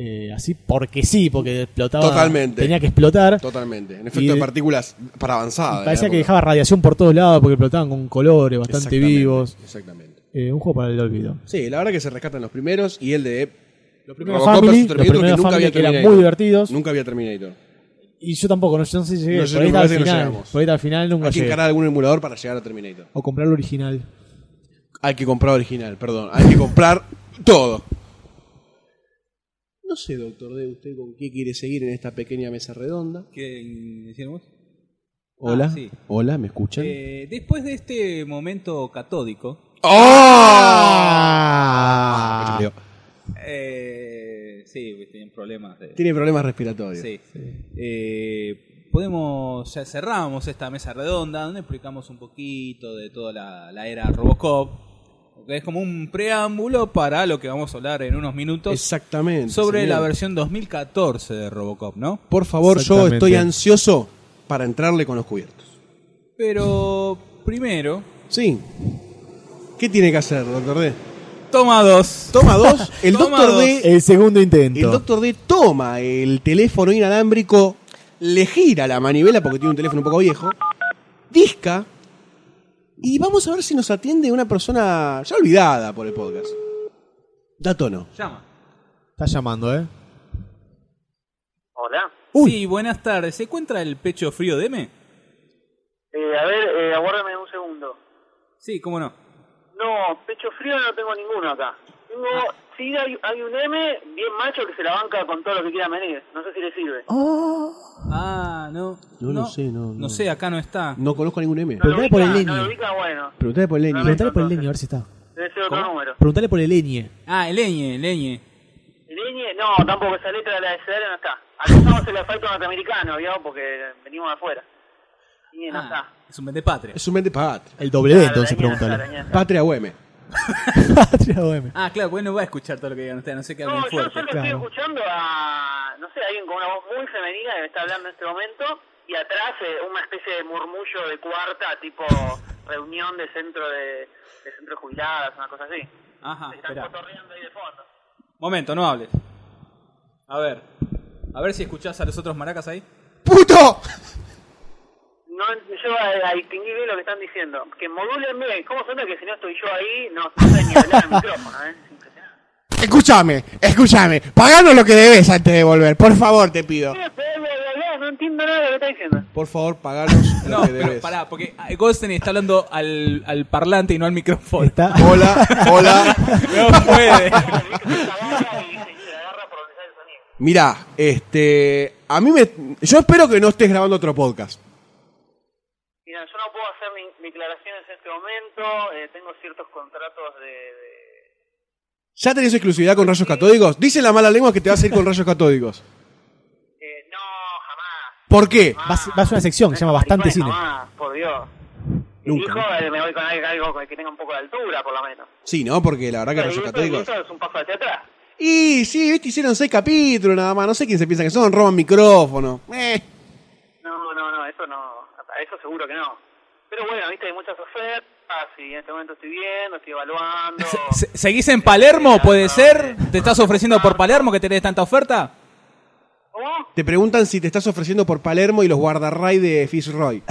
eh, así porque sí, porque explotaba. Totalmente. Tenía que explotar. Totalmente. En Y efecto de- de, partículas para avanzada. de Parecía la que época. dejaba radiación por todos lados porque explotaban con colores bastante Exactamente, vivos. Exactamente. Eh, un juego para el olvido. Sí, la verdad que se rescatan los primeros y el de. Los primeros Family, los primeros Family que eran muy divertidos. Nunca había Terminator. Y yo tampoco, no, yo no sé si llegué. No, yo por no- ahí me al parece que no final. llegamos. por ahí al final nunca Hay que llegué. encarar algún emulador para llegar a Terminator. O comprar el original. Hay que comprar original, perdón. Hay que comprar todo. No sé, doctor D, usted con qué quiere seguir en esta pequeña mesa redonda. ¿Quieren decir vos? Hola, Ah, sí. hola, ¿me escuchan? Eh, después de este momento catódico, ¡Oh! Ah. eh, sí, tienen problemas de... Tiene problemas respiratorios. Sí. Eh, podemos, ya cerramos esta mesa redonda donde explicamos un poquito de toda la, la era Robocop. que Es como un preámbulo para lo que vamos a hablar en unos minutos Exactamente. sobre señor. la versión 2014 de Robocop, ¿no? Por favor, yo Exactamente. estoy ansioso para entrarle con los cubiertos. Pero primero, Sí. ¿Qué tiene que hacer, doctor D? toma dos. Toma dos. El Toma doctor dos. D. El segundo intento. El doctor D toma el teléfono inalámbrico, le gira la manivela porque tiene un teléfono un poco viejo, disca y vamos a ver si nos atiende una persona ya olvidada por el podcast. Dato no. Llama. Está llamando, ¿eh? Hola. Sí, buenas tardes. ¿Se encuentra el pecho frío Deme? Eh, a ver, eh, aguárdame un segundo. Sí, cómo no. No, pecho frío no tengo ninguno acá. Tengo, sí hay, hay un M bien macho que se la banca con todo lo que quiera venir. No sé si le sirve. Ah, no. No lo sé, no, no. No sé, acá no está. No conozco a ningún M. No lo Preguntale por ubica, el No Leñi. lo ubica, bueno. Preguntale por el N. Preguntale Preguntale por por el el Leñi, leñe, a a ver ver si está. Debe ser otro número. Preguntale por el leñe. Ah, el leñe, el leñe. Leñe, no, tampoco esa letra de la de Cedera no está. Acá usamos el asfalto norteamericano, ¿vio? Porque venimos de afuera. Leñe no Ah, está. es un vendepatria. Es un mente patria. El Eh, doble E, Claro, entonces, Leñi no está, pregúntale. Leñi no está. Patria UM. Patria OM. Ah, claro, pues no va a escuchar todo lo que digan ustedes, no sé qué hablen No, yo fuerte. solo estoy escuchando a, no sé, alguien con una voz muy femenina que está hablando en este momento y atrás eh, una especie de murmullo de cuarta, tipo reunión de centro de, de centro de jubiladas, una cosa así. Ajá, Se están espera. cotorreando ahí de fondo. Momento, no hables. A ver. A ver si escuchás a los otros maracas ahí. ¡Puto! No llego a, a distinguir bien lo que están diciendo. Que modúlenme, ¿cómo suena que si no estoy yo ahí no sé ni hablar al micrófono? Eh? Es impresionante. Escúchame, escúchame. Paganos lo que debes antes de volver. Por favor, te pido. Eh, pero, eh, eh, No entiendo nada de lo que está diciendo. Por favor, paganos lo No, que pero debes. pará, porque Goldstein está hablando al, al parlante y no al micrófono. Está. Hola, hola. No puede. Se agarra y se- se agarra por donde sale el sonido. Mirá, este. A mí me. Yo espero que no estés grabando otro podcast. Mira, yo no puedo hacer mi, mi declaraciones en este momento, eh, tengo ciertos contratos de... de- ¿Ya tenés exclusividad con rayos catódicos? Dicen la mala lengua que te vas a ir con rayos catódicos. eh, no, jamás. ¿Por qué? jamás. Va a ser- va a ser una sección que se llama Eso, Bastante maricón, Cine. Jamás, por Dios. Y Nunca. Dijo, eh, me voy con algo- algo con el que tenga un poco de altura, por lo menos. Sí, ¿no? Porque Ah, la verdad que Pero rayos eso- catódicos. eso es un paso hacia atrás. Y sí, viste, hicieron seis capítulos nada más. No sé quién se piensa que son. Roban micrófono. Eh. No, no, no, eso no, a eso seguro que no. Pero bueno, viste, hay muchas ofertas y en este momento estoy viendo, estoy evaluando. Se- ¿Seguís en Palermo? ¿Puede ser? ¿Te estás ofreciendo por Palermo que tenés tanta oferta? ¿Cómo? Te preguntan si te estás ofreciendo por Palermo y los guardarray de Fitzroy.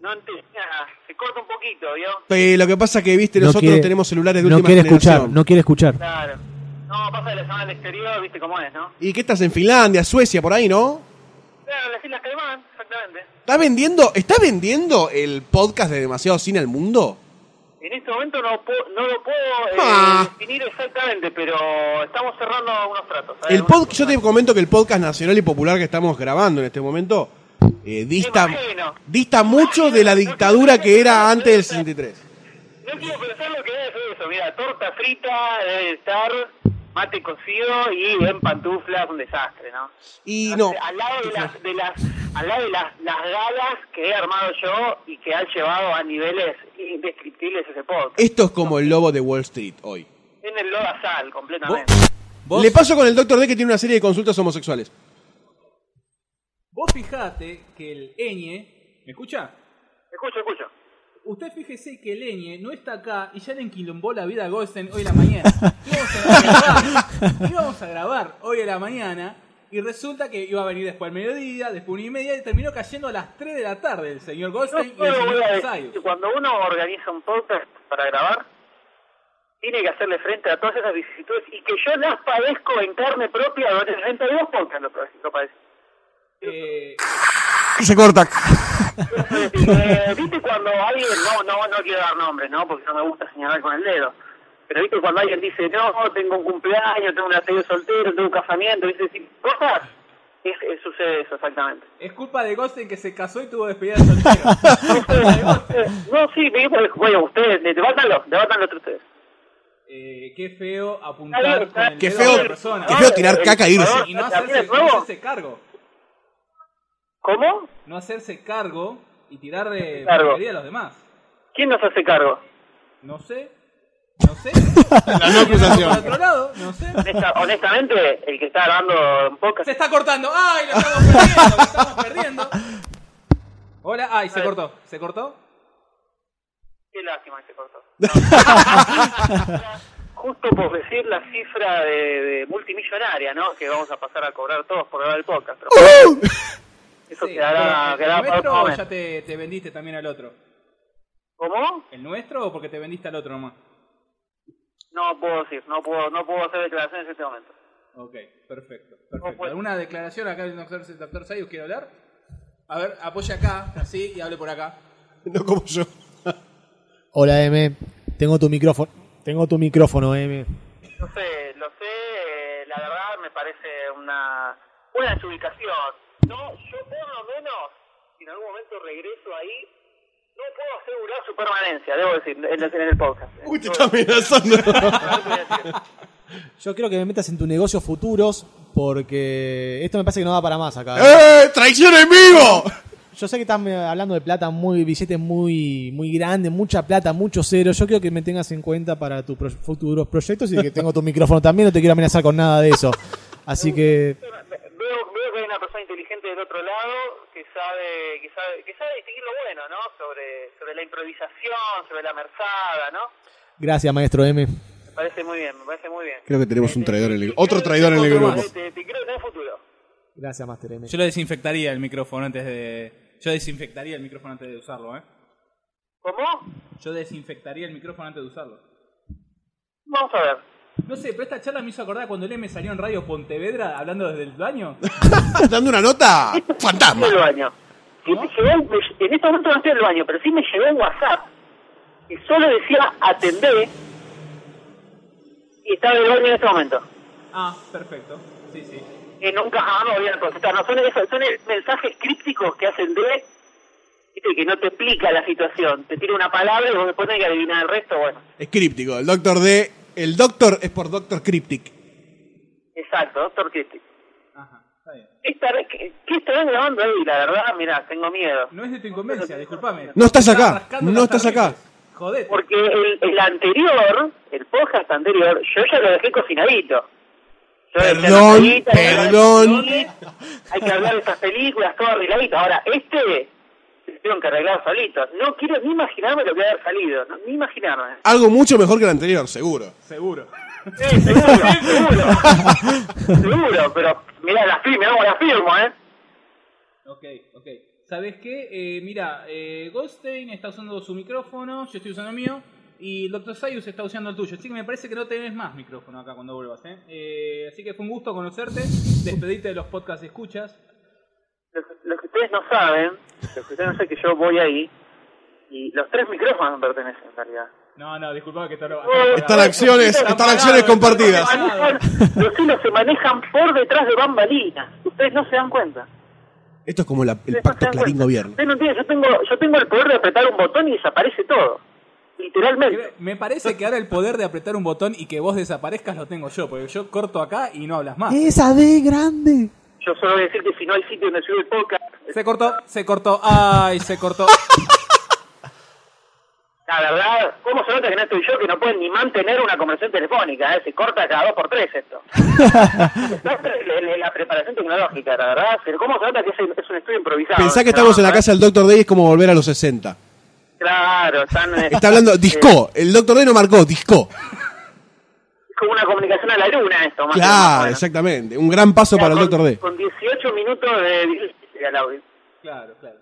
No entiendo, se corta un poquito, ¿vio? Eh, lo que pasa que, viste, nosotros quiere- tenemos celulares de no última quiere generación. escuchar, no quiere escuchar. Claro. No, pasa de la semana al exterior, viste cómo es, ¿no? ¿Y qué estás en Finlandia, Suecia, por ahí, no? Claro, las Islas Caimán, exactamente. ¿Estás vendiendo, ¿Está vendiendo el podcast de Demasiado Cine al mundo? En este momento no, po- no lo puedo eh, Ah. definir exactamente, pero estamos cerrando unos tratos. ¿sabes? El Algunas pod- yo te cosas. comento que el podcast nacional y popular que estamos grabando en este momento eh, dista, Imagino. dista mucho de la dictadura que era antes del 63. No quiero pensar lo que debe ser eso. Mira, torta frita debe estar, mate cocido y en pantuflas, un desastre, ¿no? Y no, Al lado de las, de las, al lado de las, las galas que he armado yo y que han llevado a niveles indescriptibles ese podcast. esto es como el lobo de Wall Street hoy. En el lodazal, completamente. ¿Vos? Le paso con el doctor D que tiene una serie de consultas homosexuales. Vos fijate que el Eñe. ¿Me escucha? Escucho, escucho. Usted fíjese que el Eñe no está acá y ya le enquilombó la vida a Goldstein hoy en la mañana. Íbamos a grabar, íbamos a grabar hoy en la mañana y resulta que iba a venir después al mediodía, después una y media y terminó cayendo a las 3 de la tarde el señor No Goldstein y el solo voy señor a Rosario. decir que cuando uno organiza un podcast para grabar, tiene que hacerle frente a todas esas vicisitudes y que yo las padezco en carne propia durante 32 podcasts. Lo, pade- lo padezco. Eh, Y se corta. Eh, ¿Viste cuando alguien, no, no, no quiero dar nombres, ¿no? Porque no me gusta señalar con el dedo. Pero viste cuando alguien dice, no, tengo un cumpleaños, tengo un despedida de soltero, tengo un casamiento, viste, decir cosas, es, es- sucede eso exactamente. Es culpa de Gosten que se casó y tuvo despedida de soltero. no, sí, me dijo, bueno, ustedes, debatan los, debatan los ustedes. Eh, qué feo apuntar con el Qué dedo feo- a otra persona. qué feo Ah, tirar caca e irse. Y no hacerse, no hacerse cargo. ¿Cómo? No hacerse cargo y tirar de Cargo. a los demás. ¿Quién nos hace cargo? No sé. No sé. La no Por acusación. otro lado, no sé. Honesta- honestamente, el que está grabando en podcast. Se está cortando. ¡Ay, lo estamos perdiendo! Lo estamos perdiendo. Hola. ¡Ay, se cortó! ¿Se cortó? Qué lástima que se cortó. Justo por decir la cifra de, de multimillonaria, ¿no? Que vamos a pasar a cobrar todos por grabar el podcast. pero ¡Uh! Eso Sí, quedará, pero quedará ¿El para otro nuestro o momento. ya te, te vendiste también al otro? ¿Cómo? ¿El nuestro o porque te vendiste al otro nomás? No puedo decir, no puedo, no puedo hacer declaraciones en este momento. Ok, perfecto. perfecto. fue? ¿Alguna declaración acá del doctor, doctor Sayus quiere hablar? A ver, apoya acá, así, y hable por acá. No como yo. Hola, M. Tengo tu micrófono. Tengo tu micrófono, M. No sé, lo sé, eh, la verdad me parece una, una desubicación. No, yo por lo menos, si en algún momento regreso ahí, no puedo asegurar su permanencia, debo decir, en, en el podcast. Uy, te está amenazando. Yo creo que me metas en tus negocios futuros porque esto me parece que no da para más acá. ¡Eh! ¡Traición en vivo! Yo sé que estás me- hablando de plata muy, billetes muy, muy grandes, mucha plata, mucho cero. Yo creo que me tengas en cuenta para tus pro- futuros proyectos y que tengo tu micrófono también. No te quiero amenazar con nada de eso. Así que Veo, veo que hay una persona inteligente del otro lado que sabe que sabe, que sabe distinguir lo bueno, ¿no? Sobre, sobre la improvisación, sobre la merzada, ¿no? gracias, maestro M. Me parece muy bien, me parece muy bien. Creo que tenemos un traidor en el Otro traidor en el grupo. Te, te- te creo que tenés futuro. Gracias, Master M. Yo lo desinfectaría el micrófono antes de. Yo desinfectaría el micrófono antes de usarlo, ¿eh? ¿Cómo? Yo desinfectaría el micrófono antes de usarlo. Vamos a ver. No sé, pero esta charla me hizo acordar cuando el M salió en Radio Pontevedra hablando desde el baño. Dando una nota. Estoy ¡Fantasma! en el baño. Sí, me llegó un- me- en este momento no estoy en el baño, pero sí me llegó un WhatsApp que solo decía atendé y estaba en el baño en este momento. Ah, perfecto. Sí, sí. que nunca jamás me volvieron a contestar. No, son, esos, son el- mensajes crípticos que hacen de, viste, que no te explica la situación. Te tira una palabra y vos después tenés que adivinar el resto. Bueno, Es críptico. El doctor D. El doctor es por doctor cryptic. exacto, doctor Críptico. Ajá, está bien. ¿Qué estarás, qué, qué estarás grabando ahí? La verdad, mira, tengo miedo. No es de tu incumbencia, discúlpame. No estás Estás acá, rascando no las estás acá. tarjetas. Jodete. Porque el, el anterior, el podcast anterior, yo ya lo dejé cocinadito. Yo dejé Perdón, cocinadito, perdón. Hay que hablar de estas películas, todo arregladito. Ahora, este, se tuvieron que arreglar solitos. No quiero ni imaginarme lo que va a haber salido, no- ni imaginarme. Algo mucho mejor que el anterior, seguro. Seguro. Sí, Eh, seguro, seguro. Seguro, pero mirá, la firma, mirá cómo la firmo, ¿eh? Ok, ok. ¿Sabes qué? Eh, mira, eh, Goldstein está usando su micrófono, yo estoy usando el mío, y el Dr. Sayus está usando el tuyo. Así que me parece que no tenés más micrófono acá cuando vuelvas, ¿eh? Eh, así que fue un gusto conocerte, despedirte de los podcasts escuchas. Lo, que- lo que ustedes no saben, lo que ustedes no saben es que yo voy ahí y los tres micrófonos me pertenecen en realidad. No, no, disculpame que te lo... Están acciones, están acciones Se compartidas. manejan- Los hilos se manejan por detrás de bambalinas. Ustedes no se dan cuenta. Esto es como la- el Ustedes no se pacto dan Clarín cuenta. Gobierno. Ustedes no entienden, yo tengo, yo tengo el poder de apretar un botón y desaparece todo. Literalmente. Me parece que ahora el poder de apretar un botón y que vos desaparezcas lo tengo yo, porque yo corto acá y no hablas más. Esa D grande. Yo solo voy a decir que si no hay sitio donde subir el podcast, Se cortó, se cortó, ay, se cortó. La verdad, ¿cómo se nota que no estoy yo que no pueden ni mantener una conversación telefónica? Eh? Se corta cada dos por tres esto. la, la- la preparación tecnológica, la verdad. pero ¿Cómo se nota que es, es un estudio improvisado? Pensá que estamos en la No, casa del doctor D y es como volver a los 60. Claro, están. eh, Está hablando eh, disco. El doctor D no marcó disco. es como una comunicación a la luna esto, más o Claro, menos, bueno. exactamente. Un gran paso para el con, doctor D. Con 18 minutos de. de la- Claro, claro.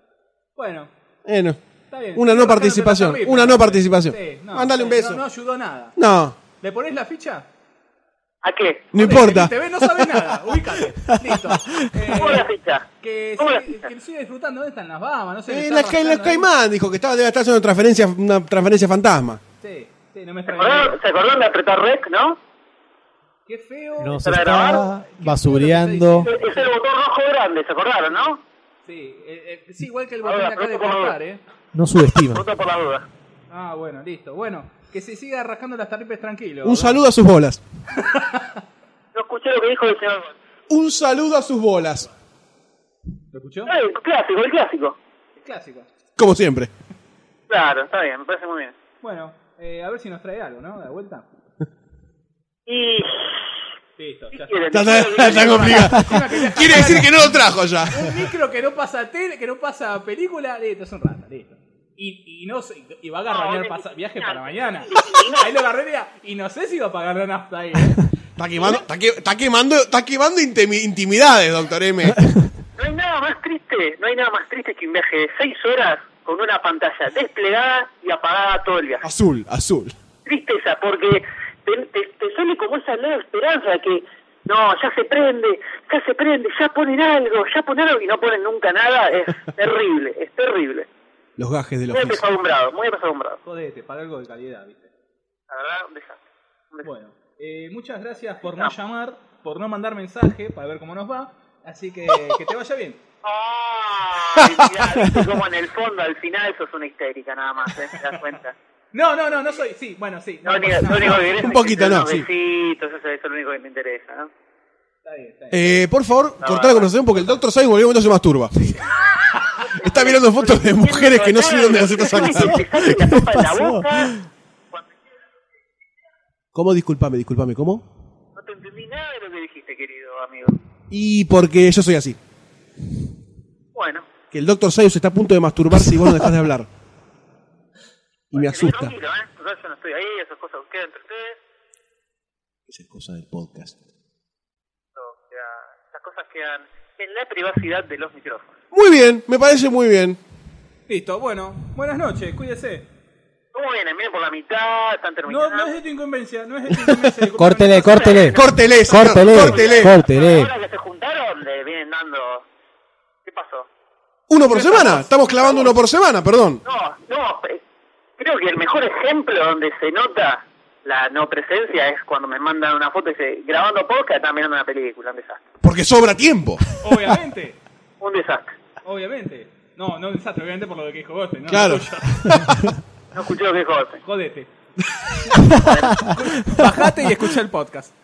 Bueno, Bueno, Está bien. una no Pero participación. está bien, Una está no bien. participación. Sí, no, Mándale un no, beso. No, ayudó nada. No, ¿Le pones la ficha? ¿A qué? no importa. Te ve, no sabe nada. Ubícate. Listo. ¿Cómo la Eh, ficha? que, ¿Cómo la sí- ficha? que sigue disfrutando. ¿Dónde están las Bahamas? No sé. le Eh, está la, Sky- la rascando ahí. Skyman dijo que estaba, debe estar haciendo transferencia, una transferencia fantasma. Sí, sí, no me ¿Se acordaron, se acordaron de apretar rec, no? Qué feo. Nos ¿Para está grabar? basureando. Es es el botón rojo grande, ¿se acordaron, no? Sí, eh, eh, sí, igual que el botón Ahora, de acá de pronto por cortar, favor. ¿eh? No subestima. Pregunta por la duda. Ah, bueno, listo. Bueno, que se siga rascando las taripes tranquilo. Un saludo a sus bolas. No escuché lo que dijo el señor. Un saludo a sus bolas. ¿Lo escuchó? Ah, el clásico, el clásico. Es clásico. Como siempre. Claro, está bien, me parece muy bien. Bueno, eh, a ver si nos trae algo, ¿no? De vuelta. Y... Listo, ¿Qué ya está. quieren? Está, está- está complicado. Quiere decir que no lo trajo ya. Un micro que no pasa tele, que no pasa película, listo, es un rata, listo. Y, y no sé, y va a agarrar No, pasa- no, viaje no, para mañana. no. Ahí lo agarré diría, y no sé si va a pagar la nafta ahí. Está quemando, está que- está quemando, está quemando intimi- intimidades, doctor M. No hay nada más triste, no hay nada más triste que un viaje de seis horas con una pantalla desplegada y apagada todo el viaje. Azul, azul. Tristeza, porque te, te- te sale como esa nueva esperanza que no, ya se prende, ya se prende, ya ponen algo, ya ponen algo y no ponen nunca nada, es terrible, es terrible. Los gajes del Muy oficio. apesadumbrado, muy apesadumbrado. Jodete, para algo de calidad, viste. La verdad, un desastre. Un desastre. Bueno, eh, muchas gracias por no llamar, por no mandar mensaje, para ver cómo nos va. Así que que te vaya bien. Ay, mirá, viste como en el fondo, al final sos una histérica nada más, ¿eh? ¿Te das cuenta? No, no, no, no soy. Sí, bueno, sí. Lo no, único, no, lo único que querés Un es poquito, que te den no, unos sí. besitos, eso es lo único que te interesa, ¿no? Está bien, está bien. Eh, por favor, cortá la conversación porque el doctor Sai volvió momento se masturba. Está mirando fotos de mujeres que no sé dónde las está sacando. ¿Cómo? Disculpame, disculpame, ¿cómo? No te entendí nada de lo que dijiste, querido amigo. Y porque yo soy así. Bueno, Que el doctor Sayus está a punto de masturbarse y vos no dejás de hablar. Y me tenés asusta. tranquilo, ¿eh? Yo- Yo no estoy ahí, esas cosas quedan entre ustedes. Esa es cosa del podcast. o sea, Esas cosas quedan en la privacidad de los micrófonos. Muy bien, me parece muy bien. Listo, bueno, buenas noches, cuídese. ¿Cómo vienen? Vienen por la mitad, están No, terminando. no es de tu incumbencia, no es de tu incumbencia. disculpame. Córtele, córtele. Córtele, señor, Córtele. córtele. Córtele. Ahora que se juntaron, le vienen dando... ¿Qué pasó? Uno por semana. Estamos clavando uno por semana, perdón. No, no, eh, creo que el mejor ejemplo donde se nota la no presencia es cuando me mandan una foto y dice, grabando podcast, están mirando una película, un desastre. Porque sobra tiempo. Obviamente, Un desastre. obviamente. No, no un desastre, obviamente por lo que dijo Goste, no. Claro. no tuyo. No escuché lo que dijo Orfe. Jodete. Bajate y escucha el podcast.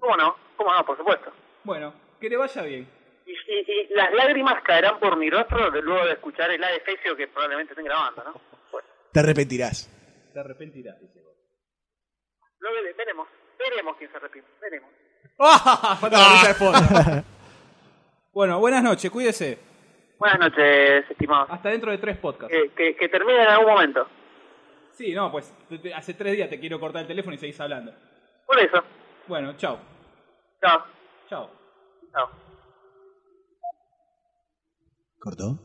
¿Cómo no? ¿Cómo no? Por supuesto. Bueno, que te vaya bien. Y, y- y las lágrimas caerán por mi rostro de- luego de escuchar el adefesio que probablemente estén grabando, ¿no? Bueno, Te arrepentirás. Te arrepentirás, dice Goste. lo vere- veremos. Veremos quién se arrepiente. Veremos. Falta la risa de fondo. Bueno, buenas noches, cuídese. Buenas noches, estimados. Hasta dentro de tres podcasts. Que, que, que termine en algún momento. Sí, no, pues te- te- hace tres días te quiero cortar el teléfono y seguís hablando. Por eso. Bueno, chao. Chao. Chao. Chao. ¿Cortó?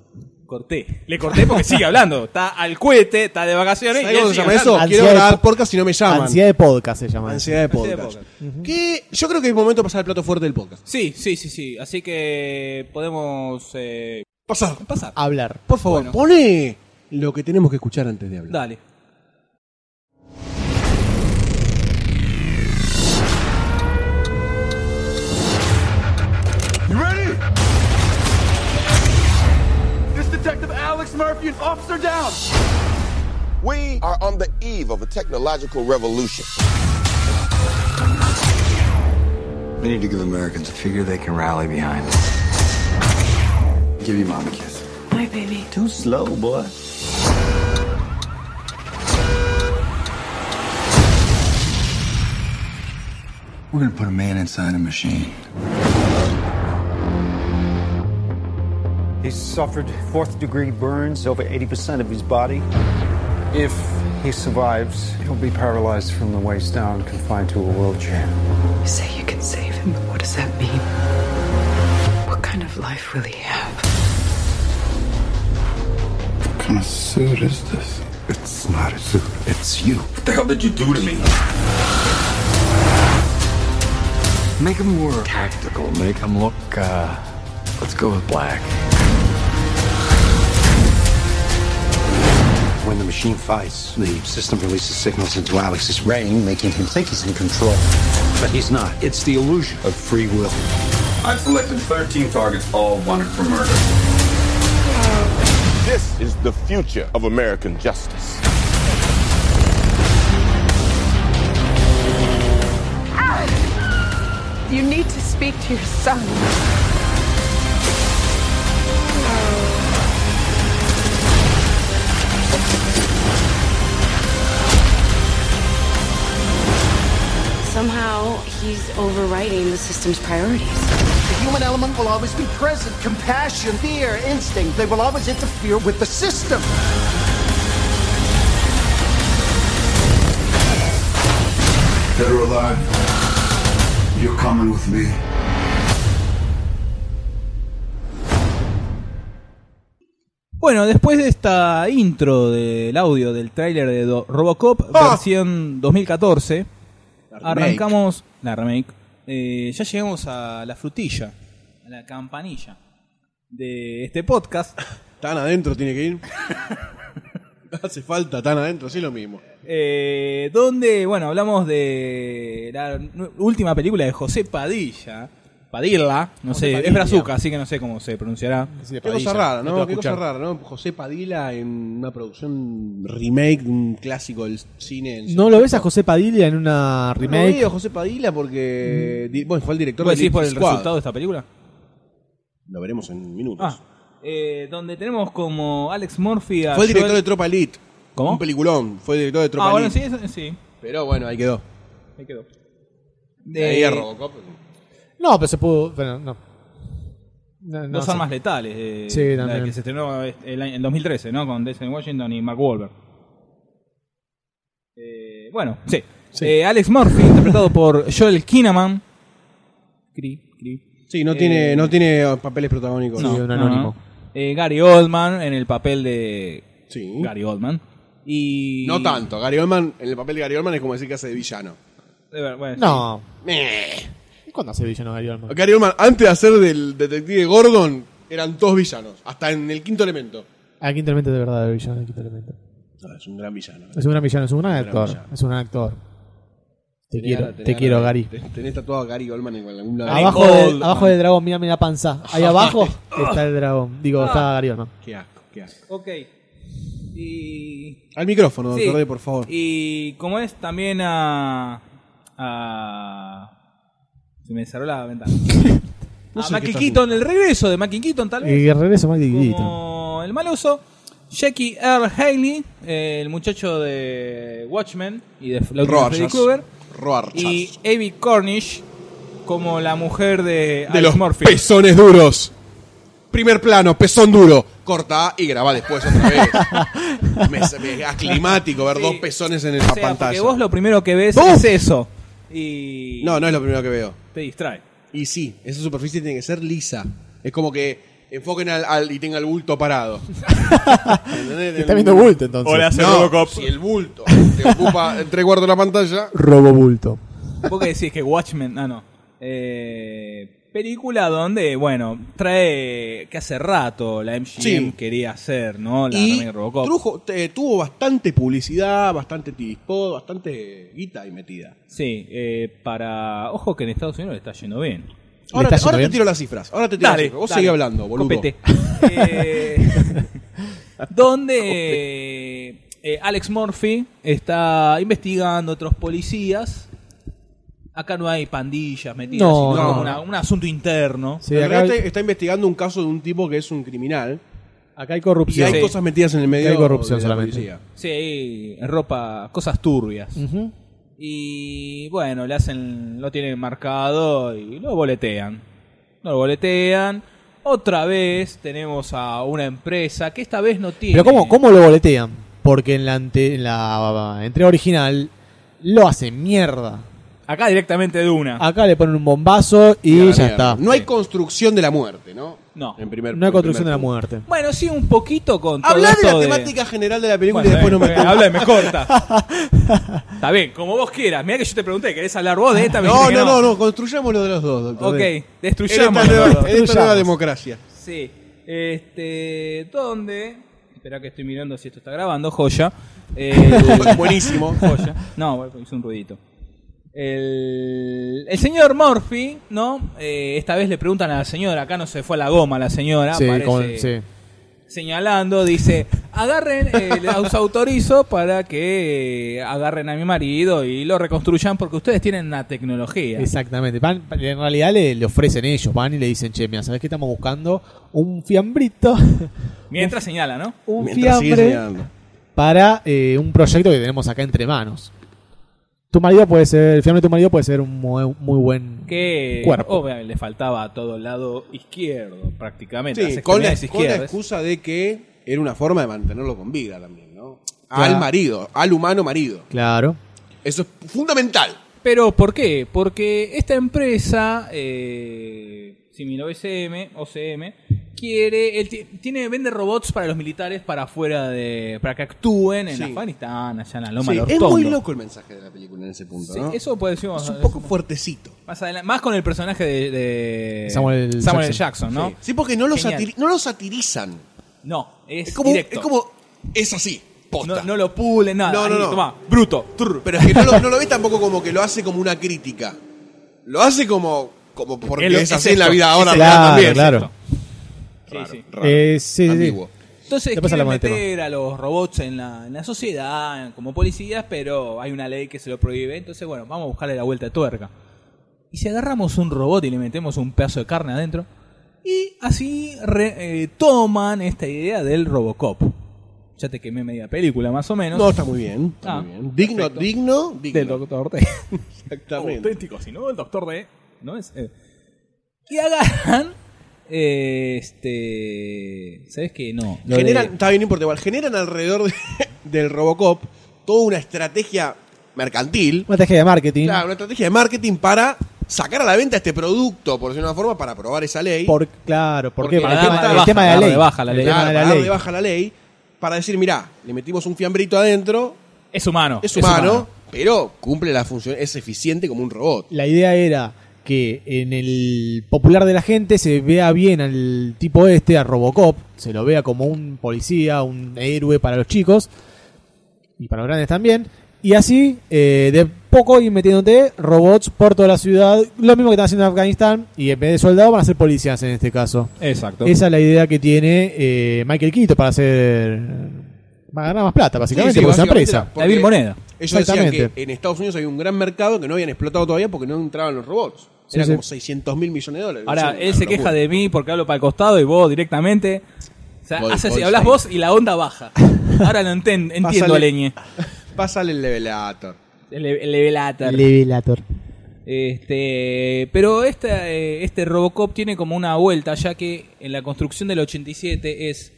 Corté. Le corté porque sigue hablando. Está al cohete, está de vacaciones. ¿Sabes cómo él se llama sigue eso? hablando. Quiero Ansiedad de grabar po- podcast si no me llaman. Ansiedad de podcast se llama. Ansiedad de Ansiedad de podcast. Que yo creo que es momento de pasar el plato fuerte del podcast. Sí, sí, sí, sí. Así que podemos eh, Pasar. pasar. Hablar. Por favor, Bueno. pone lo que tenemos que escuchar antes de hablar. Dale. You ready? This Detective Alex Murphy and officer down. We are on the eve of a technological revolution. We need to give Americans a figure they can rally behind. Give your mom a kiss. Hi, baby. Too slow, boy. We're gonna put a man inside a machine. He suffered fourth degree burns over 80% of his body. If he survives, he'll be paralyzed from the waist down, confined to a wheelchair. You say you can save him, but what does that mean? What kind of life will he have? What kind of suit is this? It's not a suit. It's you. What the hell did you do to me? Make him more tactical. Make him look, uh, let's go with black. When the machine fights, the system releases signals into Alex's brain, making him think he's in control. But he's not. It's the illusion of free will. I've selected 13 targets, all wanted for murder. This is the future of American justice. You need to speak to your son. Somehow, he's overriding the system's priorities. The human element will always be present. Compassion, fear, instinct. They will always interfere with the system. Dead or alive, you're coming with me. Bueno, después de esta intro del audio del tráiler de Do- Robocop versión 2014, arrancamos la remake. Eh, ya llegamos a la frutilla, a la campanilla de este podcast. Tan adentro tiene que ir. Hace falta tan adentro, sí lo mismo. Eh, donde, bueno, hablamos de la nu- última película de José Padilla. Padilla, no José sé, Padilla. es Brazuca, así que no sé cómo se pronunciará. Qué cosa rara, ¿no? Qué cosa rara, ¿no? José Padilla en una producción remake de un clásico del cine. en- ¿No lo ves a José Padilla en una No lo remake? veo a José Padilla porque di- bueno, fue el director ¿Vos decís Elite por el Squad. resultado de esta película? Lo veremos en minutos. Ah, eh, donde tenemos como Alex Murphy a fue el director Joel- de Tropa Elite. Ah, ¿Cómo? Un peliculón. Fue el director de Tropa Ah, bueno, Elite. sí, eso- sí. Eh, Pero bueno, ahí quedó. Ahí quedó. De ahí a Robocop. No, pero se pudo. Bueno, no. No, no Dos sé. armas letales. eh, Sí, la también. que se estrenó este, el año- en 2013, ¿no? Con Denzel Washington y Mark Wahlberg. Eh, bueno, sí. Eh, Alex Murphy, interpretado por Joel Kinnaman. Cri, cri. Sí, no, Eh, tiene, no tiene papeles protagónicos. no, no, no. Eh, Gary Oldman en el papel de Gary Oldman. Y... No tanto. Gary Oldman, en el papel de Gary Oldman es como decir que hace de villano. De ver- bueno, No. Meh. ¿Cuándo hace villano Gary Oldman? Gary Oldman, antes de hacer del detective Gordon, eran todos villanos. Hasta en el quinto elemento. Ah, Quinto Elemento es de verdad, el villano de Quinto Elemento. No, es un gran villano. Es un gran villano, es un gran actor. villano. Es un gran actor. Te Tenés ganas- quiero, tenés te ganas quiero, de- Gary. ten- Tenés tatuado a Gary Oldman en algún lado. Abajo, del, abajo del dragón, mira, me da panza. Ahí abajo está el dragón. Ah. Digo, está Gary Oldman. Qué asco, qué asco. Ok. Y... Al micrófono, doctor Sí. D, por favor. Y como es también a. a- Se me cerró la ventana. No a sé qué Mackie está Keaton, el regreso de Mackie Keaton, tal Y vez. regreso más dividito. Como el mal uso. Jackie R. Haley, eh, el muchacho de Watchmen y de la última de Freddy Roarchas. Krueger. Roarchas. Y Abby Cornish, como la mujer de, de Alex los Murphy. pezones duros. Primer plano, pezón duro. Corta y graba después otra vez. me, me- aclimático ver dos pezones en la O sea, porque pantalla. vos lo primero que ves ¡Buf! es eso. Y No, no es lo primero que veo. te distrae. Y sí, esa superficie tiene que ser lisa. Es como que enfoquen al, al- y tenga el bulto parado. ¿Entendés? Está viendo bulto, entonces. O le hace No, Robocop. Si el bulto te ocupa tres cuartos de la pantalla. Robobulto. Vos que decís que Watchmen, ah, no. Eh, película donde, bueno, trae que hace rato la MGM Sí. quería hacer, ¿no? La Y remake de Robocop. trujo- eh, tuvo bastante publicidad, bastante TV spot, bastante guita ahí metida. Sí, eh, para. Ojo que en Estados Unidos le está yendo bien. Ahora, te, ahora te tiro las cifras. Ahora te tiro las Dale, cifras. Vos dale. seguí hablando, boludo. Copete. Eh, donde eh, Alex Murphy está investigando otros policías. Acá no hay pandillas metidas, No, sino no. como una- un asunto interno. En realidad está- está investigando un caso de un tipo que es un criminal. Acá hay Y corrupción. hay Sí. cosas metidas en el medio. Acá hay corrupción de la solamente. policía. Sí, ropa, cosas turbias. Mm. Y bueno, le hacen, lo tienen marcado y lo boletean. Lo boletean. Otra vez tenemos a una empresa que esta vez no tiene. Pero ¿cómo, ¿cómo lo boletean? Porque en la, ante- en la entrega original lo hacen mierda. Acá directamente de Ah. una. Acá le ponen un bombazo la y, ya mierda. está. No hay construcción de la muerte, ¿no? No. En primer, No hay en construcción de primer la punto. muerte. Bueno, sí, un poquito con todo Hablá de esto la temática general de la película Bueno, y después eh, no me eh, habla y me corta. Está bien, como vos quieras. Mirá que yo te pregunté, ¿querés hablar vos de esta? Me No, dijiste no, que no, no, construyamos lo de los dos, doctor. Ok, D. destruyamos En esta nueva, los dos. en esta nueva Destruyamos. democracia. Sí. Este, donde Espera que estoy mirando si esto está grabando, joya. Buenísimo. Joya. No, bueno, hizo un ruidito. El, el señor Murphy, ¿no? Eh, esta vez le preguntan a la señora, acá no se fue a la goma la señora, Sí, parece, como- sí. señalando, dice, agarren, eh, los autorizo para que eh, agarren a mi marido y lo reconstruyan porque ustedes tienen la tecnología. Exactamente. Van- en realidad le, le ofrecen ellos, van y le dicen, che, mira, ¿sabes qué estamos buscando? Un fiambrito Mientras señala, ¿no? Un fiambre. para eh, un proyecto que tenemos acá entre manos. Tu marido puede ser, el fiambre de tu marido puede ser un mu- muy buen Que oh. cuerpo. obvio, le faltaba a todo el lado izquierdo, prácticamente. Sí, las con la, extremidades con la izquierdas. excusa de que era una forma de mantenerlo con vida también, ¿no? Claro. Al marido, al humano marido. Claro. Eso es fundamental. Pero ¿por qué? Porque esta empresa, eh, similar OSM, OCM, quiere, él ti- tiene vende robots para los militares para afuera de, para que actúen en Sí. Afganistán, allá en la Loma Sí, de es Ortondo. muy loco el mensaje de la película en ese punto, Sí, ¿no? Eso puede ser Es un poco fuertecito. más, adela- más con el personaje de, de- Samuel L. Jackson, ¿no? Sí, Sí, porque no lo, Genial. satiri- no lo satirizan. No, es, Es como, directo. es como- es así. Posta. no, no lo pule, nada. No, no, Ahí, no. tomá, bruto. trrr. Pero es que no lo, no lo ve tampoco como que lo hace como una crítica. Lo hace como, como porque Es lo- es, es así en esto, la vida es ahora esto. real Ah, también. claro. Sí, sí. Raro, Eh, sí, sí. ambiguo. Entonces Después quieren hablamos del meter a los robots en la, en la sociedad como policías, pero hay una ley que se lo prohíbe. Entonces, bueno, vamos a buscarle la vuelta de tuerca. Y si agarramos un robot y le metemos un pedazo de carne adentro, y así re- eh, toman esta idea del Robocop. Ya te quemé media película, más o menos. No, está muy bien. está Ah, muy bien. Digno, perfecto. digno, digno. Del Doctor D. Exactamente. Auténtico, si no, el Doctor D. ¿No es? Eh. Y agarran. eh, este. ¿Sabes qué? No. lo de- generan, está bien, no importa, igual, generan alrededor de- del Robocop toda una estrategia mercantil, Una estrategia de marketing. claro, una estrategia de marketing para sacar a la venta este producto, por decirlo de una forma, para aprobar esa ley. Por, claro, ¿por Porque qué? Por el la tema, dama de el baja, tema de la la dama ley. de baja, la El ley. tema Claro, de para la dar ley. de baja la ley, para decir, mirá, le metimos un fiambrito adentro, Es humano. es humano, pero cumple la función, es eficiente como un robot. La idea era que en el popular de la gente se vea bien al tipo este, a Robocop, se lo vea como un policía, un héroe para los chicos y para los grandes también. Y así, eh, de poco ir metiéndote robots por toda la ciudad, lo mismo que están haciendo en Afganistán, y en vez de soldados van a ser policías en este caso. Exacto. Esa es la idea que tiene eh, Michael Quito para hacer. para ganar más plata, básicamente, Sí, sí, porque es una básicamente empresa. porque La vil moneda. Ellos decían que Exactamente. en Estados Unidos había un gran mercado que no habían explotado todavía porque no entraban los robots. Sí, Eran sí. como 600 mil millones de dólares. Ahora, Es una él se locura. queja de mí porque hablo para el costado y vos directamente. O sea, Voy- haces, voy hablas ahí. vos y la onda baja. Ahora lo enten- entiendo, Pásale. Leñe. Pásale el levelator. El, el levelator. Levelator. Este, pero esta, eh, este Robocop tiene como una vuelta, ya que en la construcción del 87 es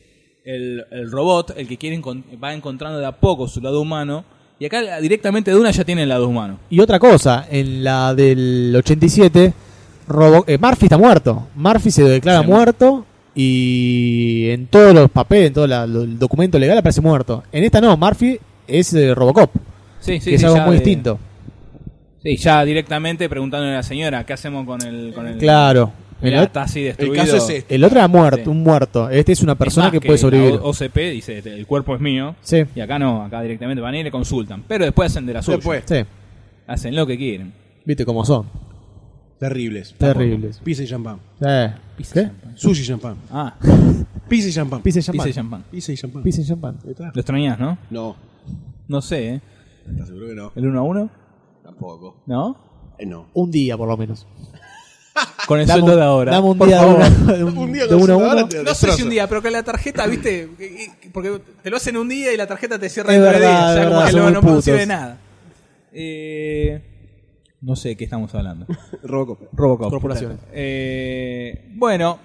el, el robot el que quiere encon- va encontrando de a poco su lado humano. Y acá directamente de una ya tiene el lado humano. Y otra cosa, en la del 87, Robo- eh, Murphy está muerto. Murphy se declara Sí. muerto y en todos los papeles, en todo la- lo- el documento legal aparece muerto. En esta no, Murphy es eh, Robocop, Sí, sí, que es sí, algo ya muy de- distinto. Sí, ya directamente preguntándole a la señora, ¿qué hacemos con el... Con el Claro. Mirá, El ot- está así El destruido. caso es este. El otro era muerto, Sí. un muerto. Este es una persona Es más que, puede la sobrevivir. O- OCP dice, "Este, el cuerpo es mío. Sí. Y acá no, acá directamente van y le consultan. Pero después hacen de la suya. Después. Sí, Hacen lo que quieren. viste cómo son. Terribles. Terribles. Pizza y champán. Eh, ¿Qué? Sushi y champán. Ah, Pizza y champán. Pise pizza champán. y champán. Pizza y champán. Pise champán. Lo extrañas, ¿no? No, No sé, ¿eh? ¿estás seguro que no? ¿El 1 a 1? Tampoco. ¿No? Eh, no. Un día por lo menos. Con el Dame sueldo un- de ahora. dame un Por día de favor. una- de un- Un día de con uno a su- ahora uno. te No sé si destrozo. un día, pero que la tarjeta, viste, que- que- porque te lo hacen un día y la tarjeta te cierra Es el verdad, día, es ya como verdad, que son no, muy no produce putos. nada. Eh, no sé de qué estamos hablando. Robocop. Robocop. Corporaciones. Eh, bueno,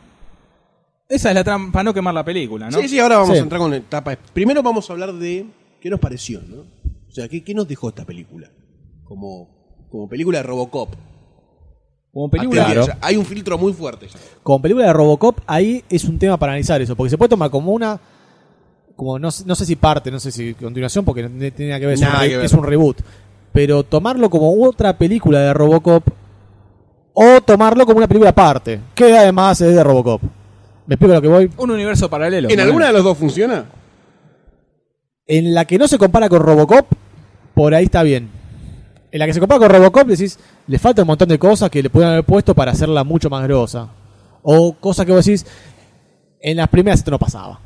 esa es la trampa, para no quemar la película, ¿no? Sí, sí, ahora vamos Sí. a entrar con la etapa. Primero vamos a hablar de qué nos pareció, ¿no? O sea, ¿qué, qué nos dejó esta película? Como, como película de Robocop. Como película. Hasta el día, o sea, hay un filtro muy fuerte. ya. con película de Robocop, ahí es un tema para analizar eso, porque se puede tomar como una. Como no, sé- no sé si parte, no sé si continuación, porque no tiene nada que ver, es, un, Nada re- que ver. es un reboot. Pero tomarlo como otra película de Robocop o tomarlo como una película aparte, que además es de Robocop. ¿Me explico a lo que voy? Un universo paralelo. ¿En alguna de las dos funciona? En la que no se compara con Robocop, por ahí está bien. En la que se compara con Robocop, decís, le falta un montón de cosas que le pudieran haber puesto para hacerla mucho más grosa. O cosas que vos decís, en las primeras esto no pasaba.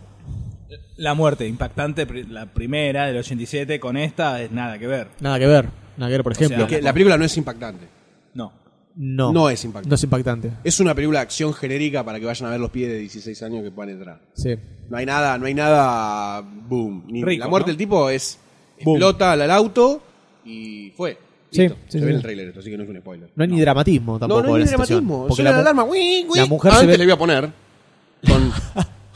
La muerte impactante, pri- la primera del 87, con esta es nada que ver. Nada que ver. Nada que ver, por O sea, ejemplo. que La película no es impactante. No. No. No es impactante. No es impactante. Es una película de acción genérica para que vayan a ver los pies de 16 años que puedan entrar. Sí. No hay nada, no hay nada. Boom. Ni- Rico, la muerte ¿no? del tipo es. Boom. Explota al al auto y fue. Sí, Listo. sí, se sí, ve en sí. el trailer esto, así que no es un spoiler. No hay ni dramatismo tampoco. No, no hay de ni la situación. dramatismo. Porque Suena la, mu- alarma. Wing, la mujer Antes se ve- le voy a poner con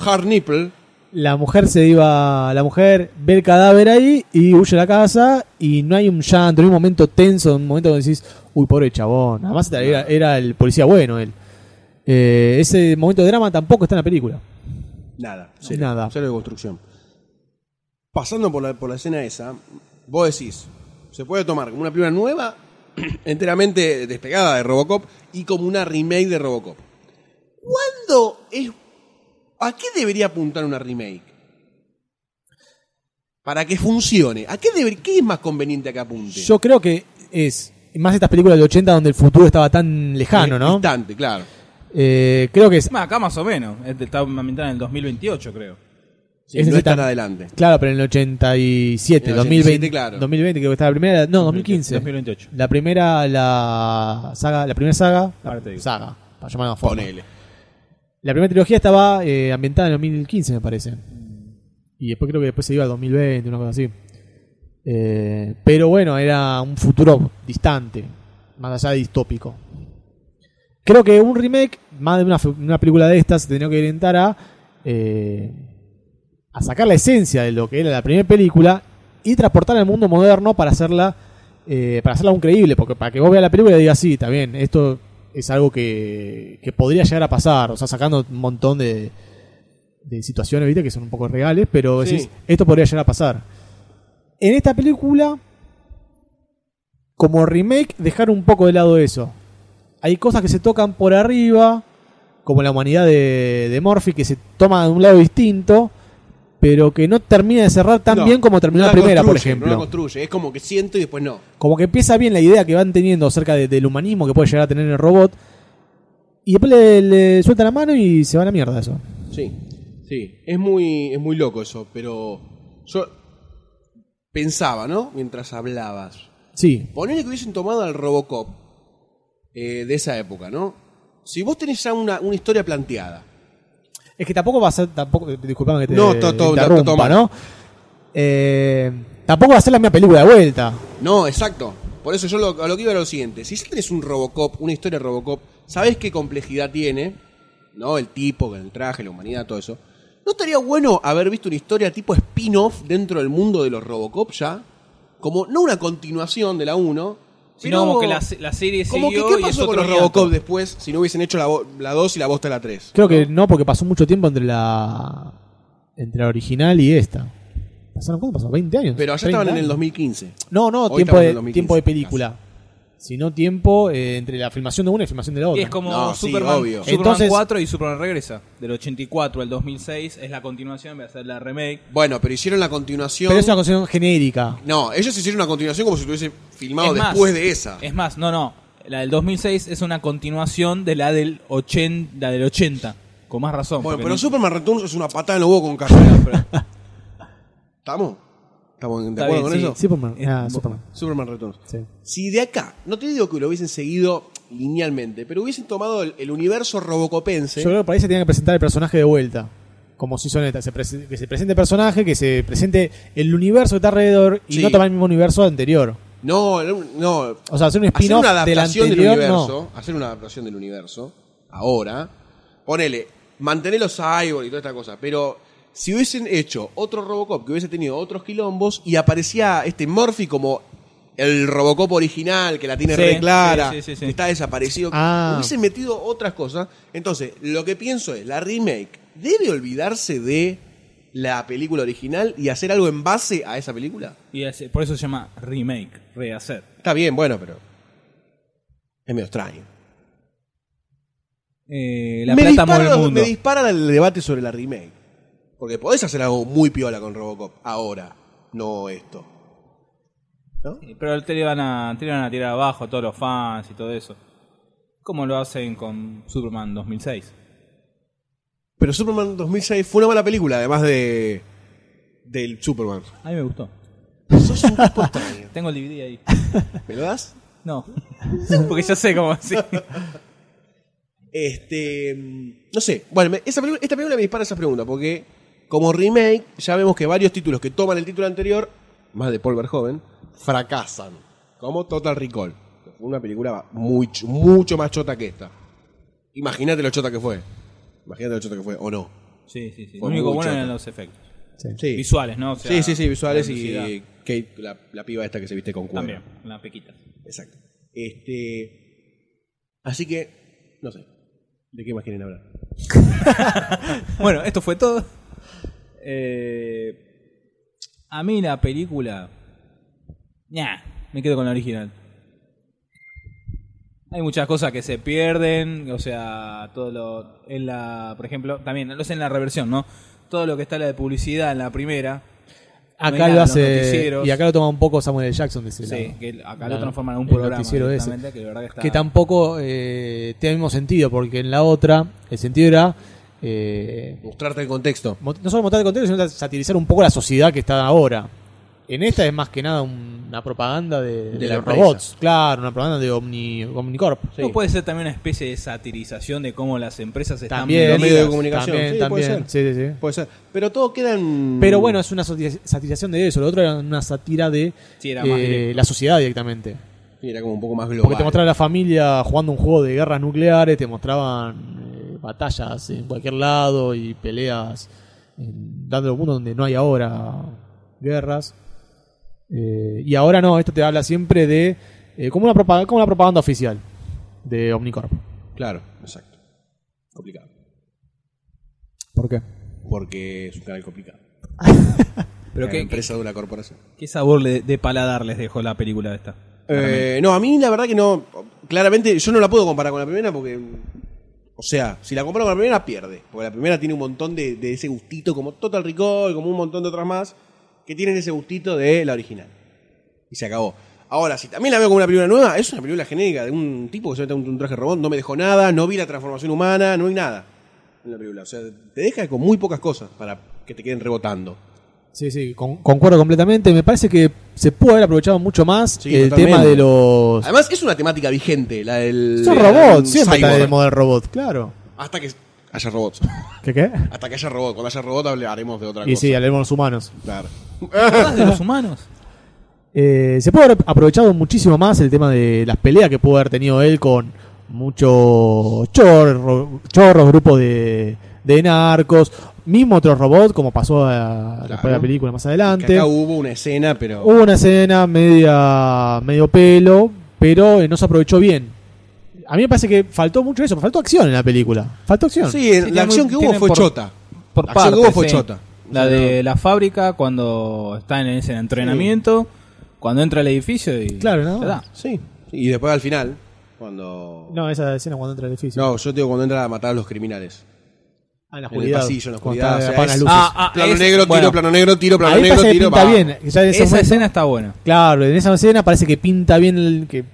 hard nipple. La mujer se iba. La mujer ve el cadáver ahí y huye a la casa. Y no hay un llanto, no hay un momento tenso, un momento donde decís, uy, pobre chabón. Además era, era el policía bueno él. Eh, ese momento de drama tampoco está en la película. Nada. Nada. Cero de construcción. Pasando por la, por la escena esa, vos decís, se puede tomar como una película nueva, enteramente despegada de Robocop, y como una remake de Robocop. ¿Cuándo es... ¿A qué debería apuntar una remake? Para que funcione. ¿A qué, deber- qué es más conveniente que apunte? Yo creo que es. Más estas películas del 80 donde el futuro estaba tan lejano, ¿no? Distante, claro. Eh, creo que es. Más acá más o menos. Este Está ambientada en el 2028, creo. Sí, no es tan adelante. Claro, pero en el 87, En el 2020, 87, claro. 2020 creo que está la primera, no, 2015. 2028. La primera la saga, la primera saga, la Ahora te digo. saga, para llamarla de una forma. Ponele. La primera trilogía estaba eh, ambientada en 2015, me parece. Y después creo que después se iba al 2020, una cosa así. Eh, pero bueno, era un futuro distante, más allá de distópico. Creo que un remake, más de una, fe- una película de estas, se tenía que orientar a, eh, a sacar la esencia de lo que era la primera película y transportarla al mundo moderno para hacerla eh, para hacerla un creíble, porque para que vos veas la película y digas, sí, está bien, esto es algo que, que podría llegar a pasar, o sea, sacando un montón de, de situaciones, viste, que son un poco reales, pero Sí. decís, esto podría llegar a pasar. En esta película, como remake, dejar un poco de lado eso. Hay cosas que se tocan por arriba, como la humanidad de, de Murphy, que se toma de un lado distinto, pero que no termina de cerrar tan No, bien como terminó no la primera, por construye, ejemplo No la construye. Es como que siento y después no. como que empieza bien la idea que van teniendo acerca de- del humanismo que puede llegar a tener el robot. Y después le, le sueltan la mano y se va a la mierda eso. Sí, sí. Es muy, es muy loco eso, pero yo pensaba, ¿no? Mientras hablabas. Sí, Ponele que hubiesen tomado al Robocop eh, de esa época, ¿no? Si vos tenés ya una, una historia planteada. Es que tampoco va a ser, tampoco, disculpame que te No, to- to- interrumpa, to- toma. ¿no? Eh, tampoco va a ser la misma película de vuelta. No, exacto. Por eso yo lo, a lo que iba era lo siguiente. Si ya tenés un Robocop, una historia de Robocop, sabés qué complejidad tiene, ¿no? El tipo, con el traje, la humanidad, todo eso. ¿No estaría bueno haber visto una historia tipo spin-off dentro del mundo de los Robocop ya? Como, no una continuación de la 1, Sino pero- como que la, se- la serie Como que, siguió ¿qué y es pasó con otro los relato. Robocop después si no hubiesen hecho la, bo- la 2 y la bosta la 3? Creo que no, porque pasó mucho tiempo entre la entre la original y esta. ¿Pasaron cuánto pasó? ¿20 años? Pero allá 30 estaban en años. el 2015. No, no, Hoy tiempo estamos en el de, 2015, tiempo de película. Sino tiempo eh, entre la filmación de una y la filmación de la otra. Y es como No, sí, Superman, obvio. Superman Entonces- 4 y Superman regresa. Del 84 al 2006 es la continuación, va a ser la remake. Bueno, pero hicieron la continuación. Pero es una cuestión genérica. No, ellos hicieron una continuación como si tuviese filmado Es más, después de esa. Es más, no, no. La del 2006 es una continuación de la del 80, la del 80 con más razón. Bueno, porque pero no- Superman Returns es una patada en los huevos con carrera. pero- ¿Estamos? ¿Estamos de Está acuerdo bien, con eso? sí. Superman. Es- Ah, Superman. Superman Returns. Sí. Si de acá, no te digo que lo hubiesen seguido linealmente, pero hubiesen tomado el, el universo robocopense. Yo creo que para ahí se tiene que presentar el personaje de vuelta. Como si son estas. se prese- que se presente el personaje, que se presente el universo que está alrededor y Sí. no tomar el mismo universo anterior. No, no. O sea, hacer un hacer spin-off una del adaptación del, anterior, no. universo, hacer una adaptación del universo, ahora, ponele, mantener los cyborg y toda esta cosa, pero si hubiesen hecho otro Robocop que hubiese tenido otros quilombos y aparecía este Murphy como el Robocop original, que la tiene Sí, re clara, sí, sí, sí, sí. que está desaparecido, Ah. hubiesen metido otras cosas. Entonces, lo que pienso es, la remake debe olvidarse de la película original y hacer algo en base a esa película. y es- por eso se llama remake, rehacer. Está bien, bueno, pero es medio extraño. Eh, la me plata mueve dispara el los- mundo. me dispara el debate sobre la remake. Porque podés hacer algo muy piola con Robocop ahora. no esto. Sí, Pero te le, van a, te le van a tirar abajo a todos los fans y todo eso. Como lo hacen con Superman 2006. Pero Superman 2006 fue una mala película, además de. del Superman. A mí me gustó. Sos un tipo extraño. Tengo el DVD ahí. ¿Me lo das? No. Porque ya sé cómo así. Este. mm, No sé. Bueno, me- esa película- esta película me dispara esa pregunta, porque como remake, ya vemos que varios títulos que toman el título anterior, más de Paul Verhoeven, fracasan. Como Total Recall. que Fue una película mucho, mucho más chota que esta. Imagínate lo chota que fue. Imagínate lo chota que fue, o no. Sí, sí, sí. Lo Fue único muy bueno chota. eran los efectos. Sí. Visuales, ¿no? O sea, sí, sí, sí, visuales la y velocidad. eh, Kate, la, la piba esta que se viste con cuero. También, la pequita. Exacto. Este, así que, no sé. ¿De qué más quieren hablar? Bueno, esto fue todo. Eh, a mí la película. Nah, me quedo con la original. Hay muchas cosas que se pierden, o sea, todo lo en la, por ejemplo, también lo sé en la reversión, ¿no? Todo lo que está la de publicidad en la primera. no hay Acá nada, lo los hace. noticieros. Y acá lo toma un poco Samuel L. Jackson de ese Sí, lado. que acá La- lo transforman en un el programa noticiero ese. directamente, que la verdad que está- tampoco eh, tiene el mismo sentido, porque en la otra, el sentido era. eh, Mostrarte el contexto. mot- no solo mostrar el contexto, sino satirizar un poco la sociedad que está ahora. En esta es más que nada un- una propaganda de, de la los empresa. robots, claro, una propaganda de Omni, Omnicorp. ¿No puede ser también una especie de satirización de cómo las empresas están También, Los vendidas? medios de comunicación. También, sí, también. Puede ser. Sí, sí, sí. Puede ser. Pero todo queda en... Pero bueno, es una sati- satirización de eso. Lo otro era una sátira de Sí, era más eh, directo. la sociedad directamente. Sí, era como un poco más Porque global. te mostraban la familia jugando un juego de guerras nucleares, te mostraban eh, batallas en cualquier lado y peleas en dando el mundo donde no hay ahora guerras. Eh, y ahora no, esto te habla siempre de eh, como, una propaganda, como una propaganda oficial de Omnicorp. Claro, exacto. Complicado. ¿Por qué? Porque es un canal complicado. Pero Una qué- empresa de una corporación. ¿Qué sabor le- de paladar les dejó la película esta? Eh, no, a mí la verdad que no. Claramente, yo no la puedo comparar con la primera porque. O sea, si la comparo con la primera, pierde. Porque la primera tiene un montón de, de ese gustito, como Total Recall, como un montón de otras más, que tienen ese gustito de la original. Y se acabó. Ahora, si también la veo como una película nueva, es una película genérica de un tipo que se mete un, un traje robot, no me dejó nada, no vi la transformación humana, no hay nada en la película. O sea, te deja con muy pocas cosas para que te queden rebotando. Sí, sí, con- concuerdo completamente. Me parece que se pudo haber aprovechado mucho más Sí, el totalmente. tema de los... Además, es una temática vigente, la del. Son la robots, del siempre está cyborg. de moda el robot, claro. Hasta que haya robots. ¿Qué qué? Hasta que haya robot. Cuando haya robot hablaremos de otra Y cosa. sí, hablemos los humanos. Claro. ¿Hablas de los humanos? Eh, se puede haber aprovechado muchísimo más el tema de las peleas que pudo haber tenido él con muchos chorros, chorros grupos de, de narcos, mismo otros robots, como pasó a- después de la película más Que adelante. acá hubo una escena, pero. Hubo una escena media medio pelo, pero eh, no se aprovechó bien. A mí me parece que faltó mucho eso, faltó acción en la película. Faltó acción. Sí, en- la tiene acción muy- que hubo tienen fue por- chota. Por La acción que partes, hubo fue sí. chota. La de la fábrica cuando están en ese entrenamiento, cuando entra al edificio y... Claro, ¿no? Ya está. Sí. Y después al final, cuando. No, esa escena cuando entra el edificio. No, yo te digo cuando entra a matar a los criminales. Ah, en la En el oscuridad. pasillo, en la Cuando oscuridad. está o sea, apagan las es- luces. Ah, ah, plano es- negro, bueno. tiro, plano negro, tiro, plano Ahí negro, parece que tiro. pinta pa. bien. Ya en ese Esa momento- escena está buena. Claro, en esa escena parece que pinta bien el que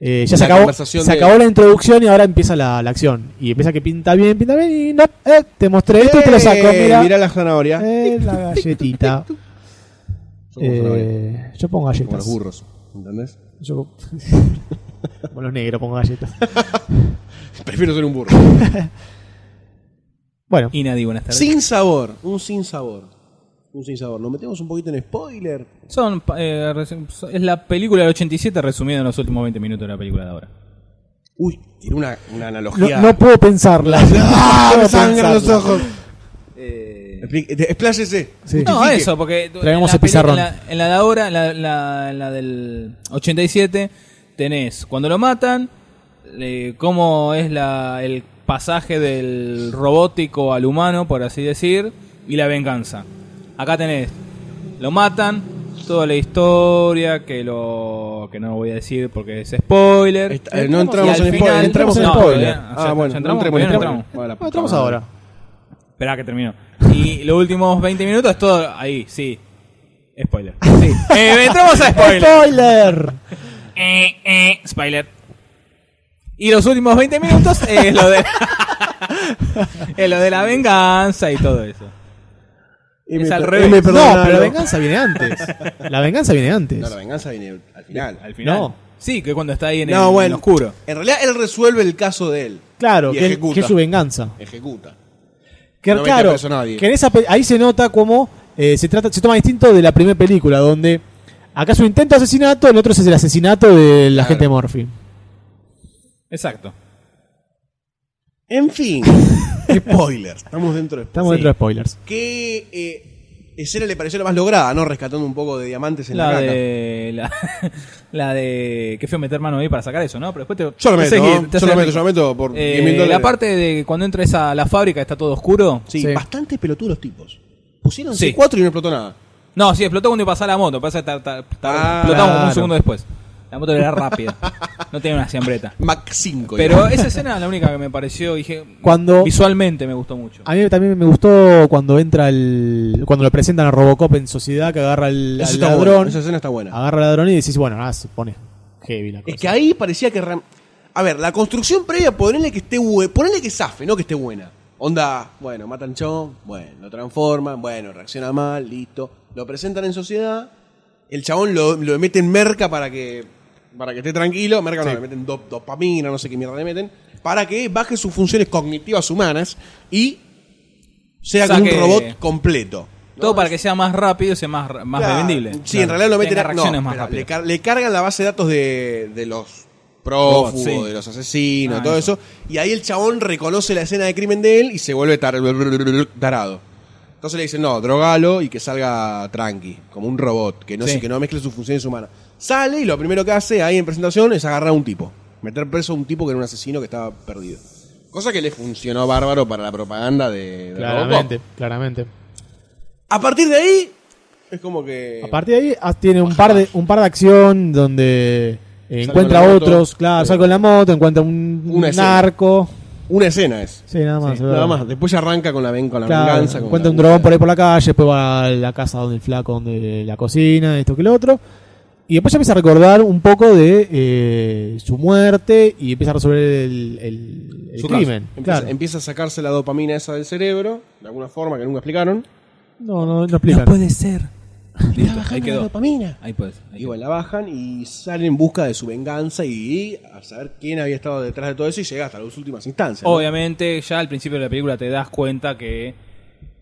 eh, ya se La acabó, conversación se de- acabó la introducción y ahora empieza la, la acción. Y empieza que pinta bien, pinta bien y no, eh, te mostré esto y te lo saco. Eh, Mira, mirá la zanahoria. Eh, la galletita. Yo como zanahoria. Eh, yo pongo Como galletas. los burros. ¿Entendés? Yo como los negros pongo galletas. Prefiero ser un burro. Bueno, Y nadie, buenas tardes. sin sabor. Un sin sabor. Un sin sabor. Nos metemos un poquito en spoiler. Son, eh, resu- so- es la película del 87 resumida en los últimos 20 minutos de la película de ahora. Uy, tiene una, una analogía. no, no puedo pensarla. ¡Ah! No me puedo sangran los pensarla. ojos. Expli- eh, Expláyese. Sí. No, Justifique. eso, porque en Traigamos la el pizarrón. peli- En la, en la de ahora, en la, la- la del 87, tenés cuando lo matan, eh, cómo es la, el pasaje del robótico al humano, por así decir, y la venganza. Acá tenés, lo matan, toda la historia, que lo que no voy a decir porque es spoiler. Está- eh, no entramos Y al en final- spoiler. Entramos en No, spoiler. todavía- Ah, bueno, ya- ya no entramos, entremos todavía no entramos. entramos. Ah, la puta No, entramos madre. ahora. Esperá que termino. Y los últimos 20 minutos es todo ahí, sí. Spoiler. Sí. Eh, entramos a spoiler. ¡Spoiler! Eh, eh, spoiler. Y los últimos 20 minutos eh, es lo de, es lo de la venganza y todo eso. es al revés. Eh, no, pero la venganza viene antes. La venganza viene antes. No, la venganza viene al final. Al final. No. Sí, que cuando está ahí en, No, el, bueno. en el oscuro. En realidad él resuelve el caso de él. Claro, Y que, él- ejecuta. que es su venganza. Ejecuta. Que, No mete claro, preso a nadie. que en esa pe- ahí se nota como eh, se trata se toma distinto de la primera película, donde acá es un intento de asesinato, el otro es el asesinato del agente Murphy. Exacto. En fin. spoilers. Estamos dentro de spoilers. Estamos dentro de spoilers. ¿Qué eh, escena le pareció la más lograda, no? Rescatando un poco de diamantes en la, La caca. de. La, la de. Que fue meter mano ahí para sacar eso, ¿no? Pero después te. Yo lo meto, te haces ¿no? guir- Yo te haces lo meto, rico. yo lo meto por Eh, 10.000 dólares. La parte de cuando entres a la fábrica está todo oscuro. Sí, bastante pelotudos los tipos. Pusieron Sí. C4 y no explotó nada. No, sí, explotó cuando pasaba la moto. Pasa que tar- tar- tar- Ah, explotamos claro. un segundo después. La moto era rápida. No tenía una siembreta. Mac 5. Pero digamos. esa escena es la única que me pareció. Dije. Cuando Visualmente me gustó Ah, mucho. a mí también me gustó cuando entra el cuando lo presentan a Robocop en sociedad que agarra el Eso al está ladrón, bueno, esa escena está buena. agarra al ladrón y decís, bueno, nada, se pone heavy la cosa. Ah, Es que ahí parecía que... ram- A ver, la construcción previa, ponerle que esté bu- ponele que zafe, no que esté buena. Onda, bueno, matan chon, bueno, lo transforman, bueno, reacciona mal, listo. Lo presentan en sociedad, el chabón lo, lo mete en merca para que para que esté tranquilo, merca no, le meten dop- dopamina, no sé qué mierda le meten, para que baje sus funciones cognitivas humanas y sea como un Saque- robot completo. Todo para que sea más rápido y sea más, ra- más Claro. revendible. Sí, en realidad lo meten Tenga no, reacciones más espera, le, rápidas. car- le cargan la base de datos de, de los prófugos, Robots, sí. de los asesinos, Ah, todo eso. Y ahí el chabón reconoce la escena de crimen de él y se vuelve tar- tarado. Entonces le dicen, no, drogalo y que salga tranqui, como un robot, que no, Sí. se- que no mezcle sus funciones humanas. Sale y lo primero que hace ahí en presentación es agarrar a un tipo. Meter preso a un tipo que era un asesino que estaba perdido. Cosa que le funcionó bárbaro para la propaganda de, de Claramente, Robocop. claramente. A partir de ahí, es como que... A partir de ahí ah, tiene un par de un par de acción donde eh, Sale encuentra con la moto. Eh. otros, claro, sale con la moto, encuentra un, Una escena. narco. Una escena es. Sí, nada más. es Nada verdad. más, después ya arranca con la, ven, con la Claro, venganza. con encuentra la un búsqueda. dragón por ahí por la calle, después va a la casa donde el flaco, donde la cocina, esto que lo otro. Y después ya empieza a recordar un poco de eh, su muerte y empieza a resolver el, el- el Su caso. crimen. Empieza, claro. empieza a sacarse la dopamina esa del cerebro, de alguna forma que nunca explicaron. No, no, no explica. puede ser. Listo, ahí bajando la quedó. dopamina. Ahí puede ser. Ahí Y bueno, la bajan y salen en busca de su venganza y a saber quién había estado detrás de todo eso y llega hasta las últimas instancias. ¿no? Obviamente, ya al principio de la película te das cuenta que,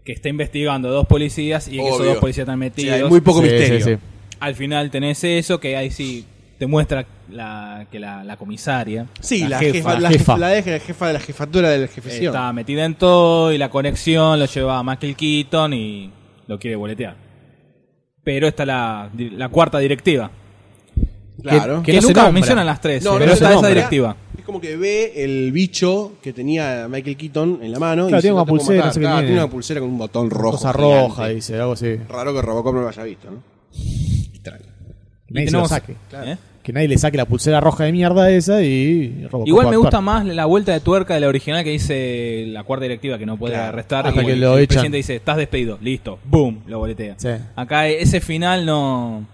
que está investigando dos policías y que esos Obvio. dos policías están Sí, metidos. hay muy poco Sí, misterio. sí, sí. Al final tenés eso, que ahí sí te muestra la, que la, la comisaria, Sí, la, la, jefa, jefa, la, jefa. jefa. la de- la jefa de la jefatura de la jefección. está metida en todo y la conexión lo lleva a Michael Keaton y lo quiere boletear. Pero está la, la cuarta directiva. Claro. Que, Que no se nunca nombra. mencionan las tres, No, eh, no pero se está esa nombra. directiva. Es como que ve el bicho que tenía Michael Keaton en la mano. Claro, y dice, tiene una "No te puedo pulsera, matar". no sé qué Claro, tiene. tiene una pulsera con un botón rojo. Cosa gigante. roja, dice, algo así. Raro que Robocop no lo haya visto, ¿no? Extraño. Que nadie, se lo tenemos- saque. ¿Eh? que nadie le saque la pulsera roja de mierda esa y Robocop Igual va a me actuar. gusta más la vuelta de tuerca de la original que dice la cuarta directiva que no puede Claro. arrestar. Hasta y que el, lo el echan. presidente dice, estás despedido, listo, boom, lo boletea. Sí. Acá ese final no,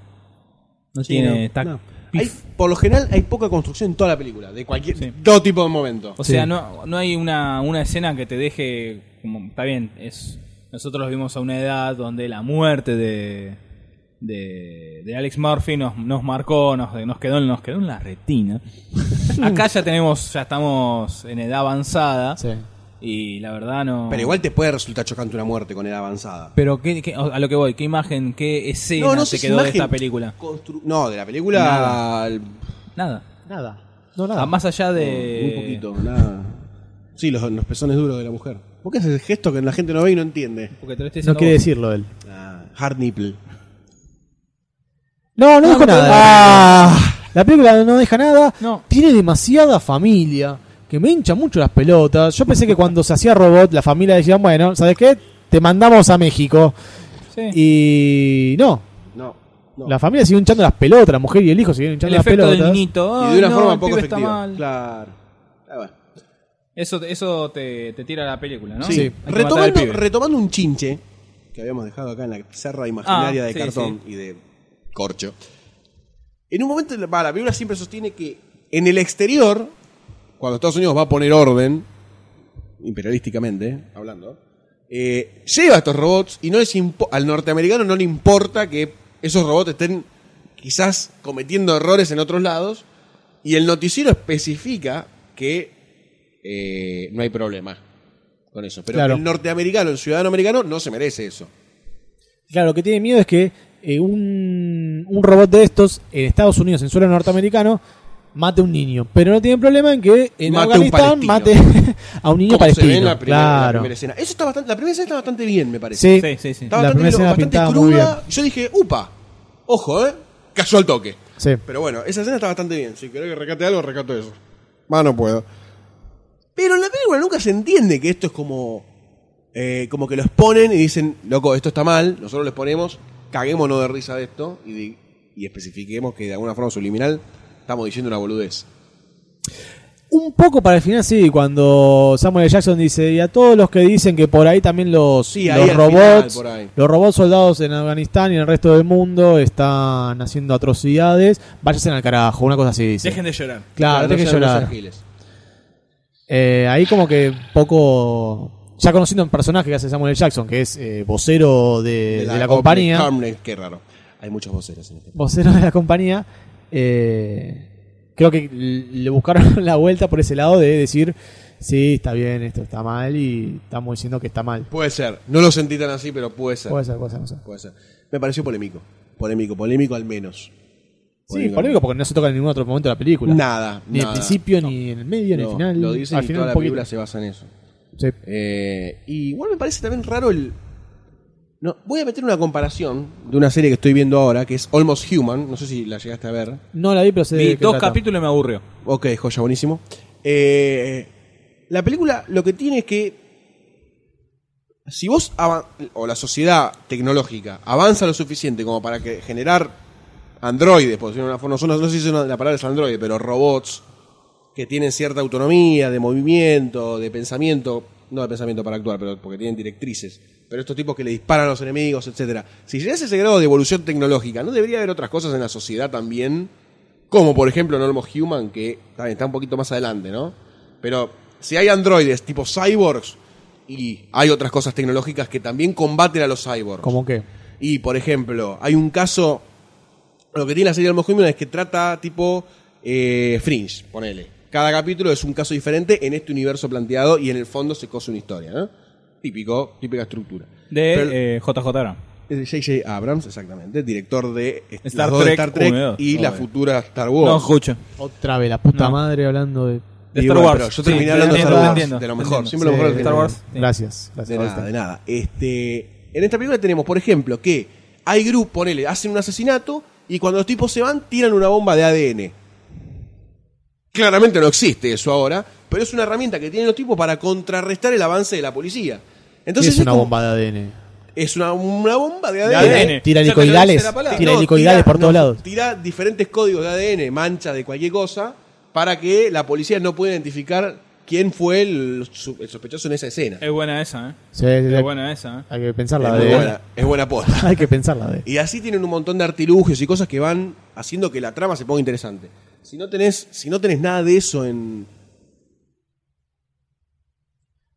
no Sí, tiene... no, está- no. Hay- por lo general hay poca construcción en toda la película, de cualquier Sí. todo tipo de momento. O Sí. sea, no, no hay una, una escena que te deje... como- está bien, es nosotros lo vimos a una edad donde la muerte de, de, de Alex Murphy nos, nos marcó, nos, nos, quedó, en- nos quedó en la retina. Acá ya tenemos, ya estamos en edad avanzada. Sí. Y la verdad no. Pero igual te puede resultar chocante una muerte con edad avanzada. Pero qué- qué- a lo que voy, qué imagen, qué escena No, no sé te si quedó de imagen. esta película. Constru- no, de la película Nada. al- Nada. Nada. No, Ah, nada. más allá de. muy poquito, nada. Sí, los, los pezones duros de la mujer. ¿Por qué haces el gesto que la gente no ve y no entiende? Porque te lo estoy no diciendo quiere vos. decirlo él. Ah, hard nipple. No, no, dijo nada. Ah, la película no deja nada. No. Tiene demasiada familia. Que me hincha mucho las pelotas. Yo pensé que cuando se hacía robot, la familia decía, bueno, ¿sabes qué? Te mandamos a México. Sí. Y no. No. no. La familia sigue hinchando las pelotas. La mujer y el hijo siguen El hinchando las efecto del pelotas. niñito. y de una forma poco poco está efectiva. mal. Claro. Ah, bueno. Eso, eso te, te tira la película, ¿no? Sí. Hay que matar al Retomando, pibe. retomando un chinche, que que habíamos dejado acá en la pizarra imaginaria Ah, de sí, cartón y de corcho. En un momento, va, la película siempre sostiene que en el exterior, cuando Estados Unidos va a poner orden, imperialísticamente hablando, eh, lleva a estos robots y no les impo- al norteamericano no le importa que esos robots estén quizás cometiendo errores en otros lados, y el noticiero especifica que eh, no hay problema con eso. Pero Claro. el norteamericano, el ciudadano americano, no se merece eso. Claro, lo que tiene miedo es que eh, un, un robot de estos en Estados Unidos, en suelo norteamericano, mate a un niño. Pero no tiene problema en que en Mate a un Afganistán palestino. mate a un niño Como se palestino. ve en la primera, en la claro. primera escena. Eso está bastante, la primera escena está bastante bien, me parece. Sí. Sí, sí, sí. Está La bastante, primera escena bastante pintada muy cruda. Yo dije, upa, ojo, ¿eh? Cayó al toque. Sí. Pero bueno, esa escena está bastante bien. Si querés que recate algo, recato eso. Más no puedo. Pero en la película nunca se entiende que esto es como. eh, como que los ponen y dicen, loco, esto está mal, nosotros les ponemos, caguémonos de risa de esto y, di- y especifiquemos que de alguna forma subliminal estamos diciendo una boludez. Un poco para el final, sí, cuando Samuel L. Jackson dice, y a todos los que dicen que por ahí también los, Sí, ahí los al robots, final, por ahí. los robots soldados en Afganistán y en el resto del mundo están haciendo atrocidades, váyanse al carajo, una cosa así dice. Dejen de llorar. Claro, dejen de sean unos llorar. angiles. Eh, ahí como que poco... Ya conociendo un personaje que hace Samuel L. Jackson, que es eh, vocero de, Eh, de la, compañía. Carmel, qué raro. Hay muchos voceros en este. vocero de la compañía, eh, creo que le buscaron la vuelta por ese lado de decir, sí, está bien, esto está mal y estamos diciendo que está mal. Puede ser. No lo sentí tan así, pero puede ser. Puede ser, puede ser, puede ser. Puede ser. Me pareció polémico. Polémico, polémico al menos. Sí, polémico porque no se toca en ningún otro momento de la película. Nada, Ni en el nada. principio, ni en el medio, ni en No, el final. Lo dicen al y final toda un la poquito. película se basa en eso. Sí. Eh, y igual me parece también raro el. No, voy a meter una comparación de una serie que estoy viendo ahora, que es Almost Human. No sé si la llegaste a ver. No la vi, pero sé de Vi qué dos trata. capítulos y me aburrió. Ok, joya, buenísimo. Eh, la película lo que tiene es que. Si vos avan- o la sociedad tecnológica avanza lo suficiente como para que generar androides, por decirlo de una forma, no, son- no sé si son- la palabra es androide, pero robots que tienen cierta autonomía de movimiento, de pensamiento, no de pensamiento para actuar, pero porque tienen directrices, pero estos tipos que le disparan a los enemigos, etcétera. Si llegas a ese grado de evolución tecnológica, ¿no debería haber otras cosas en la sociedad también? Como por ejemplo Normo Human, que también está un poquito más adelante, ¿no? Pero si hay androides tipo cyborgs y hay otras cosas tecnológicas que también combaten a los cyborgs. ¿Cómo qué? Y, por ejemplo, hay un caso. Lo que tiene la serie Almost Human es que trata tipo eh, Fringe, ponele. Cada capítulo es un caso diferente en este universo planteado y en el fondo se cose una historia, ¿no? Típico, típica estructura. De Pero- eh, JJ Abrams. Es de J.J. Abrams, exactamente, director de est- las Star dos de Trek Star Trek uno y dos, y la obvio. futura Star Wars. No escucho. Otra vez, la puta madre hablando de... De Y Star bueno, Wars. pero yo Sí, terminé te hablando de entiendo, Star Wars, te entiendo, de lo te mejor, entiendo. siempre lo Sí, mejor del Star final. Wars. sí. Gracias, gracias. De ahí nada, está. de nada. Este, en esta película tenemos, por ejemplo, que hay grupos, ponele, hacen un asesinato y cuando los tipos se van tiran una bomba de ADN. Claramente no existe eso ahora, pero es una herramienta que tienen los tipos para contrarrestar el avance de la policía. Entonces es una como- bomba de ADN. Es una, una bomba de ADN. ADN. Tira Ya me lo helicoidales, dice la palabra. tira No, helicoidales por no, todos lados. Tira diferentes códigos de ADN, mancha de cualquier cosa, para que la policía no pueda identificar quién fue el, su- el sospechoso en esa escena. Es buena esa, ¿eh? Sí, sí, sí. Es buena esa, ¿eh? Hay que pensarla es, muy de buena, es buena posta. Hay que pensarla de Y así tienen un montón de artilugios y cosas que van haciendo que la trama se ponga interesante. Si no tenés, si no tenés nada de eso en.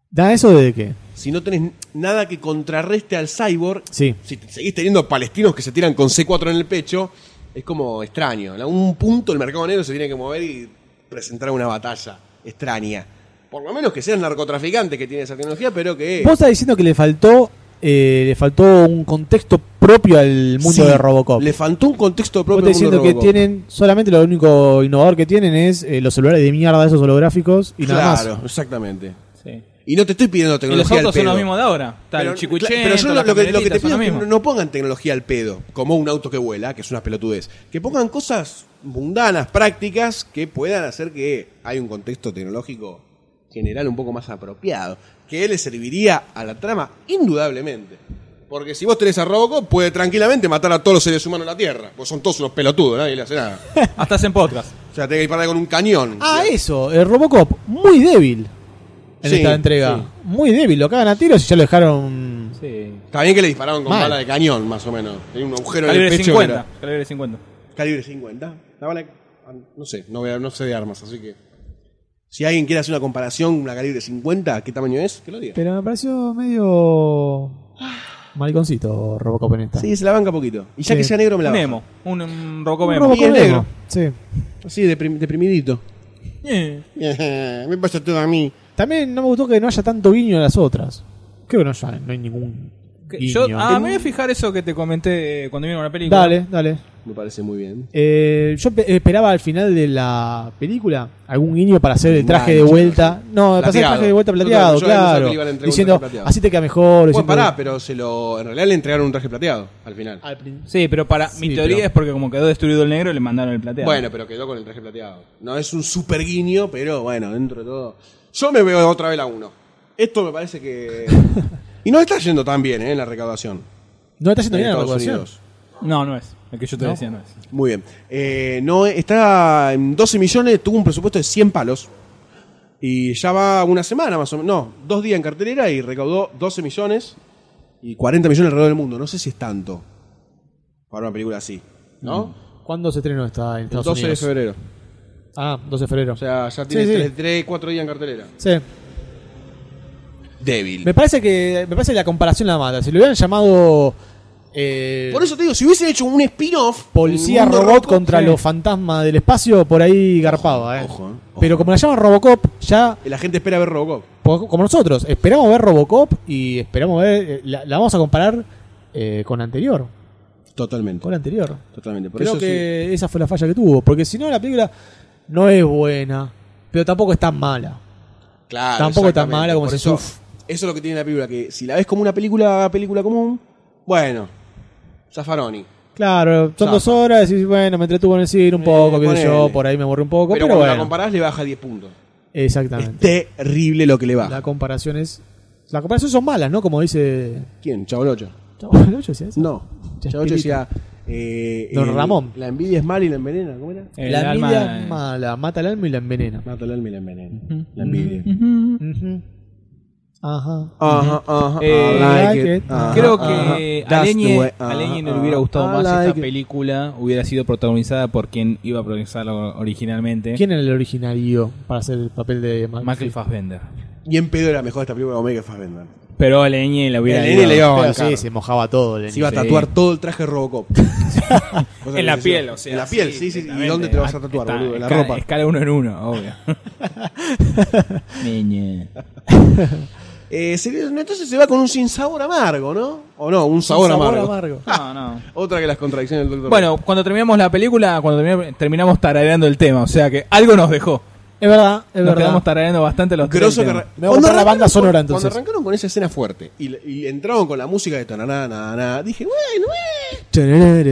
¿Da eso de qué? Si no tenés nada que contrarreste al cyborg, Sí. si te- seguís teniendo palestinos que se tiran con C4 en el pecho, es como extraño. En algún punto el mercado negro se tiene que mover y presentar una batalla extraña. Por lo menos que sean narcotraficantes que tienen esa tecnología, pero que. Eh, Vos estás diciendo que le faltó eh, le faltó un contexto propio al Sí, mundo de Robocop. Le faltó un contexto Vos propio. estás al mundo diciendo que Robocop. tienen solamente lo único innovador que tienen es eh, los celulares de mierda esos holográficos y nada Claro, más. exactamente. Sí. Y no te estoy pidiendo Y los tecnología. al autos son pedo. los mismos de ahora. Está Pero, el chicuchento, cla- pero yo lo, las lo que, lo que te camionetitas, son pido los es que mismos. no- no pongan tecnología al pedo, como un auto que vuela, que es una pelotudez. Que pongan cosas mundanas, prácticas, que puedan hacer que hay un contexto tecnológico general un poco más apropiado. Que le serviría a la trama, indudablemente. Porque si vos tenés a Robocop, puede tranquilamente matar a todos los seres humanos en la Tierra. Pues son todos unos pelotudos, nadie le hace nada. Hasta hacen podcast. Ah, O sea, tenés que disparar con un cañón. Ah, eso, el Robocop, muy débil. en eh, Sí, esta entrega. sí. Muy débil, lo cagan a tiros y ya lo dejaron. Está bien que le dispararon con Mal. bala de cañón, más o menos. Tenía un agujero en Calibre el pecho. 50. que Calibre 50. era- Calibre 50. La bala- No sé, no, voy a- no sé de armas, así que. Si alguien quiere hacer una comparación, una calibre 50, ¿qué tamaño es? Que lo diga. Pero me pareció medio. Mariconcito Robocop en esta. Ah. Sí, se la banca poquito. Y ya Sí. que sea negro, me la Un baja. emo. Un, un Robocop Un emo. Robocop Y el emo, negro. Sí. Así, deprim- deprimidito. Eh. me pasa todo a mí. También no me gustó que no haya tanto guiño en las otras. Creo que no, ya, no hay ningún. Que guiño. Yo, ah, me voy a fijar eso que te comenté eh, cuando vieron la película. Dale, dale. Me parece muy bien. Eh, yo pe- esperaba al final de la película algún guiño para hacer el traje de Mancha, vuelta. No, para hacer el Plateado. traje de vuelta Yo creo- plateado, yo había pensado que claro. le iban a entregar un Diciendo, traje plateado. así te queda mejor. Bueno, diciendo- pará, pero se lo, en realidad le entregaron un traje plateado al final. Sí, pero para mi teoría pero- es porque como quedó destruido el negro, le mandaron el plateado. Bueno, pero quedó con el traje plateado. No es un super guiño, pero bueno, dentro de todo. Yo me veo otra vez la 1. Esto me parece que. y no está yendo tan bien ¿eh? en la recaudación. No está yendo En bien la Estados recaudación. Unidos. No, no es. El que yo te ¿No? decía no es. Muy bien. Eh, no, está en 12 millones, tuvo un presupuesto de 100 palos. Y ya va una semana más o menos. No, dos días en cartelera y recaudó 12 millones y 40 millones alrededor del mundo. No sé si es tanto para una película así. ¿No? ¿Cuándo se estrenó esta en El 12 Mm, Estados Unidos? de febrero. Ah, 12 de febrero. O sea, ya tiene Sí, sí. 3, 4 días en cartelera. Sí. Débil. Me parece que me parece que la comparación la mata. Si lo hubieran llamado eh, Por eso te digo, si hubiesen hecho un spin-off. Policía el mundo Robot roco, contra sí. los fantasmas del espacio, por ahí garpaba, eh. Ojo, eh. Pero como la llaman Robocop, ya La gente espera ver Robocop. po- como nosotros, esperamos ver Robocop y esperamos ver eh, la, la vamos a comparar eh, con la anterior, Totalmente. con la anterior. Totalmente. Por Creo eso sí. que esa fue la falla que tuvo, porque si no la película no es buena, pero tampoco es tan mala. Claro, tampoco es tan exactamente. mala como Por se eso, suf. eso es lo que tiene la película, que si la ves como una película película común, bueno, Zafaroni. Claro, son Zafa. dos horas y bueno, me entretuvo en el cine un poco, qué sé Eh, yo, ponele. por ahí me aburrí un poco, Pero, pero, cuando la Este- bueno. comparás le baja 10 puntos. Exactamente. Terrible lo que le baja. La comparación es. Las comparaciones son malas, ¿no? Como dice. ¿Quién? Chabolocho. Chabón, ¿no? Yo decía eso. No. Chabolocho Chespirito. decía... eh, Don el- Ramón. Eh. La envidia es mala y la envenena, ¿cómo era? El la alma- envidia es mala, mata el alma y la envenena. Mata el alma y la envenena. La envidia. Ujú. Ajá. Ajá, ajá. Eh, Ah, I like it. Ajá, Creo ajá. que That's a the Leñe, way. a Leñe no Ajá, le hubiera gustado ajá. más I si esta like it. película hubiera sido protagonizada por quien iba a protagonizarla originalmente. ¿Quién era el originario para hacer el papel de Mac- Michael Fassbender. Y en pedo era mejor esta película de Omega Fassbender. Pero a Leñe la hubiera Leñe le iba a Pero bancar. sí, se mojaba todo. Lenin. Se iba a Sí. tatuar todo el traje de Robocop. Cosa que En la se- piel, o sea. En la piel, sí, sí. ¿Y dónde te lo vas a tatuar, Está- boludo? En la escala- ropa. Escala uno en uno, obvio. Leñe. Eh, se- entonces se va con un sinsabor amargo, ¿no? O no, un sabor, Sabor amargo. amargo. No, no. Otra que las contradicciones del doctor. Bueno, cuando terminamos la película, cuando termi- terminamos tarareando el tema, o sea que algo nos dejó. Es verdad, es Nos quedamos verdad. tarareando bastante los tres grosso el que. tema. arran- Me voy a comprar la arrancaron banda sonora, con- entonces. Cuando arrancaron con esa escena fuerte y, y entraron con la música de tonará, nada, nada, dije, bueno, eh.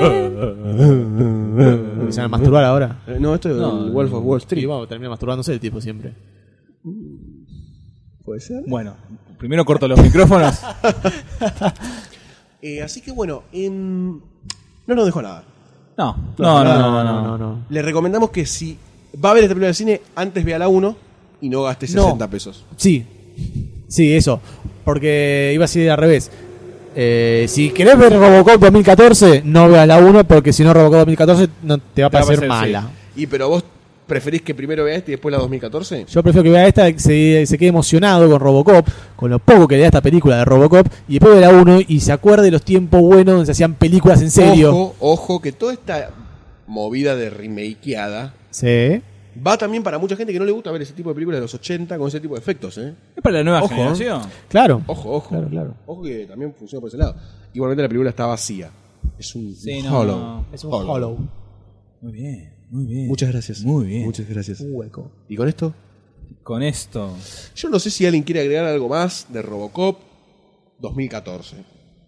eh". Se van a masturbar ahora. Eh, No, esto es el Wolf of Wall Y Street. vamos, termina masturbándose el tipo siempre. Puede ser. Bueno, primero corto los micrófonos. Eh, así que bueno, em, no nos dejó nada. No, no, no, no, no. no, Le recomendamos que si va a ver esta película de cine, antes vea la 1 y no gaste No. 60 pesos. Sí, sí, eso. Porque iba a decir al revés. Eh, si querés ver Robocop 2014, no veas la 1 porque si no Robocop 2014 no te va a Te va parecer a parecer, mala. sí. Y pero vos preferís que primero vea este y después la 2014? Yo prefiero que vea esta, que se, se quede emocionado con Robocop, con lo poco que le da esta película de Robocop, y después vea la 1 y se acuerde los tiempos buenos donde se hacían películas en serio. Ojo, ojo, que toda esta movida de remakeada Sí. va también para mucha gente que no le gusta ver ese tipo de películas de los 80 con ese tipo de efectos, ¿eh? Es para la nueva Ojo, generación. Claro. Ojo, ojo. Claro, claro. Ojo que también funciona por ese lado. Igualmente la película está vacía. Es un Sí, no, hollow. no. Es un hollow. Muy bien, muy bien. Muchas gracias. Muy bien. Muchas gracias. Un hueco. ¿Y con esto? Con esto. Yo no sé si alguien quiere agregar algo más de Robocop 2014.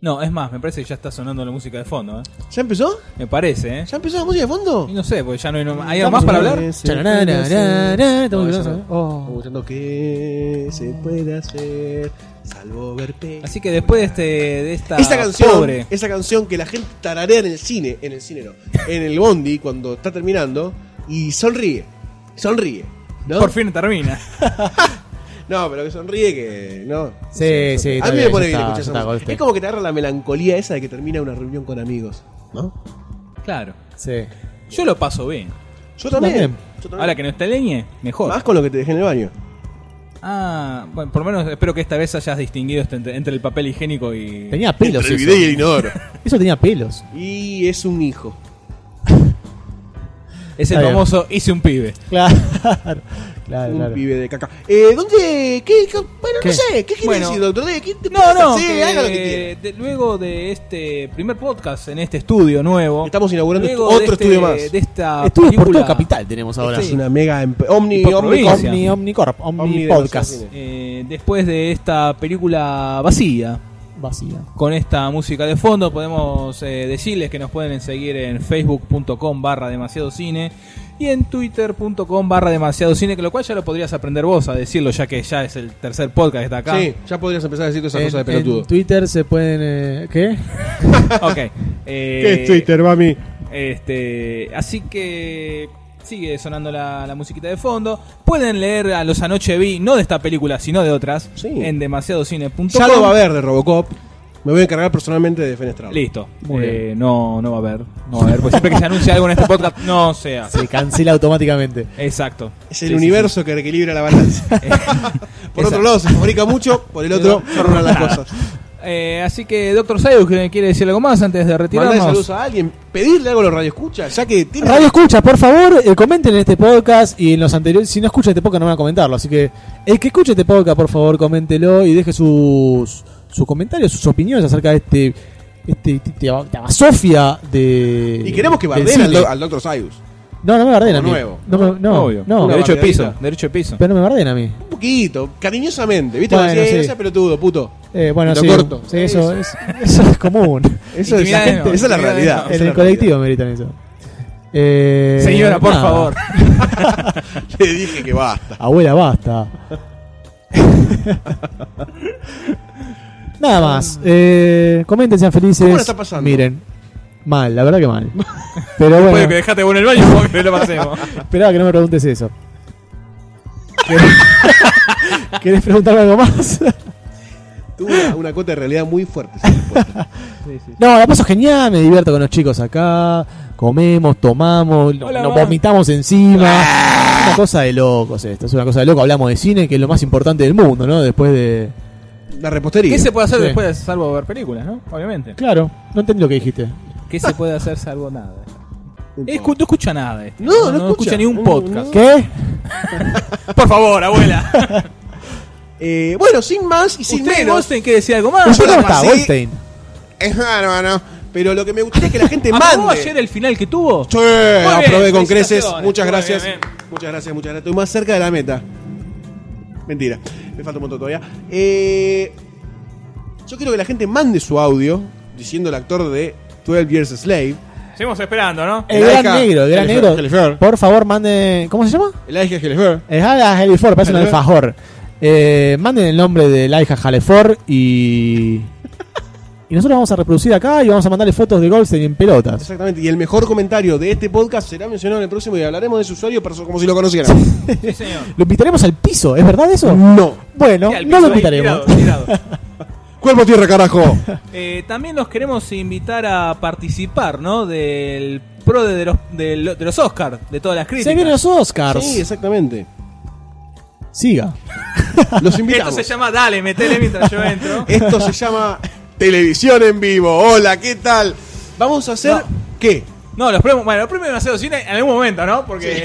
No, es más, me parece que ya está sonando la música de fondo, ¿eh? ¿Ya empezó? Me parece, ¿eh? ¿Ya empezó la música de fondo? Y no sé, porque ya no hay, no- ¿hay algo más para hablar. Charanararara, estamos No, escuchando, eso no. oh. Estamos escuchando qué se puede hacer, salvo ver películas. Así que después de, este, de esta, Esa canción, pobre- esa canción que la gente tararea en el cine, en el cine no, en el bondi cuando está terminando, y sonríe. Sonríe. ¿no? Por fin termina. No, pero que sonríe que. No. Sí, Sonríe. sí, A está mí me bien, pone bien ya está, escuchar esa ya está, música. golpe. Es como que te agarra la melancolía esa de que termina una reunión con amigos. ¿No? Claro. Sí. Yo lo paso bien. Yo también. Ahora que no esté leñe, mejor. Más con lo que te dejé en el baño. Ah, bueno, por lo menos espero que esta vez hayas distinguido este- entre, entre el papel higiénico y. Tenía pelos Entre el eso. bidet y el inodoro. Eso tenía pelos. Y es un hijo. Es el Está bien. famoso hice un pibe. Claro, claro, un claro. pibe de caca. Eh, ¿Dónde? ¿Qué? qué- Bueno, ¿Qué? no sé. ¿Qué quiere Bueno. decir, doctor D? ¿Qué te No, pasa? no, Sí, que, haga lo que eh, quiera. eh, de- luego de este primer podcast en este estudio nuevo. Estamos inaugurando luego otro de este- estudio más. Este De esta Estudios por película- todo Capital tenemos ahora. Es una mega. empe- Omni, Y por omni, provincia. omni, Omnicorp, Omni Omni Podcast. Eh, después de esta película vacía, Vacía. con esta música de fondo, podemos eh, decirles que nos pueden seguir en facebook.com barra demasiado cine y en twitter.com barra demasiado cine, que lo cual ya lo podrías aprender vos a decirlo, ya que ya es el tercer podcast que está acá. Sí, ya podrías empezar a decir todas esas En, cosas de en pelotudo. Twitter se pueden. eh, ¿Qué? Ok. eh, ¿Qué es Twitter, mami? Este, así que sigue sonando la, la musiquita de fondo. Pueden leer a los anoche vi, no de esta película, sino de otras, en demasiadocine.com. Ya lo va a ver de Robocop. Me voy a encargar personalmente de defenestrarlo. Listo. Muy Eh, No, no va a haber. No va a haber, pues siempre que se anuncia algo en este podcast, no sea. Se cancela automáticamente. Exacto. Es el universo que equilibra la balanza. Eh, por otro Exacto. lado se fabrica mucho, por el otro se arruinan las Nada. cosas. Eh, así que, Doctor Sayus, ¿quiere decir algo más antes de Mandar retirarnos? saludos a alguien, pedirle algo a los radioescuchas, ya que tiene Radio escucha, por favor, eh, comenten en este podcast y en los anteriores. Si no escucha este podcast, no van a comentarlo. Así que el que escuche este podcast, por favor, coméntelo y deje sus, sus comentarios, sus opiniones acerca de este. Este, este- esta sofia de. Y queremos que del barden al, cine. do- al Dr. Sayus. No, no me barden a mí. Como nuevo. No, me- no, Obvio. no. Una derecho de piso. bardeadita. Derecho de piso. Pero no me barden a mí. Un poquito, cariñosamente, ¿viste? Bueno, Como decía, sí. "Eh, no seas pelotudo, puto. Eh, bueno, Lo sí, corto. sí, eso, es, eso es común. Eso es, Intimidad la de gente- no, esa es la intimidad de realidad. no. esa es en la el colectivo meritan eso. Eh, Señora, por nada. favor. realidad. Le dije que basta. Abuela, basta. Nada más. Eh, comenten, sean felices. ¿Cómo la está pasando? Miren. Mal, la verdad que mal. Pero bueno, Bueno, que dejaste vos en el baño, porque no lo pasemos. esperaba que no me preguntes eso. ¿Querés, ¿Querés preguntarme algo más? Tuvo una, una cuota de realidad muy fuerte. esa respuesta. No, la paso genial, me divierto con los chicos acá. Comemos, tomamos, no- Hola, nos ma. vomitamos encima. Ah. Es una cosa de locos esto, es una cosa de loco. Hablamos de cine, que es lo más importante del mundo, ¿no? Después de. La repostería. ¿Qué se puede hacer Sí. después de salvo ver películas, no? Obviamente. Claro, no entendí lo que dijiste. ¿Qué se puede hacer salvo nada? Un Escu- no escucha nada. este. No, no escucha. ni un No, podcast. ¿Qué? Por favor, abuela. Eh, bueno, sin más y sin ¿Usted, menos. Goldstein, quiere decir algo más? Yo ¿Cómo la está, pasé- Goldstein? Es bárbaro. Pero lo que me gustaría es que la gente ¿Aprobó mande. ayer el final que tuvo? Sí, bien, aprobé con creces. felicitaciones. Muchas Muy gracias. bien, bien. Muchas gracias, muchas gracias. Estoy más cerca de la meta. Mentira, me falta un montón todavía. Eh, yo quiero que la gente mande su audio diciendo el actor de 12 Years a Slave. Seguimos esperando, ¿no? El Elijah gran negro, el gran Helifer- negro. Helifer. Por favor, mande. ¿Cómo se llama? Elijah Helifer. Elijah Halifor, parece un Halifor. alfajor. Eh, manden el nombre de Elijah Halifor y. Y nosotros vamos a reproducir acá y vamos a mandarle fotos de Goldstein en pelotas. Exactamente. Y el mejor comentario de este podcast será mencionado en el próximo y hablaremos de su usuario perso- como si lo conociéramos. Sí, señor. Lo invitaremos al piso, ¿es verdad eso? No. Bueno, Sí, al no piso, lo ahí, invitaremos. tirado, tirado. Cuerpo tierra, carajo. Eh, también los queremos invitar a participar, ¿no? Del pro de los, del- de los Oscars, de todas las Se vienen críticas. los Oscars. Sí, exactamente. Siga. Los Esto invitamos. se llama Dale, metele mientras yo entro. Esto se llama televisión en vivo. Hola, ¿qué tal? Vamos a hacer No. qué? No, los premios, bueno, los premios de Maceo Cine en algún momento, ¿no? Porque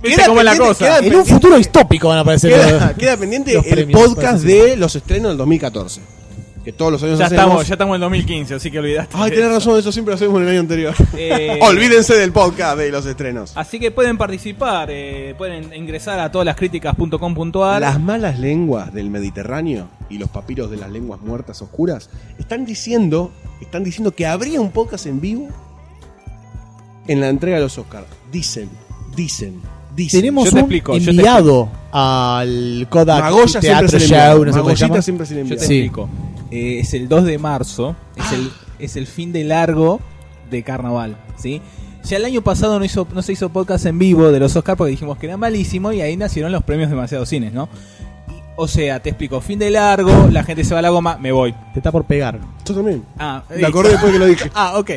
Sí. viste Queda cómo es la pendiente, cosa. queda En un futuro distópico van a aparecer. Queda, los- queda pendiente los el premios, podcast parece. de los estrenos del 2014. Que todos los años Ya hacemos. estamos, ya estamos en el 2015, así que olvidaste. Ay, tenés razón, eso siempre lo hacemos en el año anterior. Eh, Olvídense del podcast de los estrenos. Así que pueden participar, eh, pueden ingresar a todaslascriticas.com.ar. Las malas lenguas del Mediterráneo y los papiros de las lenguas muertas oscuras están diciendo, están diciendo que habría un podcast en vivo en la entrega de los Oscars. Dicen, dicen, dicen. Tenemos Yo te un explico, yo te enviado al Kodak Magoya siempre Teatro se le envía. Show, no sé cómo se Magoyita llama. siempre se le Yo envía. te Sí. explico. Eh, es el 2 de marzo, es el, es el fin de largo de carnaval, ¿sí? Ya el año pasado no, hizo, no se hizo podcast en vivo de los Oscars porque dijimos que era malísimo y ahí nacieron los premios demasiados cines, ¿no? Y, o sea, te explico, fin de largo, la gente se va a la goma, me voy. Te está por pegar. Yo también. Ah, Me acordé después que lo dije. Ah, ok.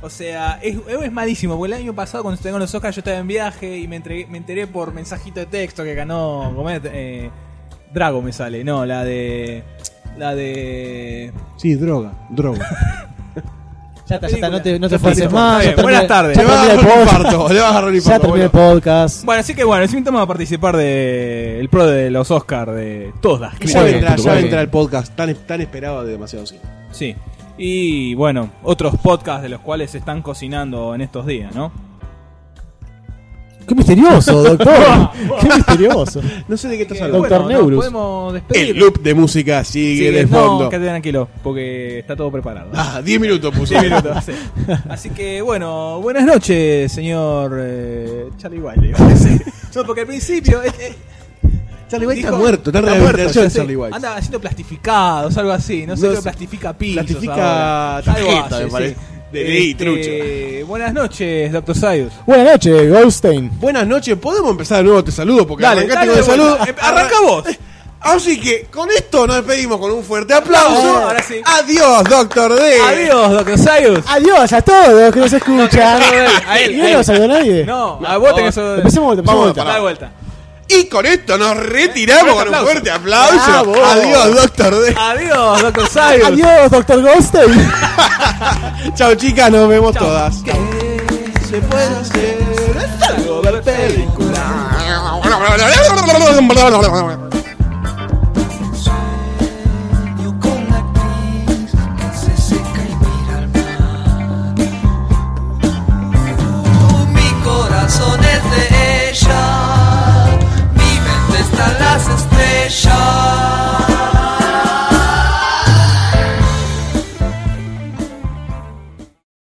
O sea, es, es malísimo, porque el año pasado cuando estuvieron los Oscars yo estaba en viaje y me, entregué- me enteré por mensajito de texto que ganó Gómez, eh, Drago me sale, no, la de... La de... Sí, droga, droga. Ya está, ya está, no te, no te Ya está, esfuerces listo. Está más. ya bien, buenas tardes. ya Le va a agarrar terminé un el podcast. infarto, le va a agarrar un Ya infarto, terminé el podcast. Bueno, así que bueno, es un tema a participar del el pro de los Oscar de todas. Ya vendrá, ya vendrá el podcast tan, tan esperado de demasiado cine. Sí. Y bueno, otros podcasts de los cuales se están cocinando en estos días, ¿no? Qué misterioso, doctor. Qué misterioso. No sé de qué estás Que, hablando. bueno, nos podemos despedir. El loop de música sigue Sí, de No, fondo. quédate tranquilo, porque está todo preparado. Ah, 10 minutos puso. 10 minutos, sí. Así que bueno, buenas noches, señor eh, Charlie Wilde. iba a decir. No, porque al principio. eh, eh, Charlie White está dijo- muerto, está en muerto, rehabilitación, ya sé. Charlie White. Anda haciendo plastificados, algo así. No sé, No creo sé. plastifica pisos. Plastifica ahora. tarjeta, Algo hace, me parece. De sí. ley, Este, Buenas noches, Dr. Sayus. Buenas noches, Goldstein. Buenas noches, podemos empezar de nuevo, te saludo, porque Dale, arrancaste dale con el de vuelta. saludo. Eh, arranca vos. Así que con esto nos despedimos con un fuerte aplauso. Ahora sí. Adiós, doctor D. Adiós, Dr. Sayus. Adiós a todos los que nos escuchan. a él, Y a no él. nos saludó nadie. No, a vos tenés. Empecemos de vuelta, empecemos de vuelta. Dale vuelta. Y con esto nos retiramos con un aplauso. fuerte aplauso. Bravo. Adiós, doctor D. Adiós, Dr. Sayus. Adiós, doctor Goldstein. Chao, chicas, nos vemos Chau. todas. Se puede hacer. película.